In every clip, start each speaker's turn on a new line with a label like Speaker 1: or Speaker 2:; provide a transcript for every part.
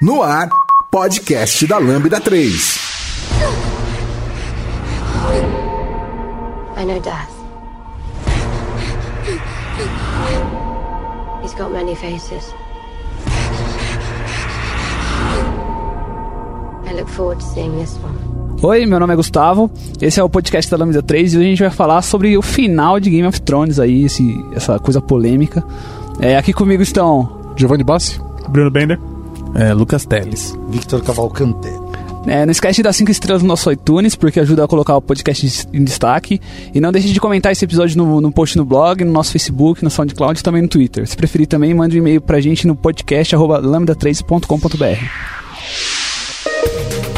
Speaker 1: No ar, podcast da Lambda 3.
Speaker 2: I know death. He's got many faces. I look forward to seeing this one.
Speaker 3: Oi, meu nome é Gustavo, esse é o podcast da Lambda 3 e hoje a gente vai falar sobre o final de Game of Thrones aí, esse- essa coisa polêmica. É, aqui comigo estão...
Speaker 4: Giovanni Bassi?
Speaker 5: Bruno Bender.
Speaker 6: É, Lucas Teles.
Speaker 7: Victor Cavalcante.
Speaker 3: é, não esquece de dar 5 estrelas no nosso iTunes, porque ajuda a colocar o podcast em destaque. E não deixe de comentar esse episódio no, no post no blog, no nosso Facebook, no SoundCloud e também no Twitter. Se preferir também, mande um e-mail pra gente no podcast arroba lambda3.com.br.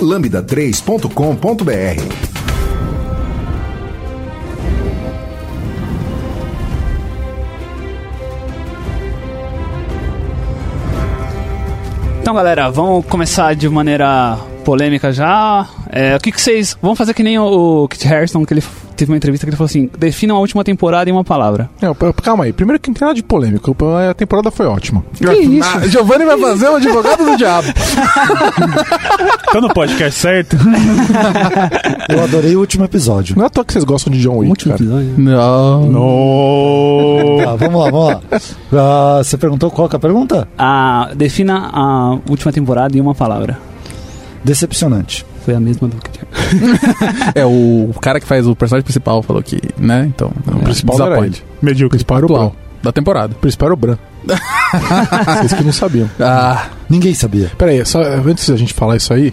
Speaker 1: lambda3.com.br.
Speaker 3: Então, galera, vamos começar de maneira polêmica já. É, o que, que vocês. Vamos fazer que nem o, o Kit Harrison, que ele f- teve uma entrevista que ele falou assim: definam a última temporada em uma palavra.
Speaker 4: É, eu- eu- calma aí. Primeiro que não tem nada de polêmico. A temporada foi ótima. Que isso? Giovanni vai fazer o advogado do diabo.
Speaker 5: Tô Tá no podcast certo?
Speaker 7: Eu adorei o último episódio.
Speaker 4: Não é à toa que vocês gostam de John Wick, cara.
Speaker 3: né?
Speaker 7: Não.
Speaker 5: No...
Speaker 7: Tá, vamos lá, vamos lá. Ah, você perguntou qual que é a pergunta?
Speaker 3: A, Ah, defina a última temporada em uma palavra.
Speaker 7: Decepcionante.
Speaker 3: Foi a mesma do Kit Harrison.
Speaker 6: É, o, o cara que faz o personagem principal falou que, né? Então, é, o
Speaker 4: principal não era
Speaker 6: desaponte.
Speaker 5: Medíocre.
Speaker 4: principal era o
Speaker 6: Atual,
Speaker 4: Bran.
Speaker 6: da temporada.
Speaker 4: O principal era o Bran. vocês que não sabiam.
Speaker 6: Ah,
Speaker 7: Ninguém sabia.
Speaker 4: Pera aí, só, antes da gente falar isso aí,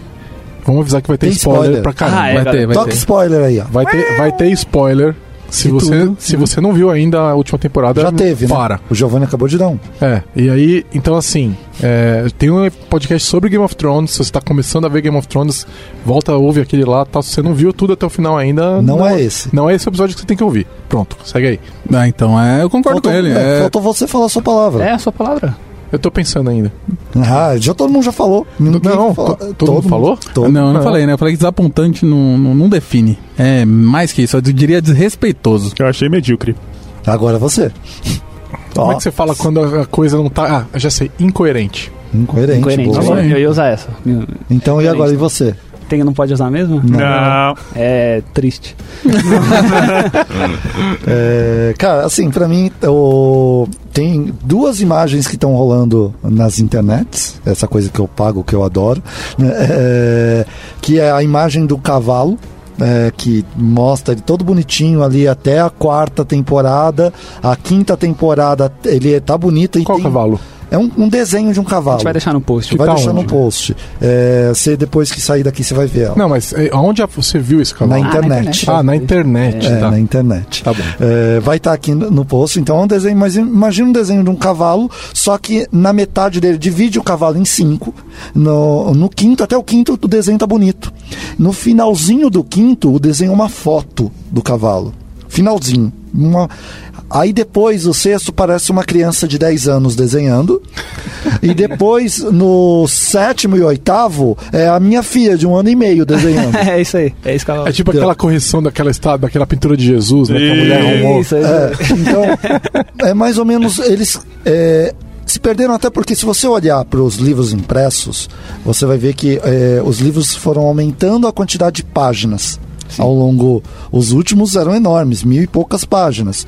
Speaker 4: vamos avisar que vai ter
Speaker 7: Tem
Speaker 4: spoiler,
Speaker 7: spoiler.
Speaker 4: pra caramba.
Speaker 3: Ah, é,
Speaker 6: vai
Speaker 3: galera.
Speaker 6: ter, vai
Speaker 7: Toca
Speaker 6: ter.
Speaker 7: spoiler aí, ó.
Speaker 4: Vai ter, vai ter spoiler. Se você,
Speaker 6: tudo.
Speaker 4: se você não viu ainda a última temporada,
Speaker 7: Já teve, né?
Speaker 4: um para.
Speaker 7: O Giovanni acabou de dar um.
Speaker 4: É, e aí, então assim, é, tem um podcast sobre Game of Thrones, se você tá começando a ver Game of Thrones, volta, ouve aquele lá, tá, se você não viu tudo até o final ainda...
Speaker 7: Não é esse.
Speaker 4: Não é esse o episódio que você tem que ouvir. Pronto, segue aí. um,
Speaker 6: Ah, então, é, eu concordo
Speaker 7: Faltou,
Speaker 6: com ele.
Speaker 7: é,
Speaker 6: É,
Speaker 7: faltou você falar a sua palavra.
Speaker 3: É a sua palavra.
Speaker 4: Eu tô pensando ainda.
Speaker 7: Ah, já todo mundo já falou. Ninguém
Speaker 4: Não,
Speaker 7: falou.
Speaker 4: to- todo mundo falou?
Speaker 7: todo-
Speaker 6: não, eu não
Speaker 4: não.
Speaker 6: falei, né? Eu falei que desapontante não, não, não define. É mais que isso, eu diria desrespeitoso.
Speaker 5: Eu achei medíocre.
Speaker 7: Agora você.
Speaker 4: Como é que você fala quando a coisa não tá... Ah, eu já sei, incoerente.
Speaker 7: Incoerente.
Speaker 3: Incoerente.
Speaker 7: boa.
Speaker 6: tá bom.
Speaker 3: Eu ia usar essa.
Speaker 7: Então, e agora, e você?
Speaker 3: Tem não pode usar mesmo?
Speaker 5: Não.
Speaker 3: É triste.
Speaker 7: É, cara, assim, pra mim, o- tem duas imagens que estão rolando nas internets, essa coisa que eu pago, que eu adoro, né, é, que é a imagem do cavalo. é, que mostra ele todo bonitinho ali até a quarta temporada. A quinta temporada ele tá bonito e
Speaker 4: Qual
Speaker 7: tem-
Speaker 4: cavalo?
Speaker 7: É um, um desenho de um
Speaker 3: A
Speaker 7: cavalo.
Speaker 3: gente vai deixar né? no post.
Speaker 7: Vai
Speaker 4: tá
Speaker 7: deixar
Speaker 4: onde?
Speaker 7: no post. É, você depois que sair daqui você vai ver ela.
Speaker 4: Não, mas é, aonde a- você viu esse
Speaker 7: Na
Speaker 4: cavalo?
Speaker 7: internet.
Speaker 4: Ah, na internet,
Speaker 7: É,
Speaker 4: tá.
Speaker 7: na internet.
Speaker 4: Tá bom.
Speaker 7: É, vai estar aqui no no post. Então é um desenho, mas imagina um desenho de um cavalo, só que na metade dele divide o cavalo em cinco. No, no quinto, até o quinto, o desenho tá bonito. No finalzinho do quinto, o desenho é uma foto do cavalo. Finalzinho. Uma- Aí depois o sexto parece uma criança de 10 anos desenhando. E depois, no sétimo e oitavo, é a minha filha de um ano e meio desenhando.
Speaker 3: é isso aí. É isso que ela...
Speaker 4: É tipo aquela correção daquela estátua, daquela pintura de Jesus, né? Que a mulher arrumou.
Speaker 3: Isso, é isso.
Speaker 7: É, então, é mais ou menos eles é, se perderam até porque se você olhar para os livros impressos, você vai ver que é, os livros foram aumentando a quantidade de páginas. Ao longo, os últimos eram enormes, mil e poucas páginas.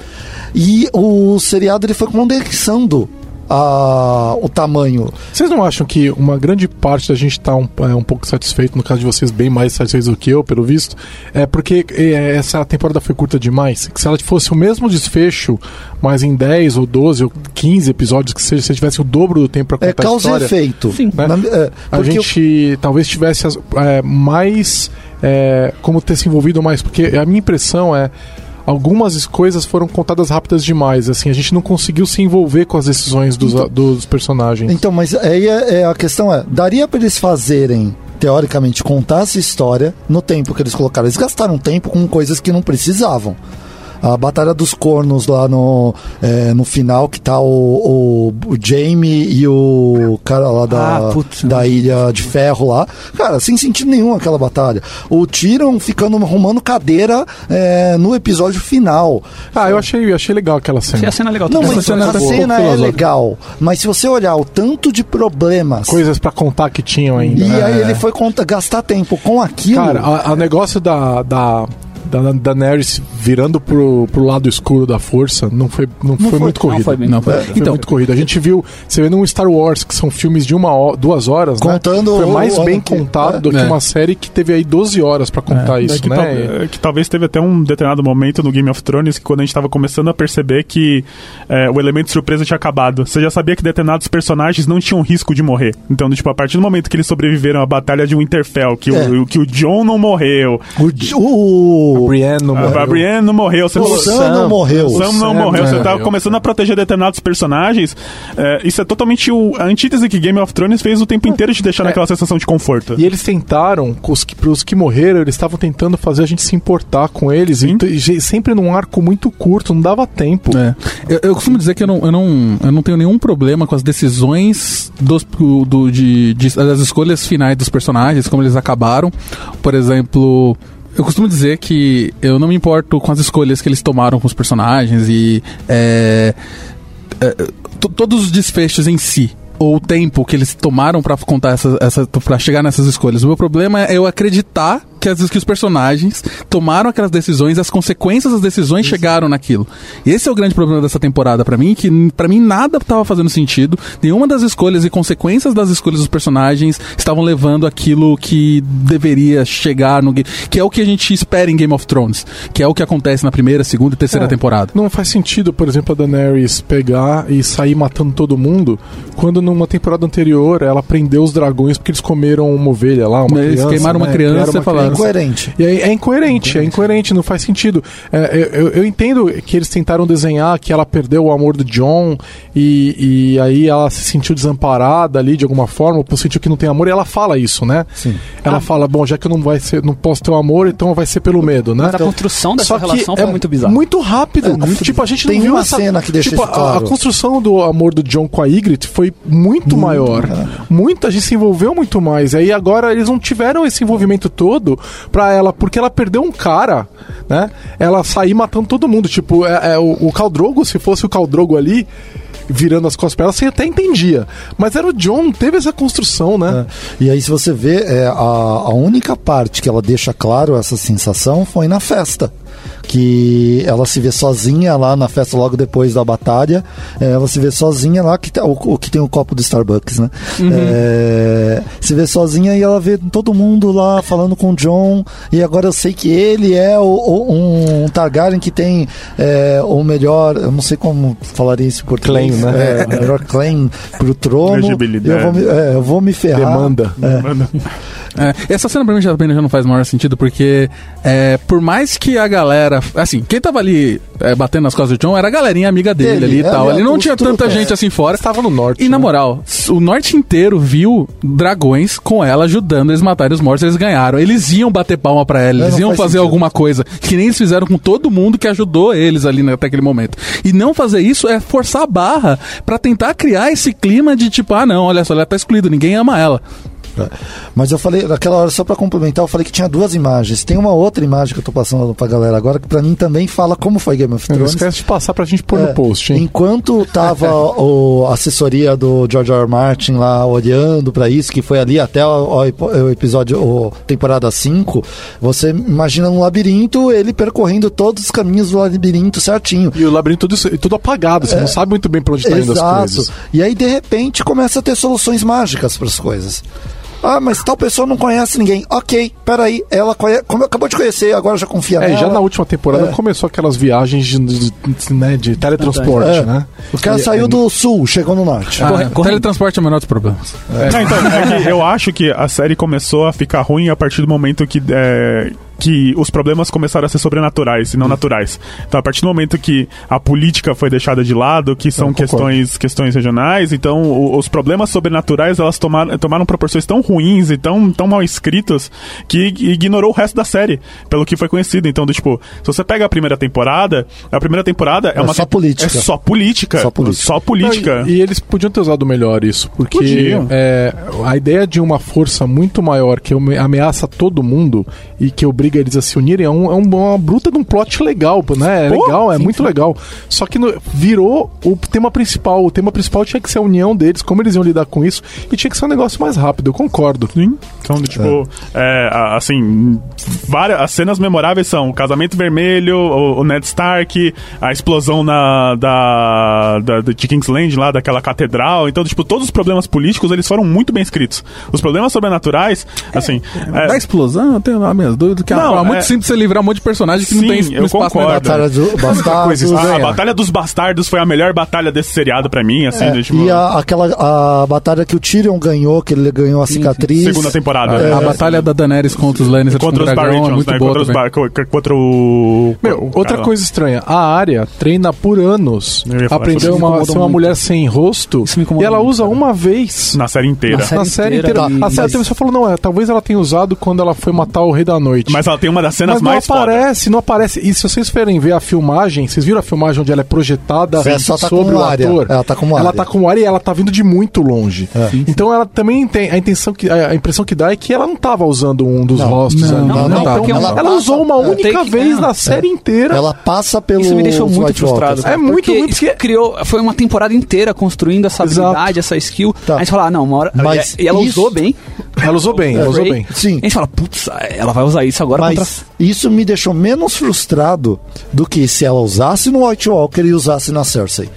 Speaker 7: E o seriado ele foi condensando a, o tamanho.
Speaker 4: Vocês não acham que uma grande parte da gente tá um, é, um pouco satisfeito, no caso de vocês, bem mais satisfeitos do que eu, pelo visto? É porque é, essa temporada foi curta demais. Que se ela fosse o mesmo desfecho, mas em 10 ou 12 ou 15 episódios, que seja, se tivesse o dobro do tempo pra
Speaker 7: É
Speaker 4: contar a
Speaker 7: causa e
Speaker 4: história.
Speaker 7: efeito.
Speaker 3: Sim.
Speaker 7: Na- é,
Speaker 4: A
Speaker 7: porque o-
Speaker 4: gente talvez tivesse as- é, mais é, como ter se envolvido mais, porque a minha impressão é algumas coisas foram contadas rápidas demais. Assim, a gente não conseguiu se envolver com as decisões dos, dos personagens.
Speaker 7: Então, mas aí é- é- a questão é: daria pra eles fazerem, teoricamente, contar essa história no tempo que eles colocaram? Eles gastaram tempo com coisas que não precisavam. A Batalha dos Cornos lá no, é, no final, que tá o, o, o Jamie e o cara lá da,
Speaker 6: Ah, putz.
Speaker 7: da Ilha de Ferro lá. Cara, sem sentido nenhum aquela batalha. O Tyrion ficando arrumando cadeira é, no episódio final.
Speaker 4: Ah, eu achei, eu achei legal aquela
Speaker 3: Achei
Speaker 4: cena.
Speaker 3: a cena legal
Speaker 7: Não,
Speaker 3: também.
Speaker 7: mas
Speaker 6: cena
Speaker 7: a
Speaker 6: tá um pouco
Speaker 7: cena é
Speaker 6: filosófica.
Speaker 7: legal. Mas se você olhar o tanto de problemas
Speaker 4: Coisas pra contar que tinham ainda.
Speaker 7: e
Speaker 4: né?
Speaker 7: aí ele foi conta, gastar tempo com aquilo.
Speaker 4: Cara, a- a negócio da, da, da, da Daenerys virando pro, pro lado escuro da força não foi, não foi,
Speaker 7: foi-
Speaker 4: muito
Speaker 3: não
Speaker 4: corrida.
Speaker 3: foi bem-
Speaker 6: não foi-
Speaker 4: Foi
Speaker 6: Então-
Speaker 4: muito corrida. A gente viu, você vê num Star Wars, que são filmes de uma hora, duas horas, né?
Speaker 7: Contando
Speaker 4: Foi
Speaker 7: o-
Speaker 4: mais
Speaker 7: o
Speaker 4: bem
Speaker 7: ano que-
Speaker 4: contado do que
Speaker 6: É.
Speaker 4: uma série que teve aí 12 horas pra contar
Speaker 5: É
Speaker 4: isso,
Speaker 5: que, tal-
Speaker 4: né?
Speaker 5: é que talvez teve até um determinado momento no Game of Thrones que quando a gente tava começando a perceber que é, o elemento surpresa tinha acabado. Você já sabia que determinados personagens não tinham risco de morrer. Então, tipo, a partir do momento que eles sobreviveram à batalha de Winterfell, que,
Speaker 7: É.
Speaker 5: o, que o John não morreu,
Speaker 7: o, J- o,
Speaker 4: Brienne né? não
Speaker 5: a
Speaker 4: morreu.
Speaker 5: Brienne não morreu, você
Speaker 7: o
Speaker 5: falou,
Speaker 7: Sam não morreu.
Speaker 5: O Sam não
Speaker 4: Sam
Speaker 5: morreu, você
Speaker 4: morreu.
Speaker 5: tava começando a proteger determinados personagens. É, isso é totalmente o, a antítese que Game of Thrones fez o tempo inteiro te deixar naquela sensação de conforto.
Speaker 4: É. E eles tentaram, com os que, pros que morreram, eles estavam tentando fazer a gente se importar com eles, e,
Speaker 5: Sim.
Speaker 4: t- e ge- sempre num arco muito curto, não dava tempo.
Speaker 6: É. Eu, eu costumo dizer que eu não, eu, não, eu não tenho nenhum problema com as decisões dos, o- do, de, de- das escolhas finais dos personagens, como eles acabaram. Por exemplo, eu costumo dizer que eu não me importo com as escolhas que eles tomaram com os personagens e é, é, to- todos os desfechos em si ou o tempo que eles tomaram pra contar essa, essa para chegar nessas escolhas. O meu problema é eu acreditar que às vezes que os personagens tomaram aquelas decisões, as consequências das decisões chegaram naquilo. Esse é o grande problema dessa temporada pra mim, que n- pra mim nada tava fazendo sentido, nenhuma das escolhas e consequências das escolhas dos personagens estavam levando aquilo que deveria chegar no game, que é o que a gente espera em Game of Thrones, que é o que acontece na primeira, segunda e terceira
Speaker 4: É.
Speaker 6: temporada.
Speaker 4: Não faz sentido, por exemplo, a Daenerys pegar e sair matando todo mundo, quando numa temporada anterior ela prendeu os dragões porque eles comeram uma ovelha lá, uma
Speaker 6: Eles
Speaker 4: criança.
Speaker 6: queimaram uma
Speaker 4: né?
Speaker 6: criança
Speaker 4: Criaram
Speaker 6: e falaram-
Speaker 7: Incoerente.
Speaker 4: E aí é incoerente, é incoerente, não faz sentido. É, eu- eu, eu entendo que eles tentaram desenhar que ela perdeu o amor do John e, e aí ela se sentiu desamparada ali de alguma forma, por sentiu que não tem amor, e ela fala isso, né?
Speaker 7: Sim.
Speaker 4: Ela
Speaker 3: Ah.
Speaker 4: fala, bom, já que eu não, vai ser, não posso ter o amor, então vai ser pelo medo, né? é
Speaker 3: Mas a construção dessa relação foi muito bizarra.
Speaker 4: Muito rápido. tipo, a gente
Speaker 7: Tem
Speaker 4: não viu
Speaker 7: uma
Speaker 4: essa...
Speaker 7: cena que deixa
Speaker 4: tipo,
Speaker 7: isso
Speaker 4: a- a,
Speaker 7: claro.
Speaker 4: construção do amor do John com a Ygritte foi muito maior. Muita gente se envolveu muito mais. E aí agora eles não tiveram esse envolvimento todo pra ela, porque ela perdeu um cara, né? Ela sair matando todo mundo. Tipo, é, é o, o Caldrogo, se fosse o Caldrogo ali... Virando as costas pra ela, você até entendia. Mas era o John, teve essa construção, né?
Speaker 7: E aí, se você vê, é, a, a única parte que ela deixa claro essa sensação foi na festa. Que ela se vê sozinha lá na festa logo depois da batalha. é, ela se vê sozinha lá, que tá- o, o que tem o copo do Starbucks, né? É, se vê sozinha e ela vê todo mundo lá falando com o John. E agora eu sei que ele é o- o- um Targaryen que tem é, o melhor. Eu não sei como falaria isso em português.
Speaker 4: Claim, né?
Speaker 7: É, o melhor claim pro trono.
Speaker 5: Elegibilidade.
Speaker 7: Eu vou me, é, eu vou me ferrar. É.
Speaker 4: Demanda.
Speaker 5: Mano,
Speaker 6: É, essa cena pra mim já, também já não faz o maior sentido, porque é, por mais que a galera. Assim, quem tava ali é, batendo nas costas do John era a galerinha amiga dele
Speaker 7: Ele,
Speaker 6: ali e
Speaker 7: é,
Speaker 6: tal.
Speaker 7: é,
Speaker 6: Ele não
Speaker 7: o
Speaker 6: tinha
Speaker 7: estrutura-
Speaker 6: tanta
Speaker 7: é.
Speaker 6: gente assim fora.
Speaker 4: Estava no norte.
Speaker 6: E na
Speaker 4: né?
Speaker 6: moral, o norte inteiro viu dragões com ela ajudando eles a matarem os mortos, eles ganharam. Eles iam bater palma pra ela,
Speaker 7: É,
Speaker 6: eles
Speaker 7: não
Speaker 6: iam
Speaker 7: faz
Speaker 6: fazer
Speaker 7: sentido.
Speaker 6: alguma coisa, que nem eles fizeram com todo mundo que ajudou eles ali né, até aquele momento. E não fazer isso é forçar a barra pra tentar criar esse clima de tipo, ah não, olha só, ela tá excluída, ninguém ama ela.
Speaker 7: Mas eu falei, naquela hora, só pra complementar, eu falei que tinha duas imagens. Tem uma outra imagem que eu tô passando pra galera agora, que pra mim também fala como foi Game of
Speaker 4: Não
Speaker 7: Thrones.
Speaker 4: É, esquece de passar pra gente pôr
Speaker 7: É,
Speaker 4: no post, hein?
Speaker 7: Enquanto tava o- a assessoria do George R. R. Martin lá olhando pra isso, que foi ali até o, o episódio, o temporada 5, você imagina um labirinto, ele percorrendo todos os caminhos do labirinto certinho.
Speaker 4: E o labirinto tudo, isso- tudo apagado, você não sabe muito bem pra onde tá indo as coisas.
Speaker 7: Exato. E aí, de repente, começa a ter soluções mágicas para as coisas. Ah, mas tal pessoa não conhece ninguém. Ok, peraí, ela conhe... como acabou de conhecer, agora já confia
Speaker 4: É,
Speaker 7: nela.
Speaker 4: já na última temporada
Speaker 7: É.
Speaker 4: começou aquelas viagens de, de- de- né, de teletransporte,
Speaker 7: É.
Speaker 4: né?
Speaker 7: O cara saiu do sul, chegou no norte.
Speaker 6: Ah,
Speaker 3: Corre- corre-
Speaker 6: Teletransporte é o menor dos problemas.
Speaker 5: Não, então, é que eu acho que a série começou a ficar ruim a partir do momento que, é, que os problemas começaram a ser sobrenaturais e
Speaker 7: Uhum.
Speaker 5: não naturais. Então, a partir do momento que a política foi deixada de lado, que são
Speaker 4: concordo.
Speaker 5: questões, questões regionais, então o- os problemas sobrenaturais elas tomaram, tomaram proporções tão ruins e tão, tão mal escritas que ig- ignorou o resto da série, pelo que foi conhecido. Então, do tipo, se você pega a primeira temporada, a primeira temporada é,
Speaker 7: É
Speaker 5: uma
Speaker 7: só
Speaker 5: te-
Speaker 7: política.
Speaker 5: É só política.
Speaker 7: Só política.
Speaker 5: Só política.
Speaker 4: Não, e, e eles podiam ter usado melhor isso, porque
Speaker 5: Podiam.
Speaker 4: é, a ideia de uma força muito maior que ame- ameaça todo mundo e que obriga eles a se unirem é, um- é um- uma bruta de um plot legal, né? É
Speaker 5: Pô,
Speaker 4: legal, é
Speaker 5: sim,
Speaker 4: muito legal. Só que no- virou o tema principal. O tema principal tinha que ser a união deles, como eles iam lidar com isso, e tinha que ser um negócio mais rápido, eu concordo.
Speaker 5: Sim. Então, tipo, é, a- assim, várias, as cenas memoráveis são o casamento vermelho, o, o Ned Stark, a explosão na, da, da, da- de Kingsland lá, daquela catedral. Então, tipo, todos os problemas políticos, eles foram muito bem escritos. Os problemas sobrenaturais, assim... é,
Speaker 6: Da explosão, eu tenho lá minhas dúvidas. Que é uma
Speaker 5: Não,
Speaker 6: forma
Speaker 5: é-
Speaker 6: muito simples você livrar um monte de personagem que
Speaker 5: Sim,
Speaker 6: não tem es-
Speaker 5: eu
Speaker 6: espaço na
Speaker 5: concordo.
Speaker 6: data.
Speaker 7: Batalha do Bastardos,
Speaker 4: Ah,
Speaker 5: a- ah, a,
Speaker 7: é.
Speaker 5: Batalha dos Bastardos foi a melhor batalha desse seriado pra mim, assim,
Speaker 7: É,
Speaker 5: né, tipo,
Speaker 7: e a, aquela a batalha que o Tyrion ganhou, que ele ganhou a cicatriz.
Speaker 5: segunda temporada.
Speaker 6: A
Speaker 5: né?
Speaker 6: batalha da Daenerys contra os Lannisters
Speaker 5: Contra
Speaker 6: contra o
Speaker 5: os
Speaker 6: dragão é
Speaker 5: Barringtons,
Speaker 6: muito
Speaker 5: né?
Speaker 6: boa
Speaker 5: Contra, os
Speaker 6: também.
Speaker 5: bar, co- contra o...
Speaker 4: Meu,
Speaker 5: o
Speaker 4: outra
Speaker 5: cara lá.
Speaker 4: coisa estranha, a área treina por anos.
Speaker 5: Eu ia falar sobre
Speaker 4: Aprendeu
Speaker 5: isso.
Speaker 4: uma, a
Speaker 3: Isso me
Speaker 4: ser uma
Speaker 3: incomodou
Speaker 4: mulher sem rosto
Speaker 3: Isso me
Speaker 4: e
Speaker 3: incomodou
Speaker 4: ela
Speaker 3: muito,
Speaker 4: usa uma vez.
Speaker 5: Na série inteira.
Speaker 3: Na série
Speaker 4: Na série inteira.
Speaker 3: inteira,
Speaker 4: A
Speaker 3: mas-
Speaker 4: série inteira só falou, não, é, talvez ela tenha usado quando ela foi matar o Rei da Noite.
Speaker 5: Mas ela tem uma das cenas
Speaker 4: Mas não
Speaker 5: mais fodas.
Speaker 4: aparece, não aparece. E se vocês forem ver a filmagem, vocês viram a filmagem onde ela é projetada
Speaker 7: Sim, só tá
Speaker 4: sobre
Speaker 7: com
Speaker 4: o
Speaker 7: área.
Speaker 4: ator?
Speaker 7: Ela tá com É. área.
Speaker 4: Ela tá com área e ela tá vindo de muito longe. Então ela também tem a intenção que a a impressão que dá é que ela não tava usando um dos rostos
Speaker 6: não,
Speaker 4: ali.
Speaker 6: não,
Speaker 4: Então,
Speaker 6: não,
Speaker 4: ela,
Speaker 6: porque é um-
Speaker 7: ela
Speaker 4: usou uma
Speaker 7: passa-
Speaker 4: única
Speaker 3: Take-
Speaker 4: vez
Speaker 3: é.
Speaker 4: na série inteira.
Speaker 7: Ela passa pelo.
Speaker 3: Isso me deixou muito frustrado.
Speaker 4: É
Speaker 3: cara,
Speaker 4: muito
Speaker 3: porque
Speaker 4: ruim, porque-
Speaker 3: criou, foi uma temporada inteira construindo essa
Speaker 4: Exato.
Speaker 3: habilidade, essa skill.
Speaker 7: Tá.
Speaker 3: Aí a gente fala, ah, não, uma hora.
Speaker 7: Mas
Speaker 3: e ela
Speaker 7: isso-
Speaker 3: usou bem.
Speaker 4: Ela usou bem, ela usou
Speaker 3: Ray.
Speaker 4: bem.
Speaker 7: Sim.
Speaker 3: A gente fala, putz, ela vai usar isso agora contra.
Speaker 7: Mas isso me deixou menos frustrado do que se ela usasse no White Walker e usasse na Cersei.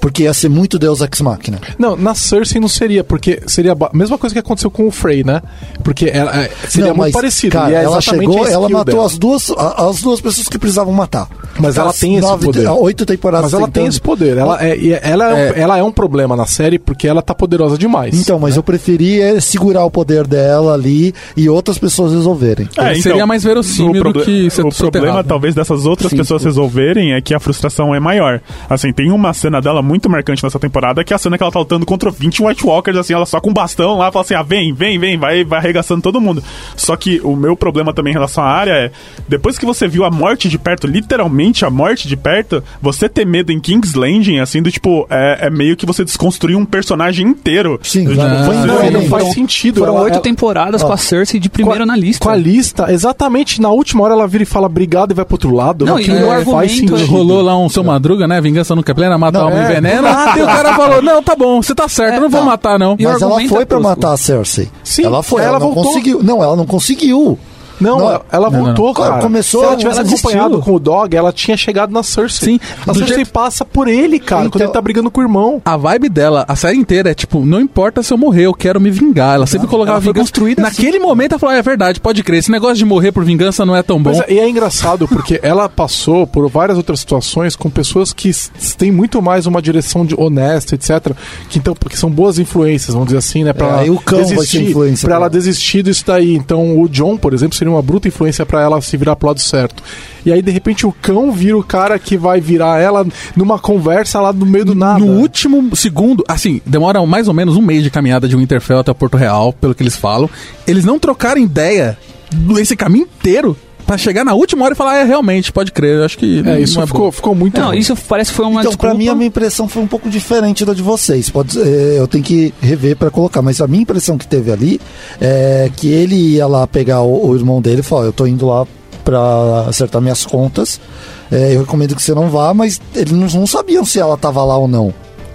Speaker 7: Porque ia ser muito Deus Ex Machina.
Speaker 4: Não, na Cersei não seria, porque seria a mesma coisa que aconteceu com o Frey, né? Porque ela, é, seria
Speaker 7: Não,
Speaker 4: muito
Speaker 7: mas,
Speaker 4: parecido.
Speaker 7: Cara,
Speaker 4: e é
Speaker 7: ela
Speaker 4: exatamente
Speaker 7: chegou,
Speaker 4: a
Speaker 7: ela
Speaker 4: skill
Speaker 7: matou
Speaker 4: dela.
Speaker 7: as duas, a- as duas pessoas que precisavam matar.
Speaker 4: Mas ela
Speaker 7: As
Speaker 4: tem esse
Speaker 7: nove-
Speaker 4: poder.
Speaker 7: Oito
Speaker 4: Mas
Speaker 7: temporadas.
Speaker 4: ela tem
Speaker 7: tá tentando. Ah,
Speaker 4: esse poder. Ela é, e ela, é, um- ela é um problema na série porque ela tá poderosa demais.
Speaker 7: Então, mas eu preferi é, segurar o poder dela ali e outras pessoas resolverem.
Speaker 5: É,
Speaker 6: Seria mais verossímil
Speaker 5: o
Speaker 6: do
Speaker 5: proble-
Speaker 6: que ser
Speaker 5: O
Speaker 6: soterrado.
Speaker 5: problema, talvez, dessas outras
Speaker 6: Sim,
Speaker 5: pessoas
Speaker 6: sim.
Speaker 5: resolverem é que a frustração é maior. Assim, tem uma cena dela muito marcante nessa temporada, que é a cena que ela tá lutando contra 20 White Walkers, assim, ela só com um bastão lá, fala assim, ah, vem, vem, vem, vai, vai arregaçando todo mundo. Só que o meu problema também em relação à área é, depois que você viu a morte de perto, literalmente a morte de perto, você ter medo em King's Landing, assim, do tipo, é, é meio que você desconstruir um personagem inteiro.
Speaker 7: Sim,
Speaker 5: Do tipo,
Speaker 7: não,
Speaker 5: foi-
Speaker 4: Não,
Speaker 7: Não,
Speaker 4: não
Speaker 7: não.
Speaker 4: faz sentido.
Speaker 3: Foram
Speaker 4: Ela-
Speaker 3: oito
Speaker 4: ela-
Speaker 3: temporadas com a Cersei de
Speaker 4: com a-
Speaker 3: primeiro na lista.
Speaker 4: Com a lista, exatamente na última hora ela vira e fala obrigado e vai pro outro lado.
Speaker 3: Não,
Speaker 4: Mas
Speaker 3: e
Speaker 4: que é,
Speaker 3: o
Speaker 4: faz
Speaker 3: argumento-
Speaker 4: sentido.
Speaker 6: Rolou lá um seu madruga, né? Vingança nunca é plena, mata a alma
Speaker 4: é.
Speaker 6: e envenena. E o cara falou: Não, tá bom, você tá certo, eu não vou
Speaker 7: tá.
Speaker 6: matar, não.
Speaker 3: E o
Speaker 7: Mas ela
Speaker 3: argumento é
Speaker 7: foi pra
Speaker 3: tosco.
Speaker 7: matar a Cersei.
Speaker 4: Sim,
Speaker 7: ela foi,
Speaker 4: ela
Speaker 7: ela, não
Speaker 4: voltou.
Speaker 7: conseguiu. Não, ela não conseguiu.
Speaker 4: Não,
Speaker 7: Não,
Speaker 4: ela- ela
Speaker 6: não, não.
Speaker 4: voltou,
Speaker 7: Ela
Speaker 4: cara.
Speaker 7: começou-
Speaker 4: Se ela tivesse
Speaker 7: ela desistiu.
Speaker 4: acompanhado com o Dog, ela tinha chegado na Cersei.
Speaker 6: Sim,
Speaker 4: a
Speaker 6: do
Speaker 4: Cersei
Speaker 6: jeito-
Speaker 4: passa por ele, cara, quando
Speaker 7: Então-
Speaker 4: ele tá brigando com o irmão.
Speaker 6: A vibe dela, a série inteira, é tipo, não importa se eu morrer, eu quero me vingar. Ela sempre colocava
Speaker 3: Ela foi
Speaker 6: vingança.
Speaker 3: construída assim.
Speaker 6: Naquele momento ela falou, "Ah, é verdade, pode crer. Esse negócio de morrer por vingança não é tão bom.
Speaker 4: Pois é, e é engraçado porque ela passou por várias outras situações com pessoas que s- têm muito mais uma direção de honesta, etc. Que então, porque são boas influências, vamos dizer assim, né? Pra
Speaker 7: É,
Speaker 4: ela
Speaker 7: aí o cão vai ser influência né?
Speaker 4: Pra
Speaker 7: pra
Speaker 4: ela
Speaker 7: ela.
Speaker 4: desistir disso daí. Então, o John, por exemplo, seria uma bruta influência pra ela se virar pro lado certo. E aí, de repente, o cão vira o cara que vai virar ela numa conversa lá no meio do nada.
Speaker 6: No último segundo, assim, demora mais ou menos um mês de caminhada de Winterfell até Porto Real, pelo que eles falam. Eles não trocaram ideia do- esse caminho inteiro pra chegar na última hora e falar, "Ah, é, realmente, pode crer. Eu acho que.
Speaker 4: É, isso
Speaker 6: não
Speaker 4: ficou,
Speaker 6: bom."
Speaker 4: ficou muito.
Speaker 3: Não,
Speaker 4: ruim.
Speaker 3: isso parece que foi uma
Speaker 7: Então,
Speaker 3: desculpa.
Speaker 7: pra mim, a minha impressão foi um pouco diferente da de vocês. Pode, ser- eh, eu tenho que rever pra colocar, mas a minha impressão que teve ali é que ele ia lá pegar o, o irmão dele e falar: Eu tô indo lá pra acertar minhas contas. eh, eu recomendo que você não vá, mas eles não, não sabiam se ela tava lá ou não.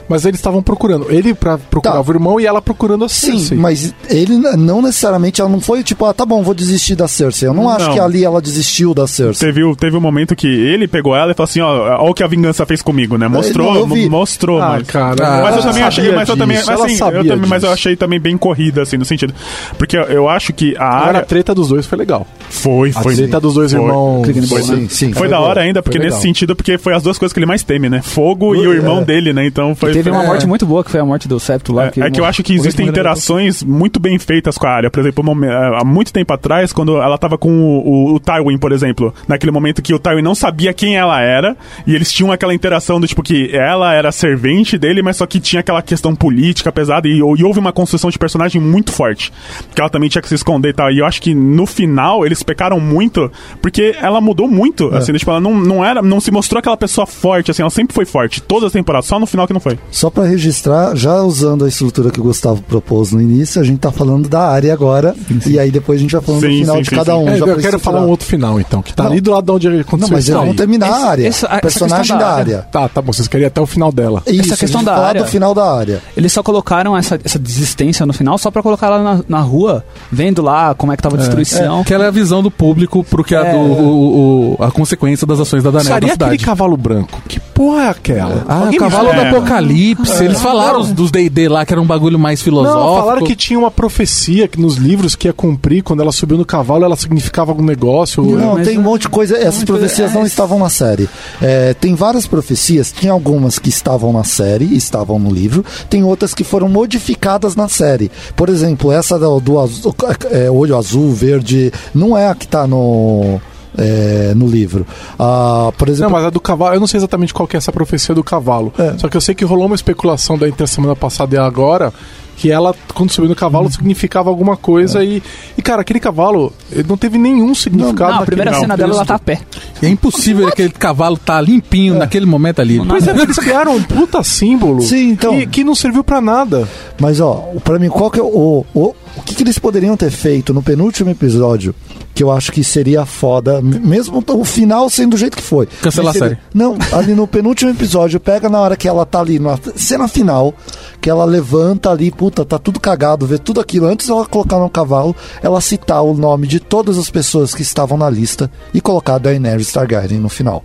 Speaker 4: Mas eles estavam procurando. Ele pra procurava o irmão e ela procurando assim, a
Speaker 7: Tá. Sim,
Speaker 4: Cersei.
Speaker 7: mas ele n- não necessariamente, ela não foi tipo, ah, tá bom, vou desistir da Cersei. Eu não, acho
Speaker 5: Não.
Speaker 7: que ali ela desistiu da Cersei.
Speaker 5: Teve, o- teve um momento que ele pegou ela e falou assim, ó, ó o que a vingança fez comigo, né? Mostrou,
Speaker 7: não, eu vi.
Speaker 5: mo- mostrou,
Speaker 4: Ah,
Speaker 5: mas...
Speaker 4: cara,
Speaker 5: mas eu
Speaker 4: ela
Speaker 5: também achei,
Speaker 4: sabia
Speaker 5: mas eu também,
Speaker 4: disso,
Speaker 5: mas,
Speaker 4: ela
Speaker 5: assim, eu
Speaker 4: sabia
Speaker 5: também- mas eu
Speaker 4: disso.
Speaker 5: achei também bem corrida, assim, no sentido. Porque eu- eu acho que a
Speaker 4: Agora a
Speaker 5: área.
Speaker 4: treta dos dois foi legal.
Speaker 5: Foi,
Speaker 4: A
Speaker 5: foi.
Speaker 4: treta dos dois
Speaker 5: foi.
Speaker 4: irmãos.
Speaker 7: Foi,
Speaker 4: Sim,
Speaker 7: sim,
Speaker 5: Foi
Speaker 7: foi
Speaker 5: da
Speaker 7: legal,
Speaker 5: hora ainda, porque
Speaker 4: foi
Speaker 5: nesse
Speaker 4: legal.
Speaker 5: sentido, porque foi as duas coisas que ele mais teme, né? Fogo e o irmão dele, né? Então foi,
Speaker 3: Teve uma
Speaker 6: É.
Speaker 3: morte muito boa, que foi a morte do Septo lá.
Speaker 5: É, é que eu acho que existem interações muito bem feitas com a área. Por exemplo, um momen- há muito tempo atrás, quando ela tava com o, o- o Tywin, por exemplo, naquele momento que o Tywin não sabia quem ela era, e eles tinham aquela interação do tipo que ela era servente dele, mas só que tinha aquela questão política pesada, e, e houve uma construção de personagem muito forte. Porque ela também tinha que se esconder e tal. E eu acho que no final eles pecaram muito, porque ela mudou muito. Assim, tipo, ela não, não era, não se mostrou aquela pessoa forte, assim, ela sempre foi forte, todas as temporadas, só no final que não foi.
Speaker 7: Só para registrar, já usando a estrutura que o Gustavo propôs no início, a gente tá falando da área agora, e aí depois a gente vai falando
Speaker 5: Sim,
Speaker 7: do final
Speaker 5: sim,
Speaker 7: de
Speaker 5: sim,
Speaker 7: cada
Speaker 5: sim.
Speaker 7: um.
Speaker 4: É, eu
Speaker 7: já pra
Speaker 4: quero falar
Speaker 7: estruturar.
Speaker 4: um outro final, então, que tá
Speaker 7: Não.
Speaker 4: ali do lado de onde aconteceu
Speaker 7: Não, mas
Speaker 4: isso.
Speaker 7: eles vão
Speaker 4: aí.
Speaker 7: terminar
Speaker 3: Esse-
Speaker 7: a área.
Speaker 6: é,
Speaker 3: essa- essa
Speaker 7: personagem
Speaker 3: questão da
Speaker 7: da
Speaker 3: área.
Speaker 7: área.
Speaker 4: Tá, tá bom, vocês querem ir até o final dela.
Speaker 7: Isso,
Speaker 3: questão
Speaker 7: a gente
Speaker 3: da
Speaker 7: falar
Speaker 3: área.
Speaker 7: do final da área.
Speaker 3: Eles só colocaram essa, essa desistência no final só pra colocar ela na, na rua, vendo lá como é que tava a destruição.
Speaker 6: Que ela é a visão do público pro que é, a
Speaker 3: É.
Speaker 6: do, o- o- a consequência das ações da Daniela
Speaker 4: Seria
Speaker 6: na
Speaker 4: aquele
Speaker 6: cidade.
Speaker 4: cavalo branco. Que porra é aquela?
Speaker 6: Ah, o
Speaker 4: Alguém me
Speaker 6: cavalo do
Speaker 5: explica.
Speaker 6: apocalipse. Eles falaram os- dos D&D lá, que era um bagulho mais filosófico.
Speaker 4: Não, falaram que tinha uma profecia que nos livros que ia cumprir quando ela subiu no cavalo, ela significava algum negócio.
Speaker 7: Não,
Speaker 3: mas
Speaker 7: tem um
Speaker 3: não-
Speaker 7: monte de coisa. Essas profecias não estavam na série. É, tem várias profecias, tem algumas que estavam na série, estavam no livro, tem outras que foram modificadas na série. Por exemplo, essa do, do azul- é, olho azul, verde, não é a que tá no. é, no livro. Ah, por
Speaker 4: Não,
Speaker 7: exemplo,
Speaker 4: mas a do cavalo, eu não sei exatamente qual que é essa profecia do cavalo.
Speaker 7: É.
Speaker 4: Só que eu sei que rolou uma especulação da entre a semana passada e agora, que ela, quando subiu no
Speaker 7: Uhum.
Speaker 4: cavalo, significava alguma
Speaker 7: É.
Speaker 4: coisa e. E, cara, aquele cavalo ele não teve nenhum significado.
Speaker 3: Não, a primeira
Speaker 4: naquele-
Speaker 3: cena
Speaker 4: não.
Speaker 3: dela, ela tá a pé.
Speaker 6: É impossível aquele cavalo tá limpinho naquele momento ali.
Speaker 4: Pois é, eles criaram um puta símbolo
Speaker 7: Sim, então.
Speaker 4: e, que não serviu pra nada.
Speaker 7: Mas ó, pra mim, qual que é o. O, o que, que eles poderiam ter feito no penúltimo episódio? Que eu acho que seria foda, m- mesmo o final sendo do jeito que foi.
Speaker 6: Cancelar
Speaker 7: Mas
Speaker 6: a
Speaker 7: seria-
Speaker 6: série.
Speaker 7: Não, ali no penúltimo episódio, pega na hora que ela tá ali, na cena final, que ela levanta ali, puta, tá tudo cagado, vê tudo aquilo. Antes dela colocar no cavalo, ela citar o nome de todas as pessoas que estavam na lista e colocar Daenerys Targaryen no final.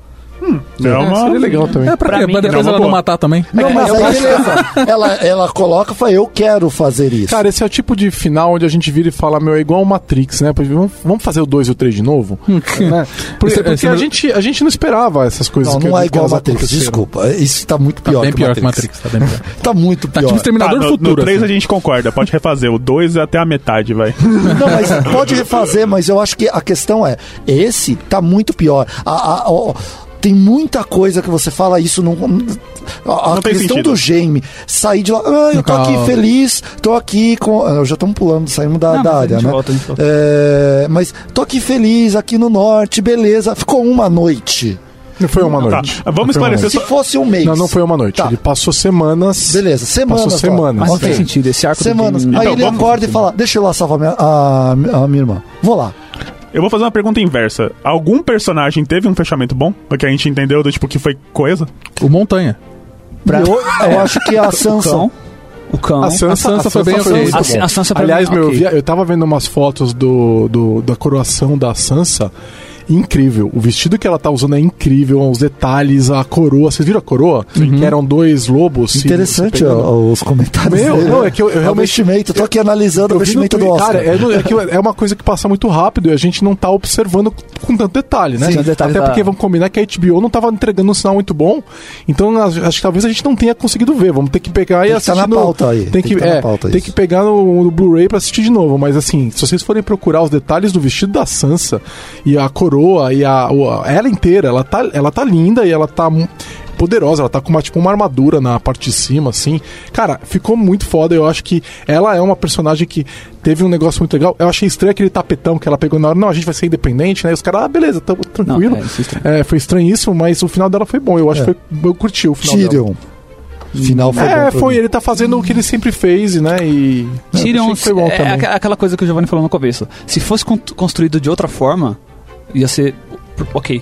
Speaker 5: É
Speaker 4: É,
Speaker 5: uma-
Speaker 4: seria legal também.
Speaker 6: É, pra,
Speaker 3: Pra
Speaker 6: quê?
Speaker 3: mim,
Speaker 6: Pra
Speaker 5: não,
Speaker 6: depois ela
Speaker 5: boa.
Speaker 6: não matar também.
Speaker 7: Não,
Speaker 3: É,
Speaker 7: mas
Speaker 3: eu
Speaker 7: aí
Speaker 3: acho-
Speaker 7: beleza. ela, ela coloca e fala, eu quero fazer isso.
Speaker 4: Cara, esse é o tipo de final onde a gente vira e fala, meu, é igual o Matrix, né? Pois Vamos, vamos fazer o 2 e o 3 de novo? né? Porque,
Speaker 6: Esse-
Speaker 4: porque
Speaker 6: esse
Speaker 4: a,
Speaker 6: meu-
Speaker 4: gente, a gente não esperava essas coisas.
Speaker 7: Não,
Speaker 4: que-
Speaker 7: não é
Speaker 4: que
Speaker 7: igual a
Speaker 4: elas
Speaker 7: Matrix,
Speaker 4: aconteceram.
Speaker 7: desculpa. Isso tá muito
Speaker 6: Tá
Speaker 7: pior,
Speaker 6: bem
Speaker 7: que,
Speaker 6: pior que
Speaker 7: Matrix.
Speaker 6: Matrix. Tá bem pior.
Speaker 7: Tá muito
Speaker 6: Tá tipo
Speaker 7: pior.
Speaker 6: Exterminador
Speaker 5: Tá,
Speaker 6: do
Speaker 5: no,
Speaker 6: Futuro.
Speaker 5: No 3
Speaker 6: assim.
Speaker 5: a gente concorda, pode refazer. O 2 é até a metade, vai.
Speaker 7: Não, mas pode refazer, mas eu acho que a questão é: esse tá muito pior. A- a- ó, tem muita coisa que você fala isso não. A, a
Speaker 5: Não tem
Speaker 7: questão
Speaker 5: sentido.
Speaker 7: do Jamie sair de lá. Ah, eu tô aqui
Speaker 6: Calma.
Speaker 7: feliz, tô aqui com. ah, Já estamos pulando, saímos da,
Speaker 3: Não,
Speaker 7: da
Speaker 3: mas a
Speaker 7: área,
Speaker 3: gente
Speaker 7: né?
Speaker 3: volta, a gente volta.
Speaker 7: É, mas tô aqui feliz, aqui no norte, beleza. Ficou uma noite.
Speaker 4: Não foi uma
Speaker 5: Tá,
Speaker 4: noite.
Speaker 5: vamos
Speaker 4: Não foi uma
Speaker 5: esclarecer
Speaker 4: noite.
Speaker 7: Se fosse um mês.
Speaker 4: Não, não foi uma noite.
Speaker 7: Tá.
Speaker 4: Ele passou semanas.
Speaker 7: Beleza, semanas.
Speaker 4: Passou
Speaker 7: só.
Speaker 4: semanas.
Speaker 3: Mas não
Speaker 7: Ok.
Speaker 3: faz sentido, esse arco
Speaker 7: Semanas.
Speaker 3: do game...
Speaker 7: Aí
Speaker 5: Então,
Speaker 7: ele
Speaker 5: vamos-
Speaker 7: acorda e fala: Deixa eu ir lá salvar minha, a, a minha irmã. Vou lá.
Speaker 5: Eu vou fazer uma pergunta inversa. Algum personagem teve um fechamento bom? Porque a gente entendeu do tipo que foi coisa?
Speaker 6: O Montanha.
Speaker 3: Pra-
Speaker 7: Eu, eu acho que a
Speaker 3: O
Speaker 7: Sansa.
Speaker 3: cão... O cão... Ah,
Speaker 4: A Sansa,
Speaker 6: A Sansa
Speaker 4: a
Speaker 6: foi bem ok.
Speaker 4: muito
Speaker 3: A-
Speaker 4: bom.
Speaker 3: a Sansa foi
Speaker 4: Aliás,
Speaker 3: bem-
Speaker 4: meu, eu,
Speaker 3: ok.
Speaker 4: via- eu tava vendo umas fotos do, do- da coroação da Sansa. Incrível. O vestido que ela tá usando é incrível, os detalhes, a coroa. Vocês viram a coroa? Que eram dois lobos. se- se
Speaker 7: Interessante
Speaker 4: pegando.
Speaker 7: ó, os comentários.
Speaker 4: Meu,
Speaker 7: dele,
Speaker 4: não,
Speaker 7: né?
Speaker 4: é que eu- eu
Speaker 7: É o
Speaker 4: realmente-
Speaker 7: vestimento, tô aqui analisando
Speaker 4: vi
Speaker 7: o
Speaker 4: no
Speaker 7: vestimento do
Speaker 4: Twitter,
Speaker 7: Oscar.
Speaker 4: Cara, é, no- é que é uma coisa que passa muito rápido e a gente não tá observando com tanto detalhe, né?
Speaker 3: Sim, os detalhes
Speaker 4: Até
Speaker 3: da-
Speaker 4: porque vamos combinar que a HBO não tava entregando um sinal muito bom. Então acho acho que talvez a gente não tenha conseguido ver. Vamos ter que pegar e
Speaker 7: Tem que
Speaker 4: assistir.
Speaker 7: tá na
Speaker 4: no-
Speaker 7: pauta aí,
Speaker 4: Tem, que,
Speaker 7: tá na
Speaker 4: é,
Speaker 7: pauta
Speaker 4: tem
Speaker 7: isso.
Speaker 4: que pegar no, no Blu-ray pra assistir de novo. Mas assim, se vocês forem procurar os detalhes do vestido da Sansa e a coroa e a. o- a- Ela inteira, ela tá, ela tá linda e ela tá. mu- Poderosa, ela tá com uma, tipo, uma armadura na parte de cima, assim. Cara, ficou muito foda. Eu acho que ela é uma personagem que teve um negócio muito legal. Eu achei estranho aquele tapetão que ela pegou na hora. Não, a gente vai ser independente, né? E os caras, ah, beleza, tá tranquilo.
Speaker 3: Não, é, isso é estranho.
Speaker 4: é, foi estranhíssimo, mas o final dela foi bom. Eu acho
Speaker 7: É.
Speaker 4: que foi, eu curti o final. dela.
Speaker 7: Tyrion. Final foi. bom
Speaker 3: um
Speaker 4: É,
Speaker 7: pra
Speaker 4: foi,
Speaker 7: mim.
Speaker 4: ele tá fazendo o que ele sempre fez, né? E.
Speaker 3: Tyrion
Speaker 4: Achei que foi bom
Speaker 3: é
Speaker 4: também.
Speaker 3: aqua- aquela coisa que o Giovanni falou no começo. Se fosse con- construído de outra forma, ia ser ok.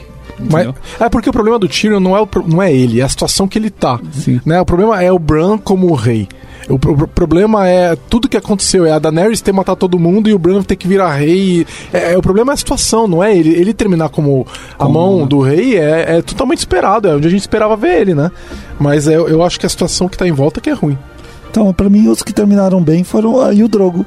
Speaker 4: Mas,
Speaker 3: entendeu?
Speaker 4: é porque o problema do Tyrion não é, o pro- não é ele, é a situação que ele tá.
Speaker 3: Sim.
Speaker 4: Né? O problema é o Bran como o rei. O, pro- o problema é tudo que aconteceu. É a Daenerys ter matado todo mundo e o Bran ter que virar rei. É, é, o problema é a situação, não é ele. Ele terminar como a mão do rei é, é totalmente esperado. É onde a gente esperava ver ele, né? Mas é, eu acho que a situação que tá em volta que é ruim.
Speaker 7: ah, Então, pra mim, os que terminaram bem foram. Aí o Drogo.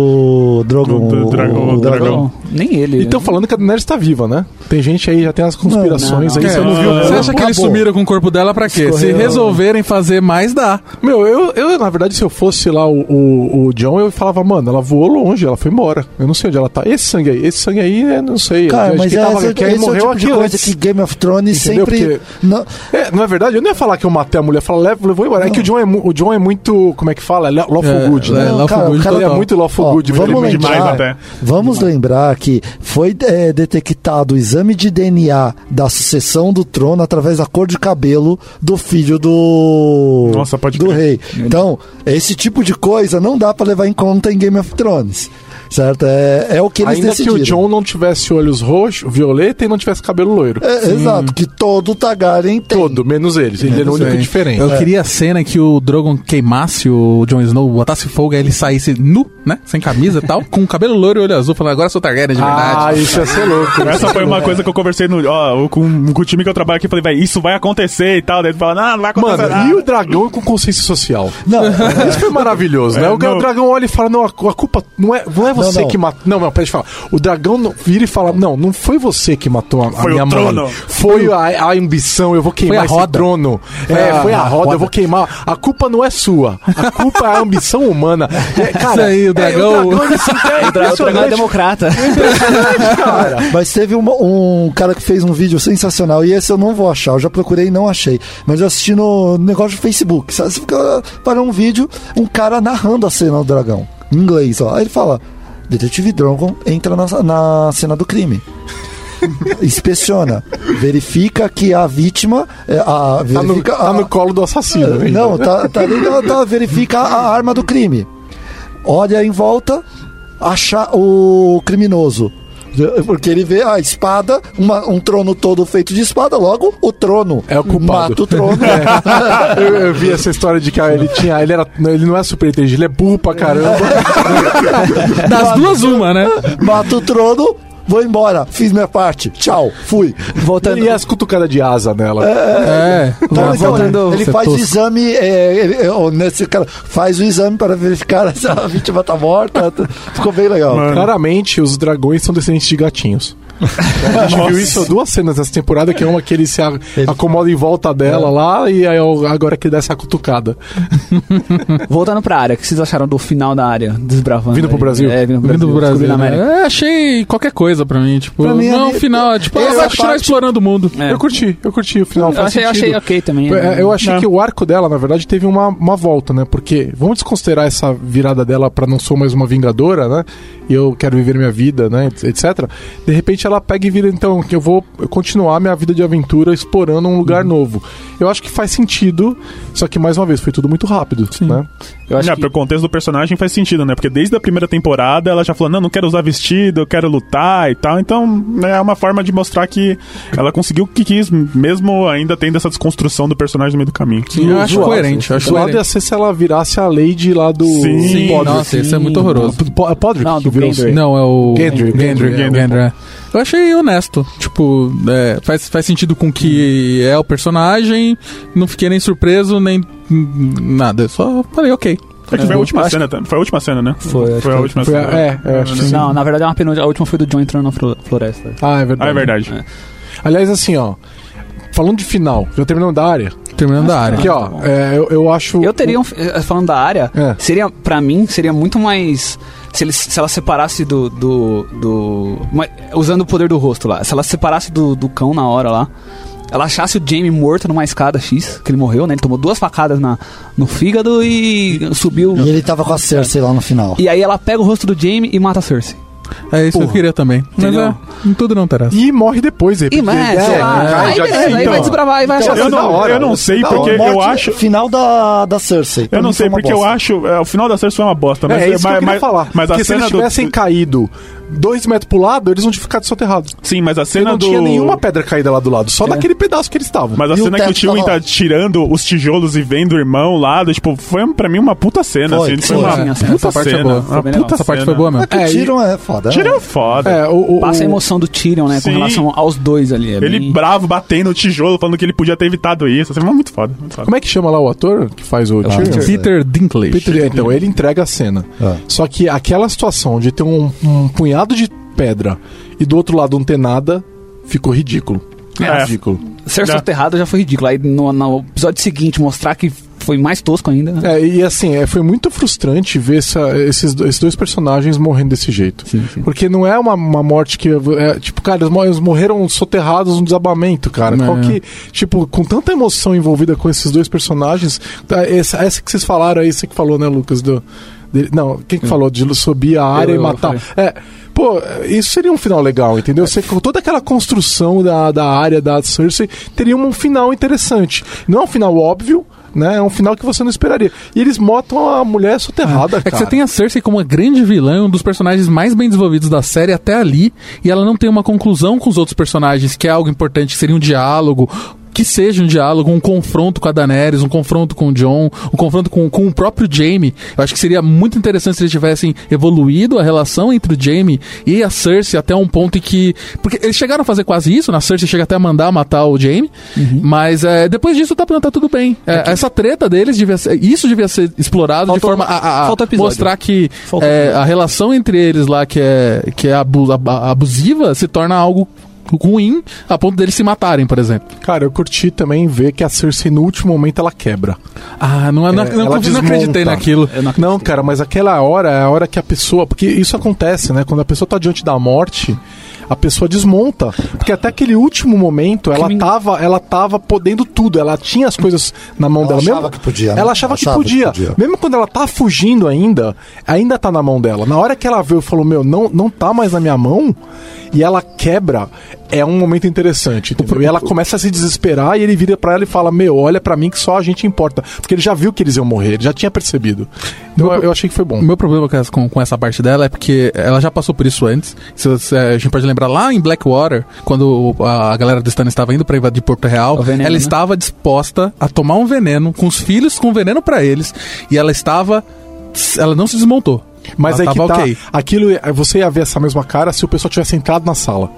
Speaker 7: o Drogon.
Speaker 5: O- o Dra- o Dragão.
Speaker 3: Não, nem ele.
Speaker 4: E estão falando que a Daenerys tá viva, né? Tem gente aí, já tem as conspirações
Speaker 3: É. Não,
Speaker 4: aí.
Speaker 6: É,
Speaker 4: Você não
Speaker 5: Ah,
Speaker 4: viu?
Speaker 6: você
Speaker 4: Não,
Speaker 6: acha que
Speaker 4: não,
Speaker 6: eles
Speaker 4: pô.
Speaker 6: sumiram com o corpo dela pra quê? Se
Speaker 7: Escorreu.
Speaker 6: resolverem fazer mais, dá.
Speaker 4: Meu, eu, eu, na verdade, se eu fosse lá o, o, o John, eu falava, mano, ela voou longe, ela foi embora. Eu não sei onde ela tá. Esse sangue aí, esse sangue aí, é, não sei.
Speaker 7: Cara,
Speaker 4: Acho
Speaker 7: mas
Speaker 4: que
Speaker 7: essa,
Speaker 4: tava-
Speaker 7: esse é o
Speaker 4: que aí
Speaker 7: tipo de
Speaker 4: aqui
Speaker 7: coisa
Speaker 4: antes.
Speaker 7: que Game of Thrones
Speaker 4: Entendeu?
Speaker 7: sempre...
Speaker 4: Porque-
Speaker 7: Não-
Speaker 4: É, na verdade, eu não ia falar que eu matei a mulher, eu falava, leva, levou embora. É que o John é, mu- o John é muito, como é que fala? É lo- lawful
Speaker 6: É,
Speaker 4: good, né?
Speaker 6: é, lawful
Speaker 7: cara, o
Speaker 6: good
Speaker 7: cara
Speaker 4: Ele é
Speaker 6: total.
Speaker 4: muito lawful
Speaker 7: Ó,
Speaker 4: good, velho.
Speaker 7: vamos lembrar,
Speaker 5: demais até.
Speaker 7: Vamos lembrar que foi é, detectado o exame de DNA da sucessão do trono através da cor de cabelo do filho do
Speaker 5: Nossa, pode
Speaker 7: do
Speaker 5: crer.
Speaker 7: rei. Então, esse tipo de coisa não dá pra levar em conta em Game of Thrones. Certo? É, é o que eles
Speaker 4: Ainda
Speaker 7: decidiram.
Speaker 4: que o John não tivesse olhos roxos, violeta e não tivesse cabelo loiro.
Speaker 7: É, exato, que todo Targaryen tem.
Speaker 4: Todo, menos eles. Ele era o único
Speaker 6: Sim.
Speaker 4: É diferente.
Speaker 6: Eu queria a cena É que o Drogon queimasse o Jon Snow, botasse fogo, aí ele saísse nu, né? Sem camisa e tal, com o cabelo loiro e olho azul, falando, agora sou Targaryen de
Speaker 4: Ah,
Speaker 6: verdade.
Speaker 4: isso ia ser louco. né?
Speaker 5: Essa foi uma coisa que eu conversei no, ó, com, com o time que eu trabalho aqui. Falei, velho, isso vai acontecer e tal. Daí ele fala, não, não vai acontecer.
Speaker 4: Mano,
Speaker 5: nada.
Speaker 4: e o dragão com consciência social?
Speaker 7: Não,
Speaker 4: Isso foi maravilhoso, né?
Speaker 5: É,
Speaker 4: o
Speaker 5: não.
Speaker 4: dragão olha e fala: Não, a cu- a culpa não é, não é você
Speaker 7: não.
Speaker 4: que matou. Não, não, peraí, deixa eu falar. O dragão não- vira e fala: Não, não foi você que matou a, a
Speaker 5: Foi o
Speaker 4: minha
Speaker 5: trono.
Speaker 4: mãe. Foi a, a ambição, eu vou queimar
Speaker 6: Foi a
Speaker 4: esse
Speaker 6: roda.
Speaker 4: trono.
Speaker 6: Foi
Speaker 4: é,
Speaker 6: a-
Speaker 4: foi a
Speaker 6: a
Speaker 4: roda,
Speaker 6: roda.
Speaker 4: eu vou queimar. A culpa não é sua. A culpa é a ambição humana. É, cara,
Speaker 6: Isso aí, o
Speaker 4: é,
Speaker 6: dragão-
Speaker 4: ele se- é
Speaker 3: O Dra- o dragão é
Speaker 4: impressionante,
Speaker 3: democrata.
Speaker 4: cara.
Speaker 7: Mas teve uma- um cara que fez um vídeo sensacional e esse eu não vou achar, eu já procurei e não achei. Mas eu assisti no negócio do Facebook. Sabe? Você fica para um vídeo, um cara narrando a cena do dragão, em inglês, ó. Aí ele fala: Detetive Drogon entra na, na cena do crime. Inspeciona, verifica que a vítima. é, A,
Speaker 4: Tá no,
Speaker 7: verifica
Speaker 4: tá
Speaker 7: a-
Speaker 4: no colo do assassino. ainda.
Speaker 7: não, tá, tá, ali, tá, tá, verifica a arma do crime. Olha em volta, acha o criminoso. Porque ele vê a espada, uma- um trono todo feito de espada, logo o trono.
Speaker 4: É o culpado.
Speaker 7: Mata o trono.
Speaker 4: Eu, eu vi essa história de que ah, ele tinha. Ele, era, ele não é super inteligente, ele é burro pra caramba.
Speaker 6: Das duas, uma, né?
Speaker 7: Mata o trono, vou embora. Fiz minha parte. Tchau, fui.
Speaker 4: E as cutucadas de asa nela.
Speaker 6: É.
Speaker 7: Então, então,
Speaker 6: voltando-
Speaker 7: ele
Speaker 6: Você
Speaker 7: faz o
Speaker 6: tosco.
Speaker 7: exame, é, ele- é, ó, nesse cara, faz o exame para verificar se a vítima tá morta. Ficou bem legal.
Speaker 5: Mano.
Speaker 4: Claramente, os dragões são descendentes de gatinhos. A gente viu isso em duas cenas nessa temporada, que é uma que ele se a- acomoda em volta dela lá, e aí é o- agora que dá essa cutucada.
Speaker 3: Voltando pra área, o que vocês acharam do final da área, desbravando?
Speaker 4: Vindo pro
Speaker 3: aí?
Speaker 4: Brasil?
Speaker 3: É, vindo pro Brasil.
Speaker 6: Vindo do Brasil.
Speaker 3: descobri na América.
Speaker 6: né? É, achei qualquer coisa pra mim. Tipo,
Speaker 7: Pra mim,
Speaker 6: não,
Speaker 7: ali-
Speaker 6: final. é Tipo, ah,
Speaker 7: essa
Speaker 6: vai continuar
Speaker 7: parte-
Speaker 6: explorando o mundo.
Speaker 3: É.
Speaker 4: Eu curti, eu curti o final.
Speaker 3: Eu
Speaker 4: É, faz
Speaker 3: achei, eu achei
Speaker 4: sentido.
Speaker 3: ok também. né?
Speaker 4: É, Eu achei
Speaker 5: Não.
Speaker 4: que o arco dela, na verdade, teve uma, uma volta, né? Porque vamos desconsiderar essa virada dela pra não sou mais uma vingadora, né? E eu quero viver minha vida, né? Et- Etc. De repente ela pega e vira, então, que eu vou continuar minha vida de aventura explorando um lugar novo. Eu acho que faz sentido, só que mais uma vez, foi tudo muito rápido, né?
Speaker 3: Eu acho
Speaker 5: Não,
Speaker 3: que-
Speaker 5: Pro contexto do personagem faz sentido, né? Porque desde a primeira temporada ela já falou: não, não quero usar vestido, eu quero lutar e tal. Então né, é uma forma de mostrar que ela conseguiu o que quis, mesmo ainda tendo essa desconstrução do personagem no meio do caminho.
Speaker 6: Sim, eu acho
Speaker 4: Zoado. assim,
Speaker 6: coerente. Eu acho
Speaker 4: Zoado assim,
Speaker 6: coerente.
Speaker 4: ia ser se ela virasse a Lady lá do...
Speaker 5: Sim.
Speaker 6: Sim,
Speaker 5: Podrick.
Speaker 6: nossa, isso é muito horroroso.
Speaker 4: Po- Podrick
Speaker 3: Não,
Speaker 4: que
Speaker 3: do
Speaker 4: virou...
Speaker 3: Gendry.
Speaker 6: Não, é o.
Speaker 4: Gendry,
Speaker 6: Gendry,
Speaker 5: Gendry.
Speaker 6: é o Gendry, é. Eu achei honesto. Tipo, é, faz, faz sentido com o que é o personagem. Não fiquei nem surpreso, nem hum, nada. Só falei, ok.
Speaker 5: É que foi a última
Speaker 3: Acho-
Speaker 5: cena, tá? Foi a última cena, né?
Speaker 3: Foi, acho
Speaker 5: a última
Speaker 4: Foi a-
Speaker 5: cena. né?
Speaker 4: é, eu acho que sim.
Speaker 3: Não, na verdade é uma penúltima. A última foi do John entrando na flo- floresta.
Speaker 4: Ah, é verdade.
Speaker 5: Ah, é verdade.
Speaker 4: Aliás, assim, ó. Falando de final, já terminando da área.
Speaker 6: Terminando a área.
Speaker 4: Aqui, ó,
Speaker 3: tá bom.
Speaker 4: é, eu, eu acho.
Speaker 3: Eu teria um. eh, Falando da área,
Speaker 4: É.
Speaker 3: seria, pra mim, seria muito mais. Se, ele, se ela separasse do. do. do ma- usando o poder do rosto lá. Se ela separasse do, do cão na hora lá. Ela achasse o Jamie morto numa escada X, que ele morreu, né? Ele tomou duas facadas na, no fígado e subiu.
Speaker 7: E ele tava com a Cersei lá no final.
Speaker 3: E aí ela pega o rosto do Jamie e mata a Cersei.
Speaker 6: É isso que eu queria também. Mas
Speaker 3: Entendeu?
Speaker 6: é, em tudo não terá.
Speaker 4: E morre depois, aí.
Speaker 3: E mas, sei lá,
Speaker 4: cai,
Speaker 3: aí,
Speaker 4: já-
Speaker 3: beleza, aí
Speaker 4: então,
Speaker 3: vai desbravar e vai
Speaker 7: então,
Speaker 3: achar.
Speaker 5: Eu
Speaker 4: Da
Speaker 5: não,
Speaker 4: hora,
Speaker 5: eu não sei
Speaker 4: da
Speaker 5: porque
Speaker 4: hora.
Speaker 5: eu
Speaker 7: Morte
Speaker 5: acho.
Speaker 7: Final da, da Cersei. Pra
Speaker 5: Eu não
Speaker 7: mim foi
Speaker 5: sei
Speaker 7: uma
Speaker 5: porque eu
Speaker 7: bosta.
Speaker 5: acho. é, o final da série foi uma bosta, mas
Speaker 4: É, isso que eu
Speaker 5: mas,
Speaker 4: queria
Speaker 5: mas,
Speaker 4: falar.
Speaker 5: mas a
Speaker 4: Porque se
Speaker 5: cena
Speaker 4: eles
Speaker 5: do.
Speaker 4: tivessem caído dois metros pro lado, eles vão ficar soterrados.
Speaker 5: Sim, mas a
Speaker 4: Porque
Speaker 5: cena
Speaker 4: não
Speaker 5: do.
Speaker 4: tinha nenhuma pedra caída lá do lado,
Speaker 3: É.
Speaker 4: só daquele pedaço que eles estavam.
Speaker 5: Mas a
Speaker 7: E o
Speaker 5: cena que o
Speaker 7: teto
Speaker 5: tio
Speaker 7: tava
Speaker 5: tá
Speaker 7: lá.
Speaker 5: tirando os tijolos e vendo o irmão lá, do, tipo, foi um- pra mim uma puta cena,
Speaker 7: Foi,
Speaker 5: assim. Foi
Speaker 7: sim,
Speaker 5: uma
Speaker 3: sim, essa
Speaker 5: puta
Speaker 6: parte foi
Speaker 5: cena.
Speaker 6: boa.
Speaker 5: uma
Speaker 3: Foi bem
Speaker 5: puta
Speaker 3: legal.
Speaker 6: Essa parte
Speaker 5: cena.
Speaker 6: foi boa mesmo.
Speaker 7: É que
Speaker 3: É, e-
Speaker 7: tiram é foda. né?
Speaker 5: Tiro é foda.
Speaker 4: É, o, o-
Speaker 3: Passa a
Speaker 4: o-
Speaker 3: emoção do Tyrion, né?
Speaker 5: Sim.
Speaker 3: Com relação aos dois ali. É
Speaker 5: Ele
Speaker 3: bem-
Speaker 5: bravo batendo o tijolo, falando que ele podia ter evitado isso. Assim, muito foda, muito foda.
Speaker 4: Como é que chama lá o ator que faz o
Speaker 6: Ah,
Speaker 4: Tyrion?
Speaker 6: Peter Dinklage.
Speaker 4: Peter, então, ele entrega a cena.
Speaker 7: É.
Speaker 4: Só que aquela situação de ter um, um punhado de pedra e do outro lado não ter nada, ficou ridículo.
Speaker 5: É.
Speaker 4: Ridículo.
Speaker 3: Ser soterrado já foi ridículo. Aí no, no episódio seguinte mostrar que foi mais tosco ainda. né?
Speaker 4: É, e assim, é, foi muito frustrante ver essa- esses, do- esses dois personagens morrendo desse jeito.
Speaker 3: Sim, sim.
Speaker 4: Porque não é uma, uma morte que. é, tipo, cara, eles mor- eles morreram soterrados num desabamento, cara.
Speaker 6: É.
Speaker 4: Qual que. Tipo, com tanta emoção envolvida com esses dois personagens. tá, Essa, essa que vocês falaram aí, você que falou, né, Lucas? Do, dele- não, quem que falou? De subir a
Speaker 3: É.
Speaker 4: área
Speaker 3: Eu-
Speaker 4: e
Speaker 3: eu
Speaker 4: matar.
Speaker 3: falei.
Speaker 4: É, pô, isso seria um final legal, entendeu? Você, com toda aquela construção da, da área da Cersei teria um final interessante. Não é um final óbvio, né? É um final que você não esperaria. E eles matam a mulher soterrada,
Speaker 6: É que você
Speaker 4: cara.
Speaker 6: tem a Cersei como uma grande vilã, um dos personagens mais bem desenvolvidos da série até ali, e ela não tem uma conclusão com os outros personagens, que é algo importante, que seria um diálogo, que seja um diálogo, um confronto com a Daenerys, um confronto com o Jon, um confronto com, com o próprio Jaime. Eu acho que seria muito interessante se eles tivessem evoluído a relação entre o Jaime e a Cersei até um ponto em que. Porque eles chegaram a fazer quase isso, na Cersei chega até a mandar matar o Jaime, mas é, depois disso tá, tá tudo bem. É, Essa treta deles devia ser. Isso devia ser explorado de
Speaker 3: Faltou-
Speaker 6: forma a, a- a
Speaker 3: faltou episódio.
Speaker 6: mostrar que
Speaker 3: Faltou
Speaker 6: é,
Speaker 3: episódio.
Speaker 6: a relação entre eles lá, que é, que é abu- ab- abusiva, se torna algo ruim a ponto deles se matarem, por exemplo.
Speaker 4: Cara, eu curti também ver que a Cersei, no último momento, ela quebra.
Speaker 6: Ah, não, não,
Speaker 4: É,
Speaker 6: não,
Speaker 4: ela
Speaker 6: não acreditei
Speaker 4: desmonta. É,
Speaker 6: naquilo.
Speaker 4: Não, cara, mas aquela hora é a hora que a pessoa. Porque isso acontece, né? Quando a pessoa tá diante da morte, a pessoa desmonta. Porque até aquele último momento, ela,
Speaker 3: me-
Speaker 4: tava, ela tava podendo tudo. Ela tinha as coisas na mão
Speaker 7: Ela
Speaker 4: dela
Speaker 7: achava
Speaker 4: mesmo.
Speaker 7: que podia, né?
Speaker 4: Ela achava,
Speaker 7: Achava
Speaker 4: que,
Speaker 7: que
Speaker 4: podia.
Speaker 7: podia.
Speaker 4: Mesmo quando ela tá fugindo ainda, ainda tá na mão dela. Na hora que ela vê e falou, meu, não, não tá mais na minha mão, e ela quebra. É um momento interessante, entendeu? E ela começa a se desesperar e ele vira pra ela e fala: Meu, olha pra mim que só a gente importa. Porque ele já viu que eles iam morrer, ele já tinha percebido. Então eu, eu achei que foi bom.
Speaker 6: O meu problema com essa, com- com essa parte dela é porque ela já passou por isso antes. Se você- a gente pode lembrar lá em Blackwater, quando a galera do Stan estava indo pra invadir Porto Real,
Speaker 3: O veneno,
Speaker 6: ela
Speaker 3: né?
Speaker 6: estava disposta a tomar um veneno com os filhos com veneno pra eles e ela estava ela não se desmontou.
Speaker 4: Mas
Speaker 7: Ah,
Speaker 6: ela
Speaker 4: aí que
Speaker 6: tava
Speaker 4: tá.
Speaker 6: ok.
Speaker 4: Aquilo, é- você ia ver essa mesma cara se o pessoal tivesse entrado na sala.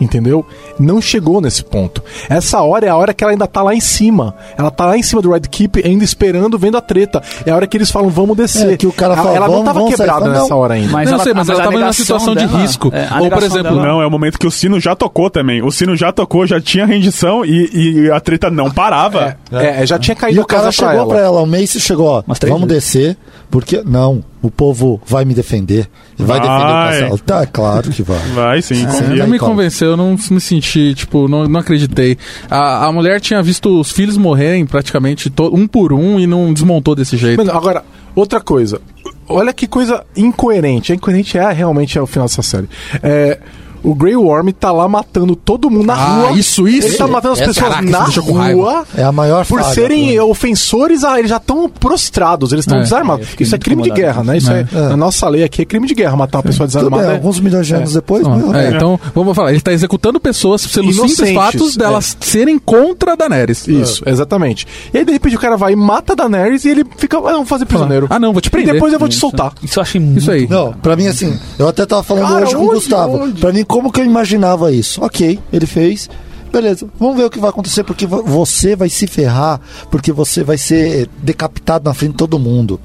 Speaker 4: Entendeu? Não chegou nesse ponto. Essa hora é a hora que ela ainda tá lá em cima. Ela tá lá em cima do Red Keep, ainda esperando, vendo a treta. É a hora que eles falam, vamos descer.
Speaker 7: É, que o cara
Speaker 4: ela,
Speaker 7: fala,
Speaker 4: ela não
Speaker 7: "Vamos,
Speaker 4: tava
Speaker 7: vamos sair".
Speaker 4: quebrada
Speaker 7: Fala,
Speaker 4: nessa
Speaker 7: "Não".
Speaker 4: hora ainda.
Speaker 6: Não, É. eu sei, mas ela
Speaker 3: a
Speaker 6: tava numa
Speaker 3: negação
Speaker 6: situação de risco.
Speaker 3: a
Speaker 6: Ou, por
Speaker 3: negação
Speaker 6: exemplo,
Speaker 3: dela-
Speaker 5: Não, é o momento que o sino já tocou também. O sino já tocou, já tinha rendição e, e a treta não parava.
Speaker 4: É, já tinha caído
Speaker 7: E o
Speaker 4: a casa
Speaker 7: cara
Speaker 4: pra
Speaker 7: chegou pra
Speaker 4: ela.
Speaker 7: ela, o Mace chegou, ó,
Speaker 3: Umas
Speaker 7: vamos
Speaker 3: três vezes.
Speaker 7: descer, porque não, o povo vai me defender, vai defender o
Speaker 5: Vai.
Speaker 7: castelo. Tá, é claro que vai.
Speaker 5: Vai sim, confia.
Speaker 6: Não
Speaker 7: Aí,
Speaker 6: me
Speaker 7: Paulo.
Speaker 6: convenceu, eu não me senti, tipo, não, não acreditei. A, a mulher tinha visto os filhos morrerem praticamente to- um por um e não desmontou desse jeito.
Speaker 4: Mano, agora, outra coisa. Olha que coisa incoerente. A incoerente é realmente é o final dessa série. É, o Grey Worm tá lá matando todo mundo na
Speaker 6: Ah,
Speaker 4: rua.
Speaker 6: isso, isso.
Speaker 4: Ele tá matando as
Speaker 6: Essa-
Speaker 4: pessoas
Speaker 6: caraca,
Speaker 4: na
Speaker 6: isso me deixou com raiva.
Speaker 4: rua.
Speaker 7: É a maior
Speaker 4: Por
Speaker 7: saga,
Speaker 4: serem
Speaker 7: pô.
Speaker 4: ofensores, ah, eles já estão prostrados, eles estão
Speaker 3: é,
Speaker 6: É,
Speaker 3: eu
Speaker 4: desarmados.
Speaker 3: fiquei
Speaker 4: isso é
Speaker 3: muito
Speaker 4: crime de
Speaker 3: incomodado
Speaker 4: guerra, né? Isso é. na nossa lei aqui é crime de guerra matar uma pessoa
Speaker 7: Tudo
Speaker 5: né?
Speaker 7: bem,
Speaker 4: desarmada. é-
Speaker 7: alguns milhões de anos depois, meu,
Speaker 6: É, então, vamos falar, ele tá executando pessoas pelos simples
Speaker 4: Inocentes,
Speaker 7: é.
Speaker 6: fatos delas serem contra a Daenerys.
Speaker 4: Isso, exatamente. E aí, de repente, o cara vai e mata a Daenerys e ele fica, ah, não, vou fazer prisioneiro.
Speaker 6: Ah, não, vou te prender.
Speaker 4: E depois eu vou te soltar.
Speaker 3: Isso eu achei muito.
Speaker 6: tá. Isso aí.
Speaker 7: Uhum. Não, pra mim assim, eu até tava falando
Speaker 4: Cara,
Speaker 7: hoje com
Speaker 4: onde,
Speaker 7: o Gustavo.
Speaker 4: onde?
Speaker 7: Pra mim, como que eu imaginava isso? Ok, ele fez. Beleza, vamos ver o que vai acontecer, porque vo- você vai se ferrar, porque você vai ser decapitado na frente de todo mundo.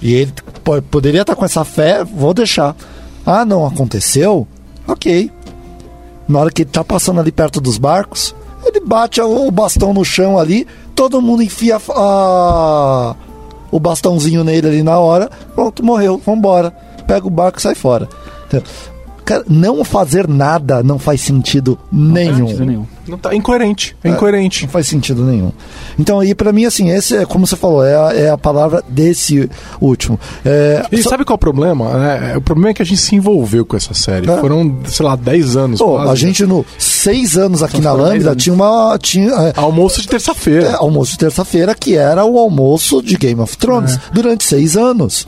Speaker 7: E ele po- poderia estar com essa fé, vou deixar. Ah, não aconteceu? Ok. Na hora que ele tá passando ali perto dos barcos, ele bate o o bastão no chão ali, todo mundo enfia a- o bastãozinho nele ali na hora, pronto, morreu, vambora. Pega o barco e sai fora. Então, cara, não fazer nada não faz sentido nenhum.
Speaker 3: Sentido nenhum.
Speaker 4: Não tá, é incoerente. É incoerente.
Speaker 7: Não faz sentido nenhum. Então, aí pra mim, assim, esse é como você falou, é a, é a palavra desse último. É,
Speaker 4: E
Speaker 7: só-
Speaker 4: sabe qual é o problema? né? o problema é que a gente se envolveu com essa série.
Speaker 7: É.
Speaker 4: Foram, sei lá, 10 anos.
Speaker 7: pô,
Speaker 4: quase.
Speaker 7: a gente, no seis anos aqui na
Speaker 3: foram né? dez
Speaker 7: Lambda,
Speaker 3: anos.
Speaker 7: tinha uma. Tinha, é,
Speaker 4: Almoço de terça-feira.
Speaker 7: é, almoço de terça-feira, que era
Speaker 6: É.
Speaker 7: o almoço de Game of Thrones, durante seis anos.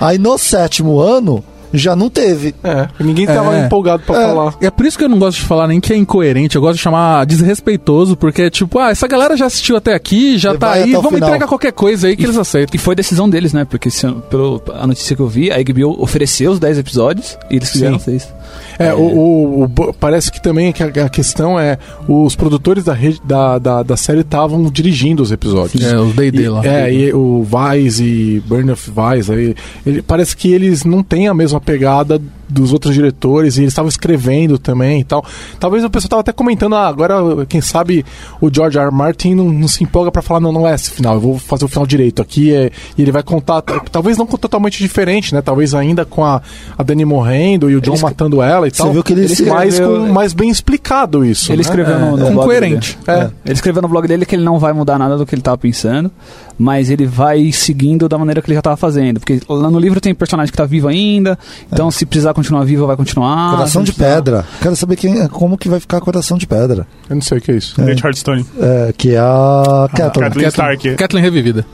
Speaker 7: Aí no sétimo ano, já não teve.
Speaker 4: É, ninguém tava
Speaker 6: É.
Speaker 4: empolgado pra
Speaker 7: É.
Speaker 4: falar.
Speaker 6: É por isso que eu não gosto de falar nem que é incoerente, eu gosto de chamar desrespeitoso, porque é tipo, ah, essa galera já assistiu até aqui, já
Speaker 7: Vai
Speaker 6: tá
Speaker 7: até
Speaker 6: aí,
Speaker 7: o
Speaker 6: vamos
Speaker 7: final.
Speaker 6: entregar qualquer coisa aí que eles aceitam.
Speaker 3: E foi decisão deles, né? Porque se, eu- pelo, a notícia que eu vi, a HBO ofereceu os 10 episódios e eles fizeram
Speaker 4: Sim.
Speaker 3: 6.
Speaker 4: É, O, o- o bo- parece que também que a, a questão é os produtores da, rede, da, da, da série estavam dirigindo os episódios.
Speaker 6: É, os D&D
Speaker 4: E-
Speaker 6: lá.
Speaker 4: É, e o Vice e Burn of Vice, aí, ele, parece que eles não têm a mesma pegada dos outros diretores e eles estavam escrevendo também e tal. Talvez o pessoal tava até comentando, ah, agora, quem sabe o George R. R. Martin não, não se empolga pra falar, não, não é esse final, eu vou fazer o final direito aqui é, e ele vai contar, t- talvez não totalmente diferente, né? Talvez ainda com a, a Dani morrendo e o John
Speaker 3: Ele escre-
Speaker 4: matando ela e
Speaker 7: Você
Speaker 4: tal.
Speaker 7: viu que ele
Speaker 4: mais,
Speaker 7: escreveu- né?
Speaker 4: com, mais bem explicado isso,
Speaker 3: Ele
Speaker 4: né?
Speaker 3: escreveu no, no
Speaker 6: é,
Speaker 3: blog
Speaker 6: incoerente.
Speaker 3: dele. É. Ele escreveu no blog dele que ele não vai mudar nada do que ele tava pensando, mas ele vai seguindo da maneira que ele já tava fazendo. Porque lá no livro tem personagem que tá vivo ainda, então
Speaker 6: É.
Speaker 3: se precisar continuar vivo, vai
Speaker 6: Ah,
Speaker 3: continuar.
Speaker 7: Coração
Speaker 3: Se
Speaker 7: de
Speaker 3: não precisar-
Speaker 7: Pedra. Quero saber quem, é, como que vai ficar Coração de Pedra.
Speaker 4: Eu não sei o que é isso.
Speaker 5: Lady Hardstone.
Speaker 7: É, que é a
Speaker 6: Ah,
Speaker 7: Catherine.
Speaker 5: Kathleen Stark.
Speaker 6: Kathleen revivida.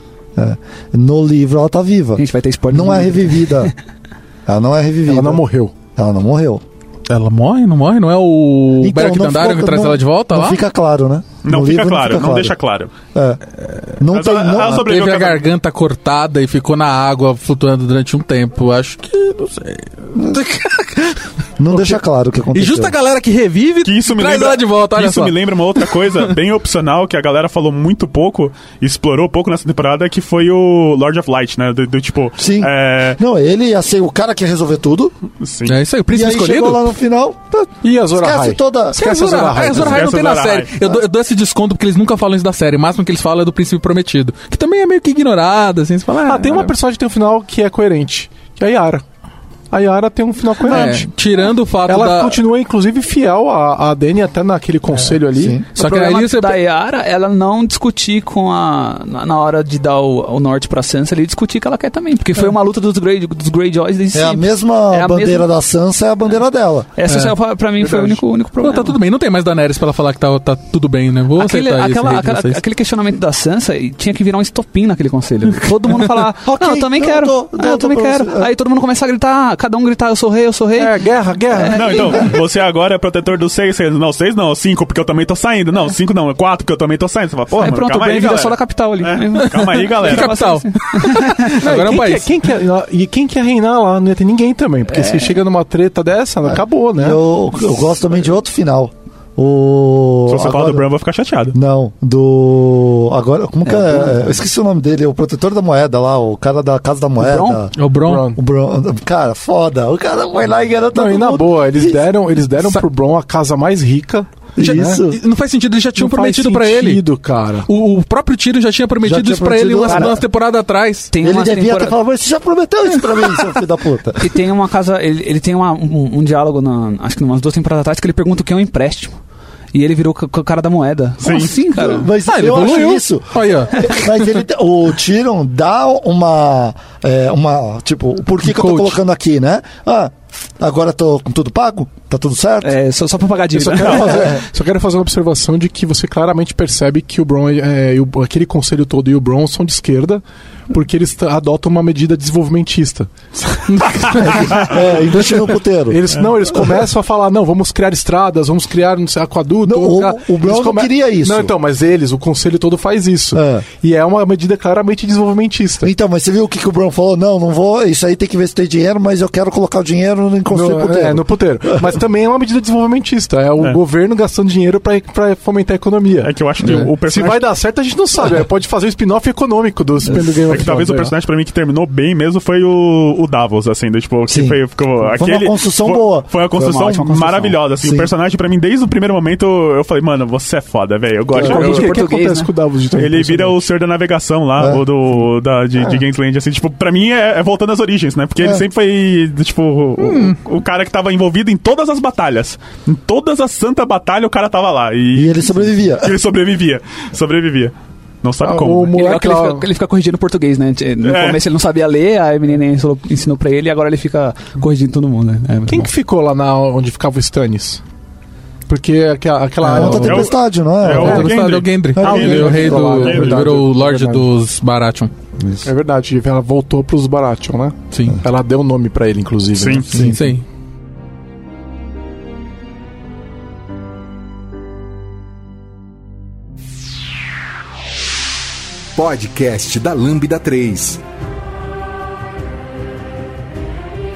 Speaker 7: No livro ela tá viva.
Speaker 3: Gente, vai ter spoiler.
Speaker 7: Não
Speaker 3: no
Speaker 7: é
Speaker 3: livro.
Speaker 7: revivida. Ela não é revivida.
Speaker 4: Ela não morreu.
Speaker 7: Ela não morreu.
Speaker 6: Ela morre, não morre? Não é o
Speaker 7: Então,
Speaker 6: Beric
Speaker 7: não
Speaker 6: Dandarion
Speaker 7: ficou-
Speaker 6: que traz
Speaker 7: não-
Speaker 6: ela de volta
Speaker 7: não
Speaker 6: lá?
Speaker 7: fica claro, né?
Speaker 5: Não
Speaker 7: No
Speaker 5: fica,
Speaker 7: livro
Speaker 5: claro, não deixa claro.
Speaker 7: É. Não
Speaker 5: Mas
Speaker 7: tem.
Speaker 5: ela-
Speaker 7: não-
Speaker 5: ela sobreviveu
Speaker 6: Teve a
Speaker 5: ao casamento.
Speaker 6: garganta cortada e ficou na água flutuando durante um tempo. Acho que. Não sei.
Speaker 7: Não deixa claro o que
Speaker 6: E
Speaker 7: aconteceu.
Speaker 6: justa a galera que revive
Speaker 5: Que isso me
Speaker 6: traz
Speaker 5: lembra,
Speaker 6: ela de volta,
Speaker 5: que
Speaker 6: olha
Speaker 5: isso
Speaker 6: só.
Speaker 5: me lembra uma outra coisa bem opcional que a galera falou muito pouco, explorou pouco nessa temporada, que foi o Lord of Light, né? Do, do tipo.
Speaker 7: Sim.
Speaker 5: É,
Speaker 7: Não, ele ia ser o cara que ia resolver tudo.
Speaker 5: sim.
Speaker 6: É isso aí,
Speaker 7: e
Speaker 6: o príncipe
Speaker 7: aí chegou lá
Speaker 6: escolhido.
Speaker 7: no final. tá,
Speaker 4: E a Zora
Speaker 7: esquece
Speaker 4: High?
Speaker 7: toda.
Speaker 6: É,
Speaker 4: Esquece a Zora
Speaker 6: Zora-
Speaker 4: High.
Speaker 6: é, Zora High não
Speaker 5: Esquece
Speaker 6: tem
Speaker 5: a
Speaker 6: na
Speaker 5: Zora
Speaker 6: série.
Speaker 5: High.
Speaker 6: Eu dou, eu dou esse desconto porque eles nunca falam isso da série. O máximo que eles falam é do príncipe prometido. Que também é meio que ignorado, assim. Você fala,
Speaker 4: Ah, tem uma personagem que tem um final que é coerente, que é a Yara. A Yara tem um final
Speaker 6: É,
Speaker 4: coerente.
Speaker 6: tirando o fato
Speaker 4: Ela
Speaker 6: da.
Speaker 4: continua, inclusive, fiel à, à Dani até naquele conselho ali.
Speaker 7: É, sim.
Speaker 6: Só
Speaker 3: o
Speaker 6: que
Speaker 3: problema
Speaker 6: ali você.
Speaker 3: da Yara, ela não discutir com a. Na, na hora de dar o, o norte pra Sansa, ele discutir que ela quer também. Porque
Speaker 6: É.
Speaker 3: foi uma luta dos, Grey, dos Greyjoys desde
Speaker 7: É a
Speaker 3: sempre.
Speaker 7: mesma
Speaker 3: É a
Speaker 7: bandeira
Speaker 3: mesma-
Speaker 7: da Sansa, é a bandeira dela.
Speaker 3: Essa, só pra, pra mim, foi o
Speaker 4: Verdade.
Speaker 3: único, único
Speaker 6: Não,
Speaker 3: problema.
Speaker 6: tá tudo bem. Não tem mais Daenerys pra ela falar que tá, tá tudo bem, né? Vou
Speaker 3: Aquele,
Speaker 6: aceitar
Speaker 3: aquela-
Speaker 6: isso.
Speaker 3: aquela- aquele questionamento da Sansa e tinha que virar um estopim naquele conselho. Todo mundo falar,
Speaker 7: Ok,
Speaker 3: não, eu também
Speaker 7: eu
Speaker 3: quero.
Speaker 7: dou-
Speaker 3: Ah,
Speaker 7: dou-
Speaker 3: eu também
Speaker 7: dou pra
Speaker 3: quero.
Speaker 7: você. É.
Speaker 3: Aí todo mundo começa a gritar, cada um gritar, eu sou rei, eu sou rei.
Speaker 4: É, guerra, guerra.
Speaker 5: Não, então, você agora é protetor dos seis, seis- não, seis não, cinco, porque eu também tô saindo. Não, cinco não, é quatro, porque eu também tô saindo. Você fala, porra,
Speaker 3: aí
Speaker 5: mano,
Speaker 3: pronto, o
Speaker 5: calma aí,
Speaker 3: Bran vira
Speaker 5: galera.
Speaker 3: só da capital ali.
Speaker 5: É, calma aí, galera.
Speaker 6: Que capital. Agora é
Speaker 4: quem quer- quem
Speaker 6: um país.
Speaker 4: quer- e quem quer reinar lá? Não ia ter ninguém também,
Speaker 6: É.
Speaker 4: porque se chega numa treta dessa, acabou, né?
Speaker 7: É. Eu, eu gosto também de outro final. O.
Speaker 5: Se você falar
Speaker 7: agora-
Speaker 5: do Bran, eu vou ficar chateado.
Speaker 7: Não, do. Agora, como que é? Eu esqueci o nome dele, o protetor da moeda lá, o cara da Casa da Moeda.
Speaker 6: É o Bron.
Speaker 4: Bron.
Speaker 7: O Bron. Cara, foda. O cara foi lá e ganhou todo
Speaker 4: Não, e na
Speaker 7: mundo.
Speaker 4: boa, eles
Speaker 7: Isso.
Speaker 4: deram, eles deram
Speaker 6: Sa-
Speaker 4: pro Bron a casa mais rica. né?
Speaker 6: Já-
Speaker 7: Isso.
Speaker 6: Não faz sentido, eles já tinham
Speaker 4: Não faz
Speaker 6: prometido pra ele.
Speaker 4: sentido, cara.
Speaker 6: O, o próprio Tiro já tinha prometido
Speaker 7: Já tinha
Speaker 6: isso pra
Speaker 7: prometido,
Speaker 6: ele umas,
Speaker 7: cara.
Speaker 6: umas temporadas atrás.
Speaker 3: Tem
Speaker 7: Ele
Speaker 3: umas
Speaker 7: devia ter
Speaker 3: temporadas-
Speaker 7: falado, mas você já prometeu isso pra mim, seu filho da puta.
Speaker 3: E tem uma casa. Ele, ele tem uma- um, um diálogo, na, acho que umas duas temporadas atrás, que ele pergunta o que é um empréstimo. E ele virou o cara da moeda. Como
Speaker 5: Sim.
Speaker 3: assim, cara?
Speaker 7: Mas
Speaker 6: Ah, ele
Speaker 7: eu
Speaker 6: evoluiu.
Speaker 7: acho isso.
Speaker 6: Aí, ó.
Speaker 7: Mas ele, o Tyrion dá uma. é, uma tipo, por que, que eu tô
Speaker 6: Coach.
Speaker 7: colocando aqui, né? Ah, agora tô com tudo pago? Tá tudo certo? É,
Speaker 3: É, só, só pra pagar
Speaker 4: Eu só,
Speaker 3: dívida.
Speaker 4: quero fazer, só quero fazer uma observação de que você claramente percebe que o Bron, é, e o- aquele conselho todo e o Bron são de esquerda, porque eles t- adotam uma medida desenvolvimentista.
Speaker 7: É, investir no puteiro.
Speaker 4: Eles
Speaker 6: É.
Speaker 4: não, eles começam a falar, não, vamos criar estradas, vamos criar não sei, aquaduto.
Speaker 7: Não,
Speaker 4: vamos
Speaker 7: o-
Speaker 4: criar-
Speaker 7: o Bron
Speaker 4: Tipo, Eles
Speaker 7: não queria isso.
Speaker 4: Não, então, mas eles, o conselho todo faz isso.
Speaker 7: É.
Speaker 4: E é uma medida claramente desenvolvimentista.
Speaker 7: Então, mas você viu o que, que o Bruno falou? Não, não vou, isso aí tem que ver se tem dinheiro, mas eu quero colocar o dinheiro em construir
Speaker 4: No,
Speaker 7: puteiro.
Speaker 4: é, no puteiro. Mas também é uma medida desenvolvimentista. É o
Speaker 5: É.
Speaker 4: governo gastando dinheiro pra- pra fomentar a economia.
Speaker 5: É que eu acho que o
Speaker 4: Se
Speaker 5: personagem.
Speaker 4: vai dar certo, a gente não sabe. É, Pode fazer o spin-off econômico do Spin do Game
Speaker 5: É
Speaker 4: of
Speaker 5: que talvez o
Speaker 4: Thrones,
Speaker 5: personagem pra mim que terminou bem mesmo foi o, o Davos, assim, do, tipo, que
Speaker 7: Sim.
Speaker 5: foi, ficou, aquele,
Speaker 7: uma construção
Speaker 5: foi-
Speaker 7: boa.
Speaker 5: Foi uma construção,
Speaker 3: ótima construção.
Speaker 5: maravilhosa, assim,
Speaker 7: Sim.
Speaker 5: o personagem pra mim desde o primeiro momento eu falei, mano, você é foda, velho, eu gosto.
Speaker 4: é.
Speaker 5: eu-
Speaker 4: O que,
Speaker 3: Ele
Speaker 4: o que
Speaker 3: português,
Speaker 4: acontece
Speaker 3: né?
Speaker 4: com o Davos de
Speaker 5: ele vira o senhor da navegação lá,
Speaker 7: É.
Speaker 5: ou do, da, de, de Gainsland, assim, tipo, pra mim é, é voltando às origens, né? Porque ele sempre foi, do, tipo, o- o, o cara que tava envolvido em todas as batalhas. Em todas as santa batalha o cara tava lá. E,
Speaker 7: E ele sobrevivia.
Speaker 5: ele sobrevivia. Sobrevivia. Não sabe
Speaker 4: Ah,
Speaker 5: como.
Speaker 4: o
Speaker 5: né?
Speaker 3: Ele,
Speaker 4: moleque
Speaker 3: é o que ele,
Speaker 4: lá,
Speaker 3: fica, ele fica corrigindo português, né? No
Speaker 5: É.
Speaker 3: começo ele não sabia ler, aí a menina ensinou, ensinou pra ele e agora ele fica corrigindo todo mundo, né? É muito
Speaker 4: Quem
Speaker 3: bom.
Speaker 4: que ficou lá na, onde ficava o Stannis? Porque aquela, aquela
Speaker 7: É
Speaker 4: área-
Speaker 7: outra
Speaker 5: o-
Speaker 7: tempestade, não é?
Speaker 5: é o-
Speaker 6: Outra
Speaker 5: Gendry.
Speaker 6: história do Gendry.
Speaker 7: Ah, o
Speaker 6: Ele é o
Speaker 7: Gendry.
Speaker 6: rei do.
Speaker 4: Verdade,
Speaker 6: Virou o Lorde
Speaker 4: verdade.
Speaker 6: dos Baratheon.
Speaker 4: É verdade, ela voltou pros Baratheon, né?
Speaker 6: Sim.
Speaker 4: Ela deu o nome pra ele, inclusive.
Speaker 5: Sim.
Speaker 4: né?
Speaker 6: Sim, sim.
Speaker 1: Podcast da Lambda 3.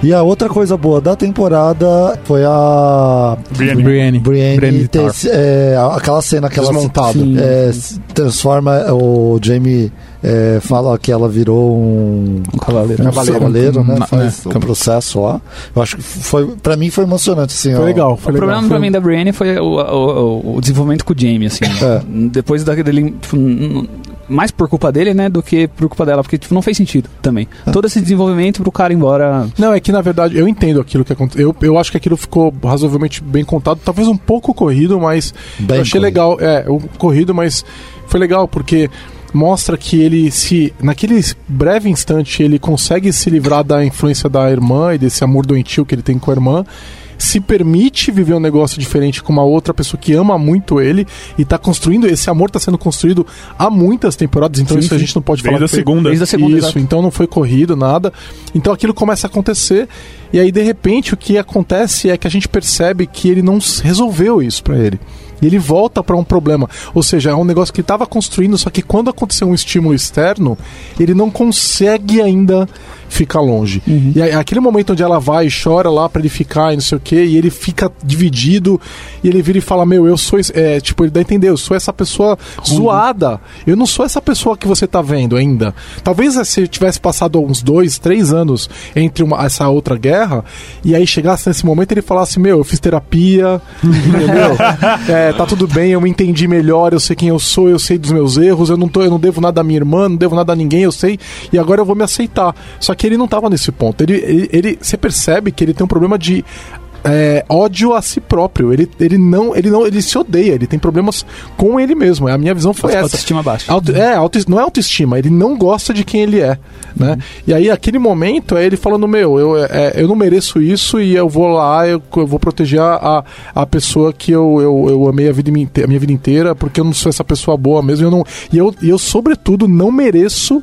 Speaker 7: E a outra coisa boa da temporada foi a
Speaker 5: Brienne.
Speaker 6: Brienne.
Speaker 7: Brienne,
Speaker 6: Brienne tá. de
Speaker 7: ter,
Speaker 6: Tarth.
Speaker 7: se- é, aquela cena que ela
Speaker 4: Desmontada.
Speaker 7: se- é, se transforma o Jamie é, fala que ela virou um
Speaker 6: Um cavaleiro.
Speaker 7: cavaleiro, né?
Speaker 6: Na-
Speaker 7: Faz
Speaker 6: né,
Speaker 7: o processo lá. Eu acho que foi para mim foi emocionante assim. ó.
Speaker 4: Foi legal, foi
Speaker 3: O
Speaker 4: legal.
Speaker 3: problema
Speaker 4: Foi-
Speaker 3: pra mim da Brienne foi o, o- o- o desenvolvimento com o Jamie, assim.
Speaker 7: É.
Speaker 3: Depois daquele. Tipo, n- n- mais por culpa dele, né? Do que por culpa dela, porque tipo, não fez sentido também.
Speaker 4: É.
Speaker 3: Todo esse desenvolvimento pro cara ir embora.
Speaker 4: Não, é que na verdade eu entendo aquilo que aconteceu. Eu, eu acho que aquilo ficou razoavelmente bem contado, talvez um pouco corrido, mas
Speaker 7: Bem
Speaker 4: eu achei
Speaker 7: corrido.
Speaker 4: legal. É, o corrido, mas foi legal porque mostra que ele se naquele breve instante ele consegue se livrar da influência da irmã e desse amor doentio que ele tem com a irmã. Se permite viver um negócio diferente com uma outra pessoa que ama muito ele e tá construindo, esse amor tá sendo construído há muitas temporadas, então
Speaker 3: Sim,
Speaker 4: isso a
Speaker 3: sim.
Speaker 4: gente não pode falar
Speaker 5: Desde a
Speaker 4: que foi-
Speaker 5: segunda.
Speaker 3: Desde a segunda,
Speaker 4: Isso,
Speaker 3: exato.
Speaker 4: então não foi corrido, nada. Então aquilo começa a acontecer. E aí, de repente, o que acontece é que a gente percebe que ele não s- resolveu isso pra ele. E ele volta pra um problema. Ou seja, é um negócio que ele estava construindo, só que quando aconteceu um estímulo externo, ele não consegue ainda ficar longe. E aí, aquele momento onde ela vai e chora lá pra ele ficar e não sei o quê, e ele fica dividido, e ele vira e fala: Meu, eu sou. esse-" É, tipo, ele dá a entender, eu sou essa pessoa zoada. Eu não sou essa pessoa que você tá vendo ainda. Talvez eh, se eu tivesse passado uns dois, três anos entre uma- essa outra guerra, e aí chegasse nesse momento e ele falasse: Meu, eu fiz terapia, entendeu? É, tá tudo bem, eu me entendi melhor, eu sei quem eu sou, eu sei dos meus erros, eu não, tô, eu não devo nada à minha irmã, não devo nada a ninguém, eu sei, e agora eu vou me aceitar. Só que ele não tava nesse ponto. Ele, ele, ele- você percebe que ele tem um problema de. é, ódio a si próprio. Ele, ele não, ele não, ele se odeia, ele tem problemas com ele mesmo. é, A minha visão foi essa.
Speaker 3: Autoestima baixa.
Speaker 4: Auto- é, auto- não é autoestima, ele não gosta de quem ele é, né? E aí, aquele momento, é ele falando, meu, eu, é, eu não mereço isso e eu vou lá, eu, eu vou proteger a, a pessoa que eu, eu, eu amei a, vida, inte- a minha vida inteira, porque eu não sou essa pessoa boa mesmo, eu não, e eu, e eu sobretudo, não mereço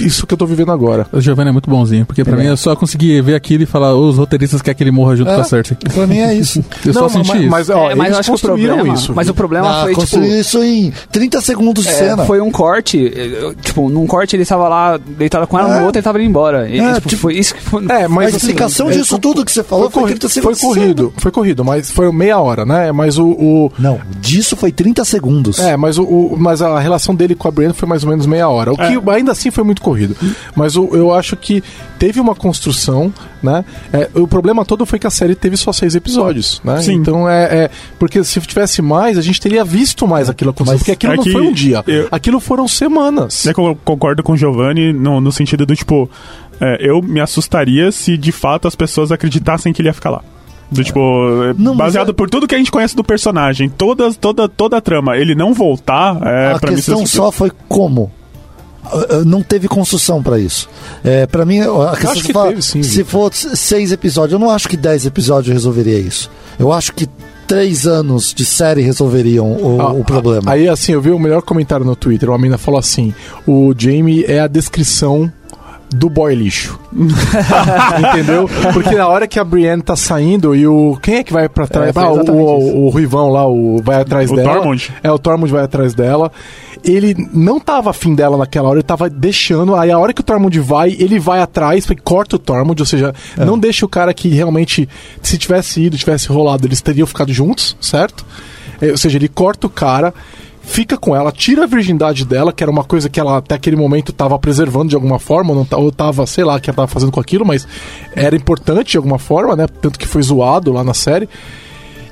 Speaker 4: isso que eu tô vivendo agora.
Speaker 6: O Giovanni é muito bonzinho, porque pra
Speaker 4: Ele
Speaker 6: mim
Speaker 4: é.
Speaker 6: eu só consegui ver aquilo e falar, "Ô, os roteiristas querem que ele morra junto
Speaker 7: É.
Speaker 6: com a Cersei.
Speaker 7: Pra mim é isso.
Speaker 6: Eu só
Speaker 4: Não,
Speaker 6: senti
Speaker 4: mas,
Speaker 6: isso.
Speaker 4: mas, ó,
Speaker 3: É, mas eu
Speaker 4: eles
Speaker 3: acho que o
Speaker 4: construíram
Speaker 3: problema.
Speaker 4: isso.
Speaker 3: Mas o problema
Speaker 7: Ah,
Speaker 3: foi, tipo.
Speaker 7: construir isso em 30 segundos de
Speaker 3: é,
Speaker 7: cena.
Speaker 3: foi um corte, eh, tipo, num corte ele estava lá deitado com ela,
Speaker 7: É.
Speaker 3: no outro ele tava indo embora. E,
Speaker 7: É,
Speaker 3: tipo,
Speaker 7: tipo-
Speaker 3: foi isso que foi.
Speaker 4: É,
Speaker 7: A
Speaker 4: mas assim,
Speaker 7: explicação
Speaker 4: é,
Speaker 7: disso tudo que você falou
Speaker 4: Foi,
Speaker 7: foi,
Speaker 4: corrido,
Speaker 7: 30
Speaker 4: foi
Speaker 7: segundos. de cena.
Speaker 4: corrido, foi corrido, mas foi meia hora, né? Mas o- o,
Speaker 7: Não, disso foi 30 segundos.
Speaker 4: É, mas, o, o- mas a relação dele com a Brienne foi mais ou menos meia hora. O que
Speaker 5: É.
Speaker 4: ainda assim foi muito corrido. Mas o- eu acho que teve uma construção, né? É, o problema todo foi que a série teve só seis episódios, né?
Speaker 5: Sim.
Speaker 4: Então é, é- Porque se tivesse mais, a gente teria visto mais aquilo acontecer.
Speaker 7: Mas
Speaker 4: porque aquilo
Speaker 5: é
Speaker 4: não
Speaker 5: que
Speaker 4: foi um dia.
Speaker 5: eu-
Speaker 4: Aquilo foram semanas.
Speaker 5: É que eu concordo com o Giovanni no, no sentido do tipo, é, eu me assustaria se de fato as pessoas acreditassem que ele ia ficar lá. Do tipo, é,
Speaker 7: Não, mas
Speaker 5: baseado
Speaker 7: é-
Speaker 5: por tudo que a gente conhece do personagem, todas, toda, toda a trama, ele não voltar, é,
Speaker 7: a
Speaker 5: pra mim
Speaker 7: questão
Speaker 5: isso-
Speaker 7: só foi como. Ah, ah, Não teve construção pra isso. É, para mim, a questão
Speaker 4: acho
Speaker 7: de
Speaker 4: que
Speaker 7: falar,
Speaker 4: teve, sim,
Speaker 7: se
Speaker 4: Vitor.
Speaker 7: fosse seis episódios, eu não acho que dez episódios resolveria isso. Eu acho que três anos de série resolveriam o,
Speaker 4: Ah,
Speaker 7: o problema.
Speaker 4: Aí, assim, eu vi o melhor comentário no Twitter. Uma mina falou assim: o Jamie é a descrição do boy lixo. Entendeu? Porque na hora que a Brienne tá saindo e o. Quem é que vai pra trás?
Speaker 3: É, foi
Speaker 4: ah, o,
Speaker 3: exatamente
Speaker 4: o, o Ruivão lá o, vai atrás
Speaker 5: O
Speaker 4: dela.
Speaker 5: Tormund.
Speaker 4: É, o Tormund vai atrás dela. Ele não tava afim dela naquela hora, ele tava deixando. Aí a hora que o Tormund vai, ele vai atrás e corta o Tormund, ou seja, não deixa o cara que realmente, se tivesse ido, tivesse rolado, eles teriam ficado juntos, certo? É, ou seja, ele corta o cara, fica com ela, tira a virgindade dela, que era uma coisa que ela até aquele momento tava preservando de alguma forma, ou, não, ta- ou tava, sei lá, o que ela tava fazendo com aquilo, mas era importante de alguma forma, né? Tanto que foi zoado lá na série.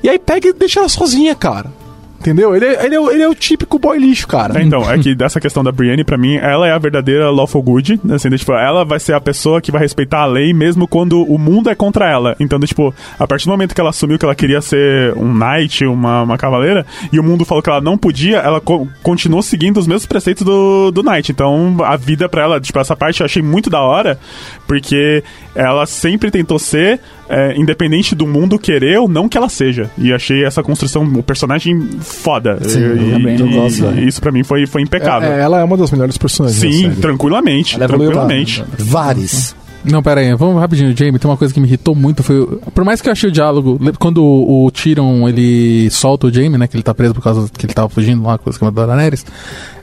Speaker 4: E aí pega e deixa ela sozinha, cara. Entendeu? Ele, é- ele, é, o- ele é o típico boy lixo, cara.
Speaker 5: É, então, é que dessa questão da Brienne, pra mim, ela é a verdadeira lawful good, né, assim, né, tipo, ela vai ser a pessoa que vai respeitar a lei mesmo quando o mundo é contra ela. Então, né, tipo, a partir do momento que ela assumiu que ela queria ser um knight, uma, uma cavaleira, e o mundo falou que ela não podia, ela co- continuou seguindo os mesmos preceitos do, do knight. Então, a vida pra ela, tipo, essa parte eu achei muito da hora, porque ela sempre tentou ser é, independente do mundo querer ou não que ela seja. E achei essa construção, o personagem foda.
Speaker 7: Sim,
Speaker 5: E- e,
Speaker 7: também, eu
Speaker 5: e-
Speaker 7: gosto,
Speaker 5: e
Speaker 7: né?
Speaker 5: isso pra mim foi, foi impecável.
Speaker 4: É, ela é uma das melhores personagens. da
Speaker 5: Sim,
Speaker 4: série.
Speaker 5: tranquilamente,
Speaker 6: é
Speaker 3: Ela evoluiu
Speaker 5: tranquilamente.
Speaker 6: né?
Speaker 7: Vares.
Speaker 4: Uhum.
Speaker 6: Não, pera aí, vamos rapidinho, Jamie. Tem uma coisa que me irritou muito. Foi. o- Por mais que eu achei o diálogo. le- Quando o, o Tyrion ele solta o Jamie, né? Que ele tá preso por causa que ele tava fugindo lá com o esquema da Daenerys.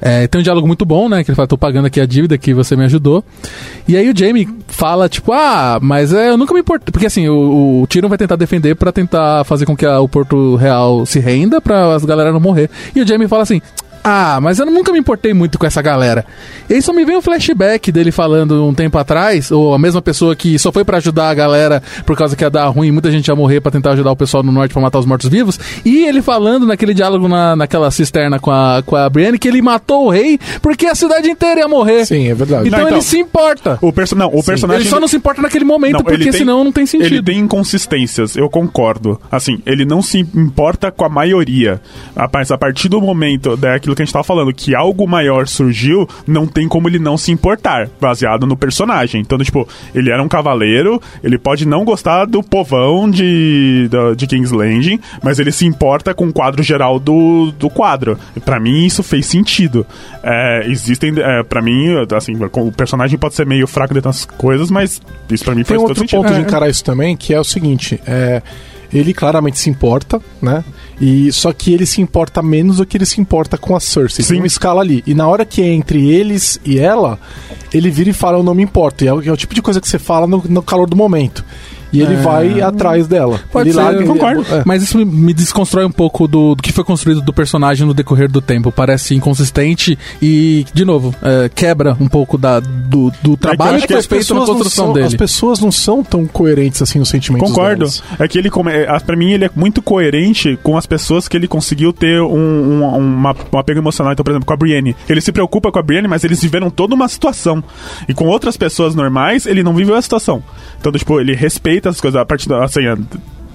Speaker 6: É, tem um diálogo muito bom, né? Que ele fala: tô pagando aqui a dívida que você me ajudou. E aí o Jamie fala, tipo, ah, mas é, eu nunca me importei. Porque assim, o, o Tyrion vai tentar defender pra tentar fazer com que a- o Porto Real se renda pra as galera não morrer. E o Jamie fala assim. Ah, mas eu nunca me importei muito com essa galera. E aí só me vem um flashback dele falando um tempo atrás, ou a mesma pessoa que só foi pra ajudar a galera por causa que ia dar ruim, muita gente ia morrer pra tentar ajudar o pessoal no norte pra matar os mortos-vivos. E ele falando naquele diálogo na, naquela cisterna com a, com a Brienne que ele matou o rei porque a cidade inteira ia morrer.
Speaker 4: Sim, é verdade.
Speaker 6: Então,
Speaker 5: Não, então-
Speaker 6: ele se importa.
Speaker 5: O, perso não, o personagem.
Speaker 6: Ele só não se importa naquele momento,
Speaker 5: Não, ele
Speaker 6: porque
Speaker 5: tem-
Speaker 6: senão não tem
Speaker 5: Ele
Speaker 6: sentido.
Speaker 5: tem inconsistências, eu concordo. Assim, ele não se importa com a maioria. Rapaz, a partir do momento daquilo que a gente tava falando, que algo maior surgiu, não tem como ele não se importar, baseado no personagem. Então, tipo, ele era um cavaleiro, ele pode não gostar do povão de, da- de King's Landing, mas ele se importa com o quadro geral do, do quadro. Pra mim, isso fez sentido. É, existem, é, para mim, assim, o personagem pode ser meio fraco dentro das coisas, mas isso pra mim
Speaker 4: Tem um
Speaker 5: faz todo
Speaker 4: outro
Speaker 5: sentido.
Speaker 4: ponto de encarar isso também, que é o seguinte, é, ele claramente se importa, né? E só que ele se importa menos do que ele se importa com a Cersei.
Speaker 5: Sim.
Speaker 4: Tem uma escala ali. E na hora que é entre eles e ela, ele vira e fala, eu não me importo. E é, o- é o tipo de coisa que você fala no, no calor do momento. E ele vai atrás dela.
Speaker 6: É. Pode
Speaker 4: ele
Speaker 6: ser,
Speaker 4: larga-
Speaker 6: eu
Speaker 5: concordo.
Speaker 4: É.
Speaker 6: Mas isso me- me desconstrói um pouco do, do que foi construído do personagem no decorrer do tempo. Parece inconsistente e, de novo, é, quebra um pouco da, do, do trabalho
Speaker 5: acho
Speaker 6: que
Speaker 5: que
Speaker 6: foi
Speaker 5: as
Speaker 6: feito na
Speaker 4: pessoas não
Speaker 6: construção
Speaker 4: são- As
Speaker 6: dele.
Speaker 4: pessoas não são tão coerentes assim nos sentimentos
Speaker 5: Concordo.
Speaker 4: delas.
Speaker 5: É que ele, come... é, a- pra mim, ele é muito coerente com as pessoas que ele conseguiu ter um, um, uma- um apego emocional. Então, por exemplo, com a Brienne. Ele se preocupa com a Brienne, mas eles viveram toda uma situação. E com outras pessoas normais, ele não viveu a situação. Então, tipo, ele respeita as coisas. A partir da. Assim, a-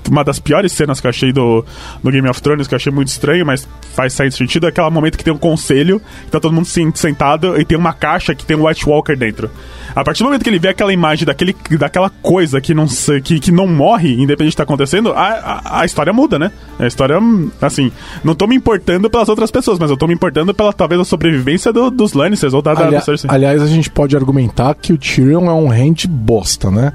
Speaker 5: uma das piores cenas que eu achei do, do Game of Thrones, que eu achei muito estranho, mas faz sair sentido, é aquele momento que tem um conselho, que tá todo mundo sen- sentado e tem uma caixa que tem um White Walker dentro. A partir do momento que ele vê aquela imagem daquele, daquela coisa que não, se- que, que não morre, independente do que tá acontecendo, a, a, a história muda, né? A história, hum, assim, não tô me importando pelas outras pessoas, mas eu tô me importando pela talvez a sobrevivência do- dos Lannisters ou da, da,
Speaker 4: Alia-
Speaker 5: da Cersei.
Speaker 4: aliás, a gente pode argumentar que o Tyrion é um hand bosta, né?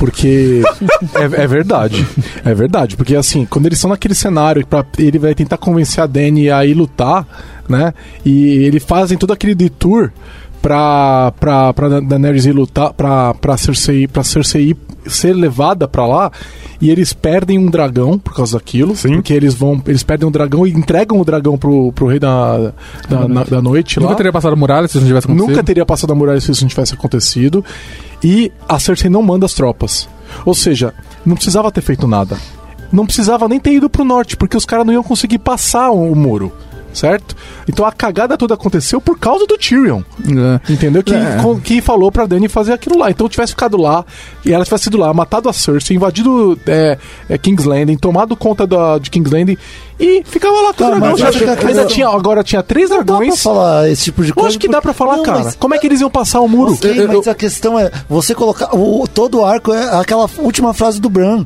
Speaker 4: Porque. é, é verdade. É verdade. Porque assim, quando eles estão naquele cenário, pra, ele vai tentar convencer a Dany a ir lutar, né? E eles fazem todo aquele detour pra, pra, pra Da- Daenerys ir lutar, pra, pra Cersei, pra Cersei ir- ser levada pra lá. E eles perdem um dragão por causa daquilo.
Speaker 5: Sim.
Speaker 4: Porque eles vão. Eles perdem um dragão e entregam o dragão pro, pro rei da, da, na- da noite lá.
Speaker 6: Nunca teria passado a muralha se isso não tivesse acontecido.
Speaker 4: Nunca teria passado a muralha se isso não tivesse acontecido. E a Cersei não manda as tropas. Ou seja, não precisava ter feito nada. Não precisava nem ter ido pro norte, porque os caras não iam conseguir passar o, o muro. Certo? Então a cagada toda aconteceu por causa do Tyrion.
Speaker 6: É.
Speaker 4: Entendeu? Que, com- que falou pra Dany fazer aquilo lá. Então tivesse ficado lá, e ela tivesse ido lá, matado a Cersei, invadido é, é, King's Landing, tomado conta da, de King's Landing e ficava lá com
Speaker 7: Tá,
Speaker 4: o dragão.
Speaker 7: mas eu acho que
Speaker 4: Ainda
Speaker 7: aquilo-
Speaker 4: tinha, agora tinha três
Speaker 7: Não dá pra
Speaker 4: dragões.
Speaker 7: falar esse tipo de
Speaker 4: Eu
Speaker 7: coisa.
Speaker 4: acho que dá pra falar,
Speaker 7: Não,
Speaker 4: cara.
Speaker 7: mas-
Speaker 4: Como é que eles iam passar o muro?
Speaker 7: Ok,
Speaker 4: Eu- eu-
Speaker 7: mas a questão é, você colocar. O, todo o arco é aquela última frase do Bran.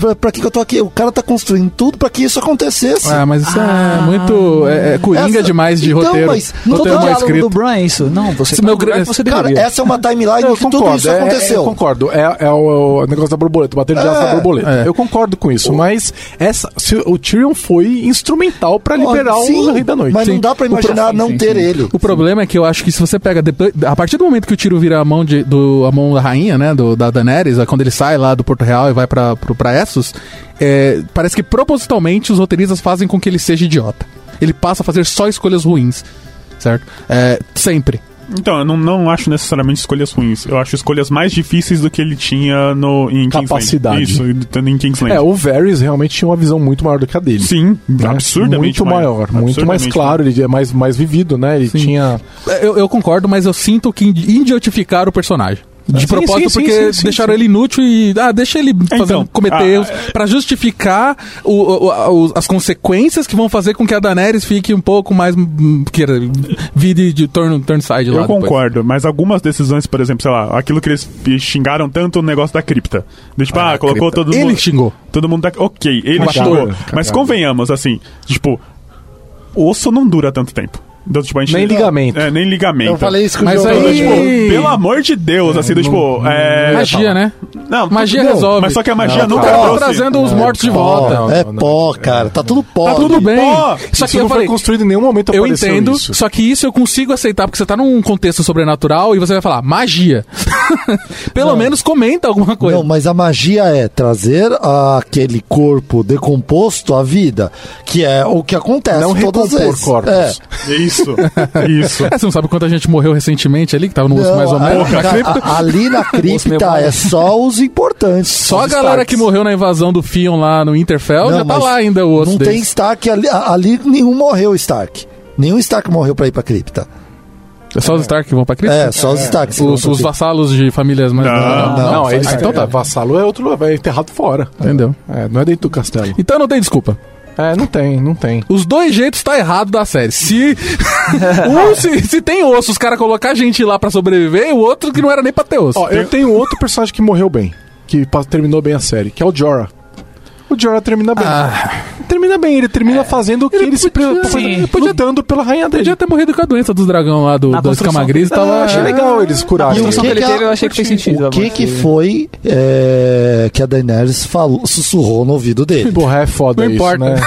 Speaker 7: Pra, pra que, que eu tô aqui? O cara tá construindo tudo pra que isso acontecesse.
Speaker 6: Ah, mas isso é muito. É, é coringa
Speaker 7: Essa-
Speaker 6: demais de
Speaker 7: Então,
Speaker 6: roteiro.
Speaker 7: mas não
Speaker 6: roteiro
Speaker 7: tô
Speaker 6: mal
Speaker 7: diálogo
Speaker 6: escrito.
Speaker 8: do Brian é isso. Não, você
Speaker 6: Esse
Speaker 8: tá
Speaker 6: meu
Speaker 8: no lugar
Speaker 6: gra-
Speaker 8: que você
Speaker 7: Cara,
Speaker 8: deveria.
Speaker 7: essa é uma timeline
Speaker 4: eu
Speaker 7: que tudo isso
Speaker 4: é- é- eu
Speaker 7: aconteceu.
Speaker 4: concordo. É, é o, o negócio da borboleta, bater de asa da borboleta.
Speaker 6: É.
Speaker 4: Eu concordo com isso, mas essa, se- o Tyrion foi instrumental pra
Speaker 7: Ó,
Speaker 4: liberar
Speaker 7: sim,
Speaker 4: o Rei da Noite.
Speaker 7: Mas
Speaker 4: Sim.
Speaker 7: não dá pra imaginar
Speaker 3: sim,
Speaker 7: não
Speaker 3: sim,
Speaker 7: ter
Speaker 3: sim.
Speaker 7: ele.
Speaker 6: O problema é que eu acho que se você pega. depois- a partir do momento que o tiro vira a mão, de, do, a mão da rainha, né? Do, da Daenerys, é quando ele sai lá do Porto Real e vai pra, pro, pra Essos, é, parece que propositalmente os roteiristas fazem com que ele seja idiota. Ele passa a fazer só escolhas ruins. Certo? É, sempre.
Speaker 5: Então, eu não, não acho necessariamente escolhas ruins. Eu acho escolhas mais difíceis do que ele tinha no, em King's Landing.
Speaker 4: Capacidade.
Speaker 5: Isso, em King's Landing.
Speaker 4: É, o Varys realmente tinha uma visão muito maior do que a dele.
Speaker 5: Sim,
Speaker 4: né?
Speaker 5: absurdamente
Speaker 4: Muito maior, muito mais
Speaker 5: absurdamente
Speaker 4: claro, ele é mais, mais vivido, né? Ele tinha.
Speaker 6: É, Eu, eu concordo, mas eu sinto que idiotificar o personagem. De
Speaker 5: Sim, sim,
Speaker 6: propósito,
Speaker 5: sim,
Speaker 6: porque
Speaker 5: sim, sim,
Speaker 6: deixaram
Speaker 5: sim.
Speaker 6: ele inútil e. Ah, deixa ele fazer,
Speaker 5: então,
Speaker 6: cometer
Speaker 5: ah,
Speaker 6: erros pra justificar o- o- o- a- o- as consequências que vão fazer com que a Daenerys fique um pouco mais. hum, Queira, vire de turn, turnside lá.
Speaker 5: Eu
Speaker 6: depois.
Speaker 5: concordo, mas algumas decisões, por exemplo, sei lá, aquilo que eles xingaram tanto o negócio da cripta. Do tipo, ah,
Speaker 1: a
Speaker 5: colocou
Speaker 1: cripta.
Speaker 5: todo mundo.
Speaker 6: Ele xingou.
Speaker 5: Todo mundo tá. Ok, ele
Speaker 6: Matou.
Speaker 5: xingou.
Speaker 6: Cagada.
Speaker 5: Mas convenhamos, assim, tipo, osso não dura tanto tempo. Então, tipo, a gente-
Speaker 8: Nem ligamento.
Speaker 5: É, nem ligamento.
Speaker 4: Então.
Speaker 8: Eu falei isso com
Speaker 6: Mas
Speaker 8: o Diogo.
Speaker 6: aí-
Speaker 8: tipo,
Speaker 6: Ih.
Speaker 5: Pelo amor de Deus, assim, do tipo. é,
Speaker 6: Magia, né?
Speaker 5: Não,
Speaker 6: Magia
Speaker 5: não,
Speaker 6: resolve.
Speaker 5: Mas só que a magia
Speaker 8: Não,
Speaker 5: nunca
Speaker 8: tá.
Speaker 5: trouxe.
Speaker 6: trazendo os mortos de
Speaker 8: pó,
Speaker 6: volta.
Speaker 8: é pó, cara. Tá tudo pó.
Speaker 6: Tá tudo
Speaker 8: aqui.
Speaker 6: bem.
Speaker 5: Pô,
Speaker 6: Só
Speaker 4: isso
Speaker 6: que eu
Speaker 4: não foi
Speaker 6: falei.
Speaker 4: construído em nenhum momento
Speaker 6: Eu
Speaker 4: apareceu
Speaker 6: entendo,
Speaker 4: isso.
Speaker 6: só que isso eu consigo aceitar, porque você tá num contexto sobrenatural e você vai falar, magia. Pelo menos comenta alguma coisa.
Speaker 7: Não, mas a magia é trazer ah, aquele corpo decomposto à vida, que é o que acontece
Speaker 4: Não
Speaker 7: todas as
Speaker 4: recompor
Speaker 7: vezes.
Speaker 4: corpos.
Speaker 7: É.
Speaker 5: Isso, isso.
Speaker 6: É, você não sabe quanta gente morreu recentemente ali, que tava no osso
Speaker 7: Não, é
Speaker 6: mais ou
Speaker 7: a-
Speaker 6: menos.
Speaker 7: a- a- ali na
Speaker 3: meio
Speaker 7: cripta
Speaker 3: baixo.
Speaker 7: é só os importantes.
Speaker 6: Só
Speaker 7: os
Speaker 6: a galera
Speaker 7: destaques.
Speaker 6: que morreu na invasão do Fion lá no Interfell
Speaker 7: Não,
Speaker 6: já tá
Speaker 7: mas
Speaker 6: lá ainda o osso
Speaker 7: Não tem
Speaker 6: deles.
Speaker 7: Stark ali, a- ali nenhum morreu Stark. Nenhum Stark morreu pra ir pra cripta.
Speaker 6: É só os Stark que vão pra Cristo?
Speaker 7: É, só os Stark. que vão
Speaker 6: Os,
Speaker 7: pra
Speaker 6: os
Speaker 7: cripta.
Speaker 6: vassalos de famílias mais.
Speaker 5: Não,
Speaker 6: não,
Speaker 7: não,
Speaker 6: não,
Speaker 7: só
Speaker 6: eles-
Speaker 4: Ah, então tá, vassalo é outro lugar, é enterrado fora.
Speaker 6: Entendeu?
Speaker 4: É, não é dentro do castelo.
Speaker 6: Então não tem desculpa.
Speaker 4: É, não tem, não tem.
Speaker 6: Os dois jeitos tá errado da série. Se, um, se, se tem osso, os caras colocar gente lá pra sobreviver, e o outro que não era nem pra ter osso.
Speaker 4: Ó, eu tenho outro personagem que morreu bem, que pa- terminou bem a série, que é o Jorah. O Jorah termina bem. Termina bem, ele termina fazendo o que ele, se
Speaker 6: Ah. É. podia-
Speaker 4: preocupa,
Speaker 3: sim.
Speaker 4: lutando pela rainha dele.
Speaker 6: Podia ter morrido Ah. com a doença dos dragão lá do,
Speaker 3: Na
Speaker 6: do
Speaker 3: construção.
Speaker 6: Escamagris.
Speaker 4: Então, eu
Speaker 6: Tava...
Speaker 4: achei legal eles
Speaker 3: A
Speaker 4: curarem.
Speaker 7: E o
Speaker 3: instrução
Speaker 7: que
Speaker 3: que, ele
Speaker 7: que a-
Speaker 3: teve eu achei que fez sentido.
Speaker 7: O que
Speaker 3: amor.
Speaker 7: que foi é, que a Daenerys falou, sussurrou no ouvido dele?
Speaker 4: Porra, é foda
Speaker 6: Não
Speaker 4: isso,
Speaker 6: importa.
Speaker 4: né?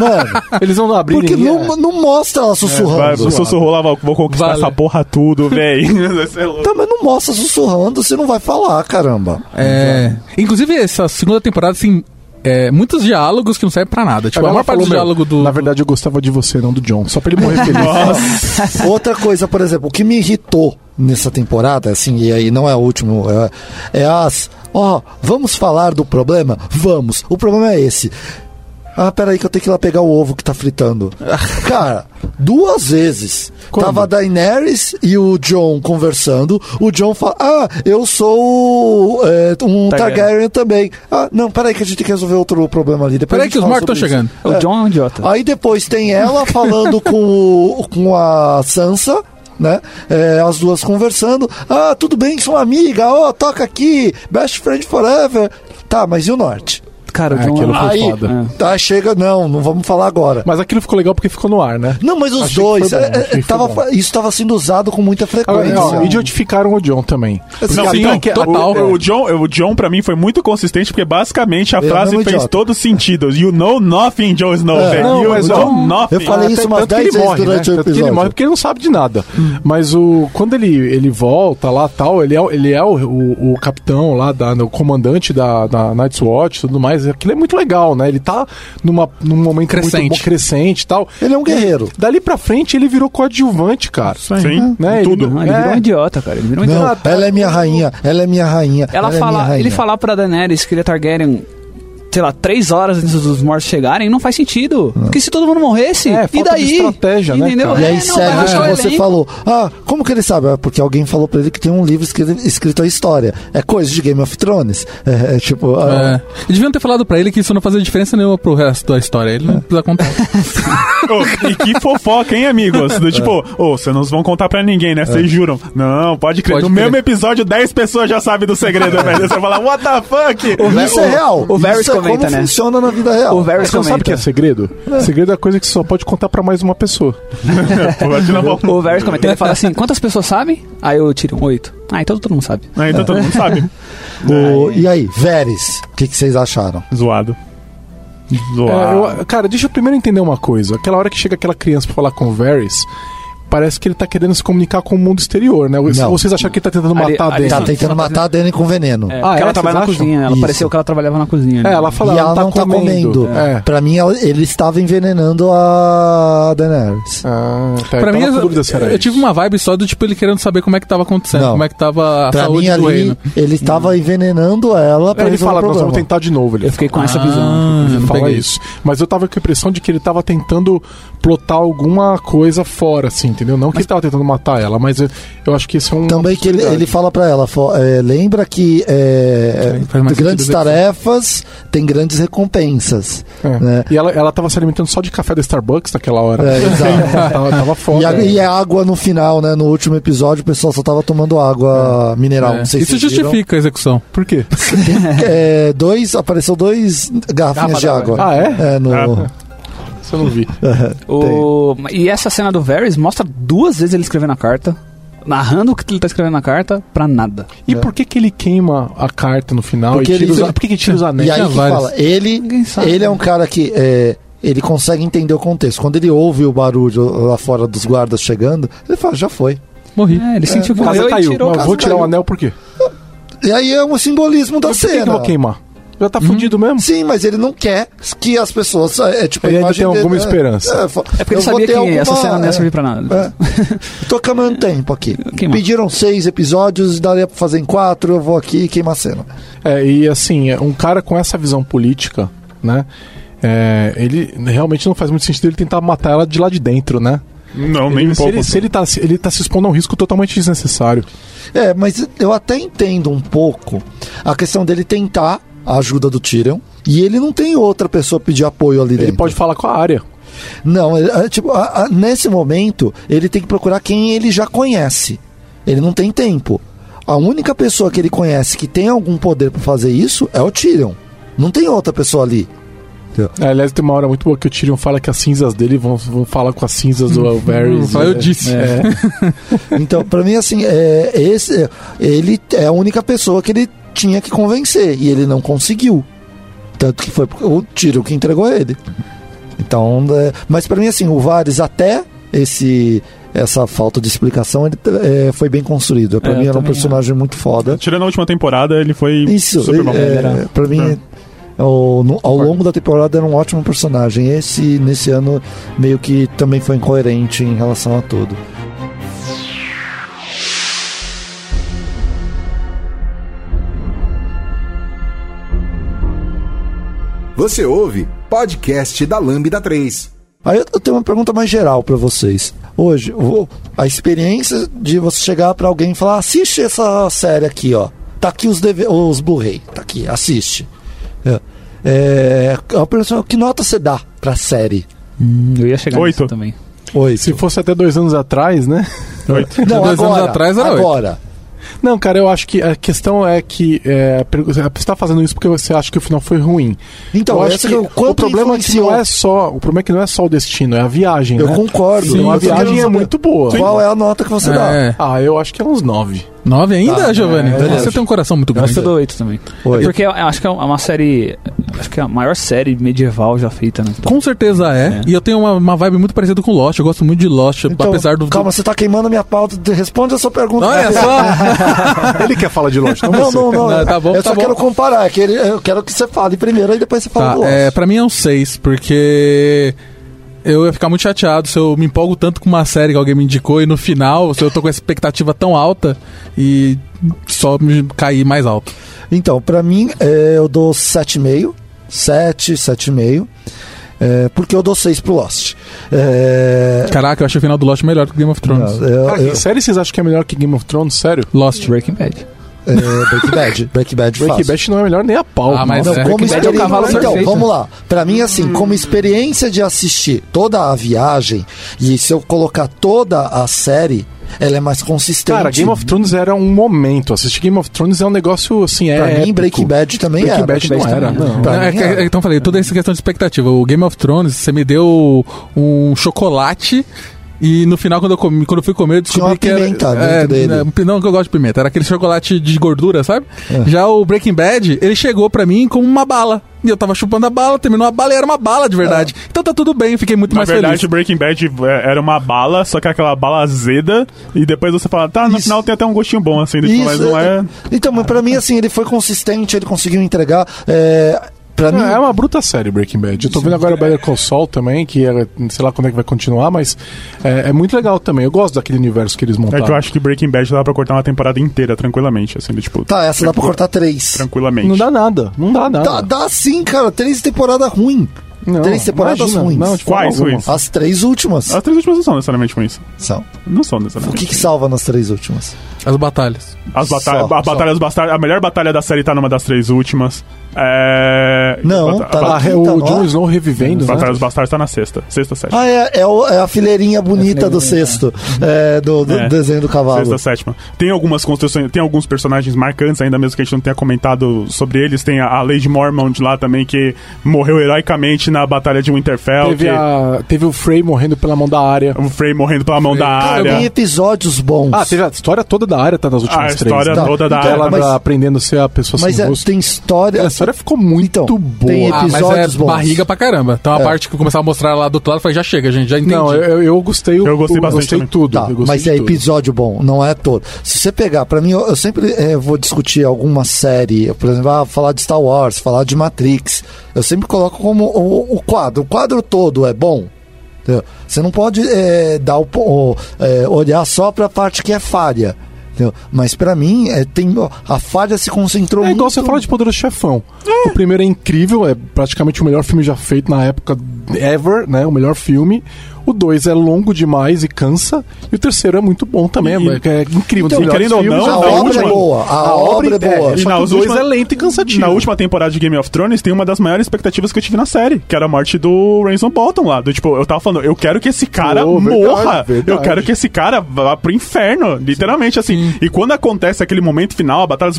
Speaker 7: Mano,
Speaker 4: Eles não abrir
Speaker 7: porque não, não mostra ela
Speaker 5: Vai,
Speaker 7: sussurrando.
Speaker 5: sussurrou lá, vou vou conquistar
Speaker 6: Vale.
Speaker 5: essa porra tudo, véi. Você é louco.
Speaker 7: Tá, mas não mostra sussurrando, você não vai falar, caramba.
Speaker 6: É. Inclusive, essa segunda temporada, assim, é, muitos diálogos que não servem pra nada.
Speaker 4: É,
Speaker 6: Tipo, a maior parte do diálogo do.
Speaker 4: Na verdade, eu gostava de você, não do John. Só pra ele morrer feliz.
Speaker 7: Outra coisa, por exemplo, o que me irritou nessa temporada, assim, e aí não é o último, é, é as. Ó, vamos falar do problema? Vamos. O problema é esse. Ah, peraí que eu tenho que ir lá pegar o ovo que tá fritando. Cara, duas vezes. Tava a Daenerys e o John conversando. O John fala: Ah, eu sou é, um Targaryen.
Speaker 3: Targaryen.
Speaker 7: também. Ah, não, peraí que a gente tem que resolver outro problema ali. Depois a
Speaker 6: Peraí
Speaker 7: gente
Speaker 6: que os
Speaker 7: fala
Speaker 6: mortos estão
Speaker 7: sobre isso.
Speaker 6: chegando.
Speaker 3: O John é um
Speaker 4: Ah,
Speaker 3: idiota.
Speaker 7: Aí depois tem ela falando com, o- com a Sansa. Né? É, as duas conversando. Ah, tudo bem, sou uma amiga. Ó, toca aqui. Best friend forever. Tá, mas e o norte?
Speaker 3: Cara, o John.
Speaker 4: aquilo foi
Speaker 7: Aí,
Speaker 4: foda.
Speaker 7: tá, chega. Não, não vamos falar agora.
Speaker 4: Mas aquilo ficou legal porque ficou no ar, né?
Speaker 7: Não, mas os
Speaker 4: Achei que
Speaker 7: dois.
Speaker 4: foi bom,
Speaker 7: é, é,
Speaker 4: achei que foi
Speaker 7: tava,
Speaker 4: bom.
Speaker 7: isso estava sendo usado com muita
Speaker 4: Agora,
Speaker 7: frequência.
Speaker 4: ó, Ah, idiotificaram o John também.
Speaker 7: Esse
Speaker 5: Não,
Speaker 7: cara-
Speaker 5: então,
Speaker 6: que-
Speaker 5: o,
Speaker 6: total.
Speaker 4: é,
Speaker 5: o John, o John pra mim foi muito consistente porque basicamente a
Speaker 7: Ele é
Speaker 5: frase
Speaker 7: um
Speaker 5: fez
Speaker 7: idiota.
Speaker 5: todo sentido. You know nothing, Jon Snow.
Speaker 7: É.
Speaker 5: velho.
Speaker 4: Não,
Speaker 5: you
Speaker 4: mas, ó,
Speaker 5: know nothing.
Speaker 7: eu falei isso umas
Speaker 4: tanto que
Speaker 7: 10
Speaker 4: ele
Speaker 7: vezes
Speaker 4: morre,
Speaker 7: durante
Speaker 4: né?
Speaker 7: o
Speaker 4: Tanto que
Speaker 7: episódio.
Speaker 4: ele morre porque ele não sabe de nada. Mas o quando ele, ele volta lá tal, ele é, o- ele é o, o, o capitão lá, da, o comandante da, da Night's Watch e tudo mais. Aquilo é muito legal, né? Ele tá numa, num momento
Speaker 6: Crescente.
Speaker 4: muito bom, crescente e tal.
Speaker 7: Ele é um guerreiro.
Speaker 4: Dali pra frente ele virou coadjuvante, cara.
Speaker 5: Sim,
Speaker 4: Né? Ele-
Speaker 5: tudo.
Speaker 3: Não, ele
Speaker 4: É.
Speaker 3: virou um idiota, cara. Ele virou um
Speaker 7: Não,
Speaker 3: idiota.
Speaker 7: ela é minha rainha. Ela é minha rainha.
Speaker 3: Ela
Speaker 7: é minha
Speaker 3: fala,
Speaker 7: rainha.
Speaker 3: ele falar pra Daenerys que ele é Targaryen, sei lá, três horas antes dos mortos chegarem, não faz sentido. Porque se todo mundo morresse,
Speaker 4: É,
Speaker 3: e
Speaker 4: falta
Speaker 3: daí?
Speaker 4: de estratégia, né,
Speaker 3: Entendeu?
Speaker 4: cara?
Speaker 7: E aí
Speaker 3: É, não, vai
Speaker 7: segue o
Speaker 3: rachar
Speaker 7: que
Speaker 3: o
Speaker 7: você
Speaker 3: elenco.
Speaker 7: falou. Ah, como que ele sabe? Ah, porque alguém falou pra ele que tem um livro escrito, escrito a história. É coisa de Game of Thrones. É, é tipo. ah,
Speaker 6: É. E deviam ter falado pra ele que isso não fazia diferença nenhuma pro resto da história. Ele não precisa contar.
Speaker 5: Ô, Oh, e que fofoca, hein, amigos?
Speaker 7: É.
Speaker 5: Do tipo, ô, vocês não vão contar pra ninguém, né? Vocês juram. Não, pode crer.
Speaker 6: Pode
Speaker 5: no
Speaker 6: crer.
Speaker 5: mesmo episódio, 10 pessoas já sabem do segredo, velho. Você fala, what the fuck?
Speaker 7: isso é real.
Speaker 3: o Varys
Speaker 7: isso é
Speaker 3: comenta,
Speaker 7: como
Speaker 3: né?
Speaker 7: funciona na vida real.
Speaker 3: O Varys
Speaker 4: Você não sabe o que é
Speaker 3: comenta.
Speaker 4: segredo? Segredo é coisa que você só pode contar pra mais uma pessoa.
Speaker 5: Bate na mão.
Speaker 3: O Varys comenta. Ele fala assim: quantas pessoas sabem? Aí eu tiro um oito. Ah, então todo mundo sabe.
Speaker 5: Ah, então todo mundo sabe.
Speaker 7: O- e aí, Varys, o que, que vocês acharam?
Speaker 5: Zoado.
Speaker 4: É,
Speaker 5: Zoado.
Speaker 4: eu- cara, deixa eu primeiro entender uma coisa. Aquela hora que chega aquela criança pra falar com o Varys, parece que ele tá querendo se comunicar com o mundo exterior, né? Ou
Speaker 7: Não.
Speaker 4: Vocês acham que ele tá tentando
Speaker 3: Ali-
Speaker 4: matar a
Speaker 3: ali
Speaker 4: Dany?
Speaker 7: Tá
Speaker 3: Sim,
Speaker 7: tentando
Speaker 3: só
Speaker 7: matar a Dany com veneno.
Speaker 3: É,
Speaker 4: Ah,
Speaker 3: porque
Speaker 4: é?
Speaker 3: ela trabalha na
Speaker 4: Vocês acham?
Speaker 3: cozinha. Ela
Speaker 7: Isso.
Speaker 3: pareceu que ela trabalhava na cozinha. né?
Speaker 4: É, ela fala,
Speaker 7: e
Speaker 4: ela,
Speaker 7: ela
Speaker 4: tá
Speaker 7: não tá comendo.
Speaker 4: comendo. É.
Speaker 7: Pra mim, ela- ele estava envenenando a Daenerys.
Speaker 4: Ah, tá.
Speaker 6: pra
Speaker 4: Eu
Speaker 6: mim,
Speaker 4: tava com
Speaker 6: eu,
Speaker 4: dúvida se era
Speaker 6: eu
Speaker 4: isso.
Speaker 6: tive uma vibe só do tipo ele querendo saber como é que tava acontecendo,
Speaker 7: Não.
Speaker 6: como é que tava a
Speaker 7: Pra mim,
Speaker 6: saúde do
Speaker 7: ali,
Speaker 6: reino.
Speaker 7: ele estava envenenando ela pra
Speaker 4: Aí Ele
Speaker 7: resolver
Speaker 4: fala,
Speaker 7: o
Speaker 4: nós
Speaker 7: problema. "Hum,
Speaker 4: vamos tentar de novo. Ele
Speaker 3: Eu fiquei com essa
Speaker 6: Ah,
Speaker 3: visão.
Speaker 6: eu não
Speaker 4: fala
Speaker 6: peguei.
Speaker 4: isso. Mas eu tava com a impressão de que ele tava tentando plotar alguma coisa fora, assim, entendeu? Não que ele tava tentando matar ela, mas eu, eu acho que isso é um.
Speaker 7: Também que ele, ele fala pra ela, fo- é, lembra que é,
Speaker 6: Sim, faz mais
Speaker 7: grandes
Speaker 6: sentido ver
Speaker 7: tarefas têm grandes recompensas.
Speaker 4: É.
Speaker 7: né?
Speaker 4: E ela, ela tava se alimentando só de café da Starbucks naquela hora.
Speaker 7: É, exato.
Speaker 4: tava, tava
Speaker 7: E
Speaker 4: foda.
Speaker 6: é.
Speaker 7: a, e a água no final, né? No último episódio, o pessoal só tava tomando água mineral. Não sei se
Speaker 6: É. Isso
Speaker 7: vocês viram.
Speaker 6: justifica a execução.
Speaker 4: Por quê?
Speaker 7: É, dois, apareceu dois
Speaker 3: Garrafa
Speaker 7: garrafinhas de água.
Speaker 4: d'água. Ah, é?
Speaker 7: no,
Speaker 5: Ah,
Speaker 4: Isso eu não vi.
Speaker 3: O- E essa cena do Varys mostra duas vezes ele escrevendo a carta, narrando o que ele tá escrevendo na carta, pra nada.
Speaker 4: E por que que ele queima a carta no final?
Speaker 7: Porque
Speaker 4: e tira
Speaker 7: ele-
Speaker 4: os a- Por que que tira os anéis?
Speaker 7: E aí
Speaker 6: Tinha
Speaker 7: que
Speaker 6: vários. né?
Speaker 7: fala, ele,
Speaker 3: sabe.
Speaker 7: ele é um cara que é, ele consegue entender o contexto. Quando ele ouve o barulho lá fora dos guardas chegando, ele fala, já foi.
Speaker 6: Morri.
Speaker 3: É, ele sentiu que
Speaker 4: A casa
Speaker 3: morreu e
Speaker 4: caiu.
Speaker 3: tirou o
Speaker 4: Mas
Speaker 3: caso
Speaker 4: vou tirar o
Speaker 3: caiu.
Speaker 4: anel por quê?
Speaker 7: E aí é um simbolismo da
Speaker 4: Mas por que que eu
Speaker 7: cena.
Speaker 4: vou queimar? Já tá fudido mesmo?
Speaker 7: Sim, mas ele não quer que as pessoas. É, tipo, a
Speaker 4: Ele ainda
Speaker 7: imagem
Speaker 4: tem
Speaker 7: dele-
Speaker 4: alguma
Speaker 7: é,
Speaker 4: esperança.
Speaker 7: É, fa-
Speaker 3: É porque
Speaker 7: eu
Speaker 3: ele
Speaker 7: vou
Speaker 3: sabia
Speaker 7: ter
Speaker 3: que essa
Speaker 7: alguma-
Speaker 3: cena não ia
Speaker 7: é,
Speaker 3: servir pra nada.
Speaker 7: é. Tô queimando tempo aqui.
Speaker 3: Queimar.
Speaker 7: Pediram seis episódios, daria pra fazer em quatro, eu vou aqui e queimar a cena.
Speaker 4: É, e assim, é, um cara com essa visão política, né? é, ele realmente não faz muito sentido ele tentar matar ela de lá de dentro, né?
Speaker 5: Não, nem
Speaker 4: ele,
Speaker 5: um
Speaker 4: se,
Speaker 5: pouco.
Speaker 4: ele, se ele tá, se- ele tá se expondo a um risco totalmente desnecessário.
Speaker 7: É, mas eu até entendo um pouco a questão dele tentar a ajuda do Tyrion. E ele não tem outra pessoa pedir apoio ali
Speaker 4: Ele
Speaker 7: dentro.
Speaker 4: pode falar com a área.
Speaker 7: Não, ele- é, tipo, a- a- nesse momento, ele tem que procurar quem ele já conhece. Ele não tem tempo. A única pessoa que ele conhece que tem algum poder pra fazer isso é o Tyrion. Não tem outra pessoa ali.
Speaker 4: É, aliás, tem uma hora muito boa que o Tyrion fala que as cinzas dele vão, vão falar com as cinzas do
Speaker 6: Hum,
Speaker 4: Varys.
Speaker 6: fala, eu
Speaker 4: É.
Speaker 6: disse.
Speaker 4: É.
Speaker 7: Então, pra mim, assim, é, esse, ele é a única pessoa que ele tinha que convencer. E ele não conseguiu. Tanto que foi o Tyrion que entregou ele. Então, é, mas pra mim, assim, o Varys até esse essa falta de explicação ele é, foi bem construído. Pra
Speaker 3: É,
Speaker 7: mim
Speaker 3: eu
Speaker 7: era um
Speaker 3: também
Speaker 7: personagem muito foda.
Speaker 5: Tirando a última temporada, ele foi
Speaker 7: Isso,
Speaker 5: super bom.
Speaker 7: é, pra mim,
Speaker 3: É.
Speaker 7: ao, no- ao longo da temporada era um ótimo personagem. Esse, nesse ano, meio que também foi incoerente em relação a tudo.
Speaker 1: Você ouve podcast da Lambda 3.
Speaker 7: Aí eu tenho uma pergunta mais geral pra vocês. Hoje, o- a experiência de você chegar pra alguém e falar: assiste essa série aqui, ó. Tá aqui os, DV os Blu-ray, tá aqui, assiste. É, é, a pessoa, que nota você dá pra série?
Speaker 3: Hum, eu ia chegar
Speaker 5: Oito.
Speaker 3: nisso também.
Speaker 7: Oi.
Speaker 4: Se fosse até dois anos atrás, né?
Speaker 7: Não,
Speaker 6: dois anos
Speaker 7: agora,
Speaker 6: atrás era oito.
Speaker 7: agora.
Speaker 4: Não, cara, eu acho que a questão é que é, a pergu- você está fazendo isso porque você acha que o final foi ruim.
Speaker 7: Então,
Speaker 4: eu
Speaker 7: essa
Speaker 4: acho
Speaker 7: que
Speaker 4: que
Speaker 7: eu-
Speaker 4: o
Speaker 7: quanto
Speaker 4: problema é que
Speaker 7: influenciou?
Speaker 4: não é só o problema é que não é só o destino, é a viagem.
Speaker 7: Eu
Speaker 4: né?
Speaker 7: concordo.
Speaker 4: Então, a
Speaker 7: eu tô querendo
Speaker 4: viagem é
Speaker 7: saber
Speaker 4: muito boa.
Speaker 7: Qual é a nota que você dá?
Speaker 6: É.
Speaker 4: Ah, eu acho que é uns nove.
Speaker 6: Nove ainda,
Speaker 7: Tá,
Speaker 6: Giovanni?
Speaker 7: é, beleza.
Speaker 6: Você tem um coração muito
Speaker 3: Eu acho
Speaker 6: grande.
Speaker 3: que eu dou oito também.
Speaker 7: Oito.
Speaker 3: É porque eu, eu acho que é uma série. Acho que é a maior série medieval já feita, né?
Speaker 6: Com certeza é. E eu tenho uma, uma vibe muito parecida com Lost. Eu gosto muito de Lost, apesar do. é
Speaker 7: Calma, você tá queimando a minha pauta. de- Responde a sua pergunta.
Speaker 6: Olha só!
Speaker 4: Ele quer falar de longe, não
Speaker 7: Não,
Speaker 4: você.
Speaker 7: não, não.
Speaker 6: Não, tá bom,
Speaker 7: eu
Speaker 6: tá
Speaker 7: só
Speaker 6: bom.
Speaker 7: quero comparar. que ele- Eu quero que você fale primeiro e depois você fala
Speaker 6: tá,
Speaker 7: do outro.
Speaker 6: é, pra mim é um seis, porque. Eu ia ficar muito chateado se eu me empolgo tanto com uma série que alguém me indicou e no final, se eu tô com essa expectativa tão alta e só me cair mais alto.
Speaker 7: Então, pra mim, é, eu dou 7,5. 7, 7,5. É, porque eu dou 6 pro Lost. É,
Speaker 6: Caraca, eu achei o final do Lost melhor que Game of Thrones.
Speaker 7: não, é- eu-
Speaker 4: Cara, que
Speaker 7: Ah, eu-
Speaker 4: série vocês acham que é melhor que Game of Thrones? Sério?
Speaker 6: Lost.
Speaker 3: Breaking Bad.
Speaker 7: é, Breaking Bad. Breaking Bad
Speaker 4: Breaking
Speaker 7: fácil.
Speaker 4: Bad não é um melhor nem a pau.
Speaker 6: Ah, mas
Speaker 4: Nossa.
Speaker 7: Não,
Speaker 6: é.
Speaker 7: como
Speaker 3: Breaking Bad é o
Speaker 7: experiência,
Speaker 3: cavalo
Speaker 7: então,
Speaker 3: perfeito.
Speaker 7: vamos lá. Pra mim, assim,
Speaker 4: Hum.
Speaker 7: como experiência de assistir toda a viagem, e se eu colocar toda a série, ela é mais consistente.
Speaker 4: Cara, Game of Thrones era um momento. Assistir Game of Thrones é um negócio assim, é.
Speaker 7: Pra mim,
Speaker 4: épico.
Speaker 7: Breaking Bad também
Speaker 4: Breaking
Speaker 7: é, era.
Speaker 4: Bad não
Speaker 3: Breaking Bad
Speaker 4: era,
Speaker 3: também
Speaker 4: não.
Speaker 7: Pra
Speaker 6: Não, é
Speaker 7: mim
Speaker 6: que-
Speaker 7: era.
Speaker 6: é que- então eu falei, toda essa questão de expectativa. O Game of Thrones, você me deu um chocolate e no final, quando eu, comi, quando eu fui comer, eu
Speaker 7: Tinha
Speaker 6: descobri
Speaker 7: uma
Speaker 6: que era-
Speaker 7: pimenta
Speaker 6: é,
Speaker 7: dentro dele.
Speaker 6: é, pi- Não, que eu gosto de pimenta. Era aquele chocolate de gordura, sabe?
Speaker 7: É.
Speaker 6: Já o Breaking Bad, ele chegou pra mim como uma bala. E eu tava chupando a bala, terminou a bala e era uma bala de verdade.
Speaker 7: É.
Speaker 6: Então tá tudo bem, fiquei muito
Speaker 5: Na
Speaker 6: mais
Speaker 5: verdade,
Speaker 6: feliz.
Speaker 5: Breaking Bad é, era uma bala, só que aquela bala azeda, e depois você fala, tá, no
Speaker 7: Isso.
Speaker 5: final tem até um gostinho bom, assim, do tipo,
Speaker 7: Isso,
Speaker 5: mas não é...
Speaker 7: Então, mas pra mim, assim, ele foi consistente, ele conseguiu entregar. É, pra mim,
Speaker 4: Não, é uma bruta série Breaking Bad. Eu tô vendo agora Better Call Saul também, que é, sei lá como é que vai continuar, mas é, é muito legal também. Eu gosto daquele universo que eles
Speaker 5: É
Speaker 4: montaram.
Speaker 5: que eu acho que Breaking Bad dá pra cortar uma temporada inteira, tranquilamente, assim, do tipo...
Speaker 7: Tá, essa dá pra cortar três.
Speaker 5: Tranquilamente.
Speaker 7: Tá
Speaker 4: Não dá nada, não dá nada.
Speaker 7: Dá, dá sim, cara. Três temporada ruim.
Speaker 4: Não,
Speaker 7: três temporadas
Speaker 4: imagina.
Speaker 7: ruins.
Speaker 4: Não, de forma
Speaker 5: Quais
Speaker 4: alguma.
Speaker 5: ruins?
Speaker 7: As três últimas
Speaker 5: As três últimas não são necessariamente ruins.
Speaker 7: são.
Speaker 5: Não são
Speaker 7: O
Speaker 5: necessariamente.
Speaker 7: que, que salva nas três últimas?
Speaker 6: As batalhas.
Speaker 5: As batalhas,
Speaker 7: Só,
Speaker 5: a batalhas bastardas. A melhor batalha da série tá numa das três últimas. É.
Speaker 7: Não,
Speaker 5: bata-
Speaker 7: tá
Speaker 5: a-
Speaker 7: lá.
Speaker 4: Ah, é
Speaker 7: Então,
Speaker 4: o
Speaker 7: ó.
Speaker 4: Jon Snow revivendo, né?
Speaker 5: Batalhas Bastardas tá na sexta. Sexta, sétima.
Speaker 7: Ah, é, é, o- é a fileirinha bonita do sexto, é, do, do
Speaker 5: É.
Speaker 7: desenho do cavalo.
Speaker 5: Sexta, sétima. Tem algumas construções, tem alguns personagens marcantes, ainda mesmo que a gente não tenha comentado sobre eles. Tem a, a Lady Mormont lá também, que morreu heroicamente na Batalha de Winterfell.
Speaker 4: Teve,
Speaker 5: que-
Speaker 4: a- teve o Frey morrendo pela mão da área.
Speaker 5: O Frey morrendo pela mão da
Speaker 7: Cara, tem
Speaker 5: área.
Speaker 7: episódios bons.
Speaker 4: Ah, teve a história toda da área tá nas
Speaker 5: A
Speaker 4: últimas três.
Speaker 5: história
Speaker 4: né?
Speaker 7: Tá.
Speaker 5: toda da
Speaker 7: Então,
Speaker 5: área.
Speaker 4: Ela
Speaker 7: mas-
Speaker 4: tá aprendendo a ser a pessoa
Speaker 7: Mas
Speaker 4: sem
Speaker 7: é,
Speaker 4: rosto.
Speaker 7: tem história.
Speaker 4: A história ficou muito
Speaker 7: Então,
Speaker 4: boa.
Speaker 7: tem
Speaker 6: Ah, mas é
Speaker 7: Episódios bons. É.
Speaker 6: barriga pra caramba. Então a parte que eu começava a mostrar lá do outro lado, eu falei, já chega, gente, já entendi.
Speaker 4: Não, eu, eu gostei.
Speaker 5: Eu gostei bastante
Speaker 4: gostei
Speaker 5: também.
Speaker 4: tudo.
Speaker 7: Tá,
Speaker 4: eu gostei
Speaker 7: mas
Speaker 4: de
Speaker 7: é
Speaker 4: tudo.
Speaker 7: episódio bom, não é todo. Se você pegar, pra mim, eu, eu sempre eh, vou discutir alguma série, eu, por exemplo, ah, falar de Star Wars, falar de Matrix. Eu sempre coloco como o, o quadro. O quadro todo é bom. entendeu? Você não pode eh, dar o, po- o, eh, olhar só pra parte que é falha. entendeu? Mas pra mim, eh, tem, a falha se concentrou
Speaker 4: É igual
Speaker 7: muito.
Speaker 4: você fala de Poderoso Chefão. O primeiro é incrível, é praticamente o melhor filme já feito na época ever, né? O melhor filme. O dois é longo demais e cansa. E o terceiro é muito bom também,
Speaker 5: E-
Speaker 4: é, é incrível. um dos
Speaker 5: Então,
Speaker 4: melhores
Speaker 5: querendo ou
Speaker 4: filmes
Speaker 5: não,
Speaker 4: já
Speaker 7: a
Speaker 5: na
Speaker 4: feitos.
Speaker 7: obra
Speaker 5: última-
Speaker 7: é boa, a, obra é boa.
Speaker 4: só que
Speaker 5: nas
Speaker 4: o dois
Speaker 5: últimas-
Speaker 4: é lento e cansativo.
Speaker 5: Na última temporada de Game of Thrones tem uma das maiores expectativas que eu tive na série, que era a morte do Ransom Bolton lá. Do, tipo, eu tava falando, eu quero que esse cara
Speaker 4: Pô, verdade,
Speaker 5: morra. Eu
Speaker 4: verdade.
Speaker 5: quero que esse cara vá pro inferno. Literalmente, assim. E quando acontece aquele momento final, a Batalha dos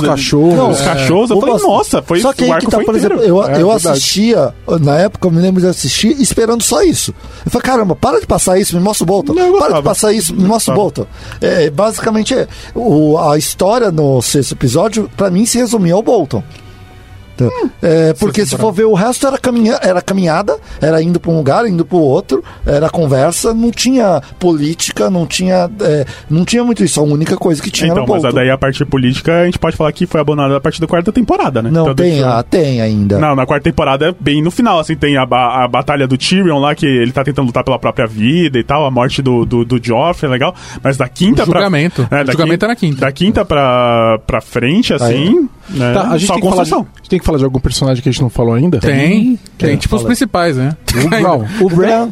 Speaker 4: Os cachorros.
Speaker 5: os
Speaker 4: É.
Speaker 5: cachorros, eu
Speaker 7: Vou
Speaker 5: falei,
Speaker 7: mostrar.
Speaker 5: nossa, foi
Speaker 7: Só que
Speaker 5: o
Speaker 7: aí
Speaker 5: arco
Speaker 7: que tá,
Speaker 5: foi
Speaker 7: por
Speaker 5: inteiro.
Speaker 7: exemplo, eu,
Speaker 4: É,
Speaker 7: eu
Speaker 4: verdade.
Speaker 7: assistia, na época eu me lembro de assistir esperando só isso. Eu falei, caramba, para de passar isso, me mostra o Bolton.
Speaker 5: Não, eu
Speaker 7: para
Speaker 5: gostava.
Speaker 7: de passar isso, me mostra o Bolton. É, basicamente, é, o, a história no sexto episódio, pra mim, se resumia ao Bolton. Então,
Speaker 5: Hum.
Speaker 7: é, porque se for ver o resto era, caminha, era caminhada, era indo pra um lugar, indo pro outro, era conversa, não tinha política, não tinha, é, não tinha muito isso. A única coisa que tinha era
Speaker 5: Então,
Speaker 7: o
Speaker 5: mas
Speaker 7: Bolton.
Speaker 5: a- daí a parte política, a gente pode falar que foi abandonada a partir da quarta temporada, né?
Speaker 7: Não,
Speaker 5: Então,
Speaker 7: tem,
Speaker 5: deixa eu-
Speaker 7: ah, tem ainda.
Speaker 5: Não, na quarta temporada é bem no final, assim, tem a, ba- a batalha do Tyrion lá, que ele tá tentando lutar pela própria vida e tal, a morte do, do, do Joffrey, é legal. Mas da quinta
Speaker 6: O julgamento.
Speaker 5: pra.
Speaker 6: O julgamento
Speaker 5: quinta-
Speaker 6: é na quinta.
Speaker 5: Da quinta pra, pra frente, assim. né,
Speaker 4: Tá, a gente
Speaker 5: só
Speaker 4: tem que falar de-
Speaker 5: construção.
Speaker 4: a gente tem que falar de algum personagem que a gente não falou ainda?
Speaker 6: Tem. Tem,
Speaker 7: Tem, É.
Speaker 6: tipo os
Speaker 7: fala.
Speaker 6: principais, né?
Speaker 4: O Bran.
Speaker 7: O Bran,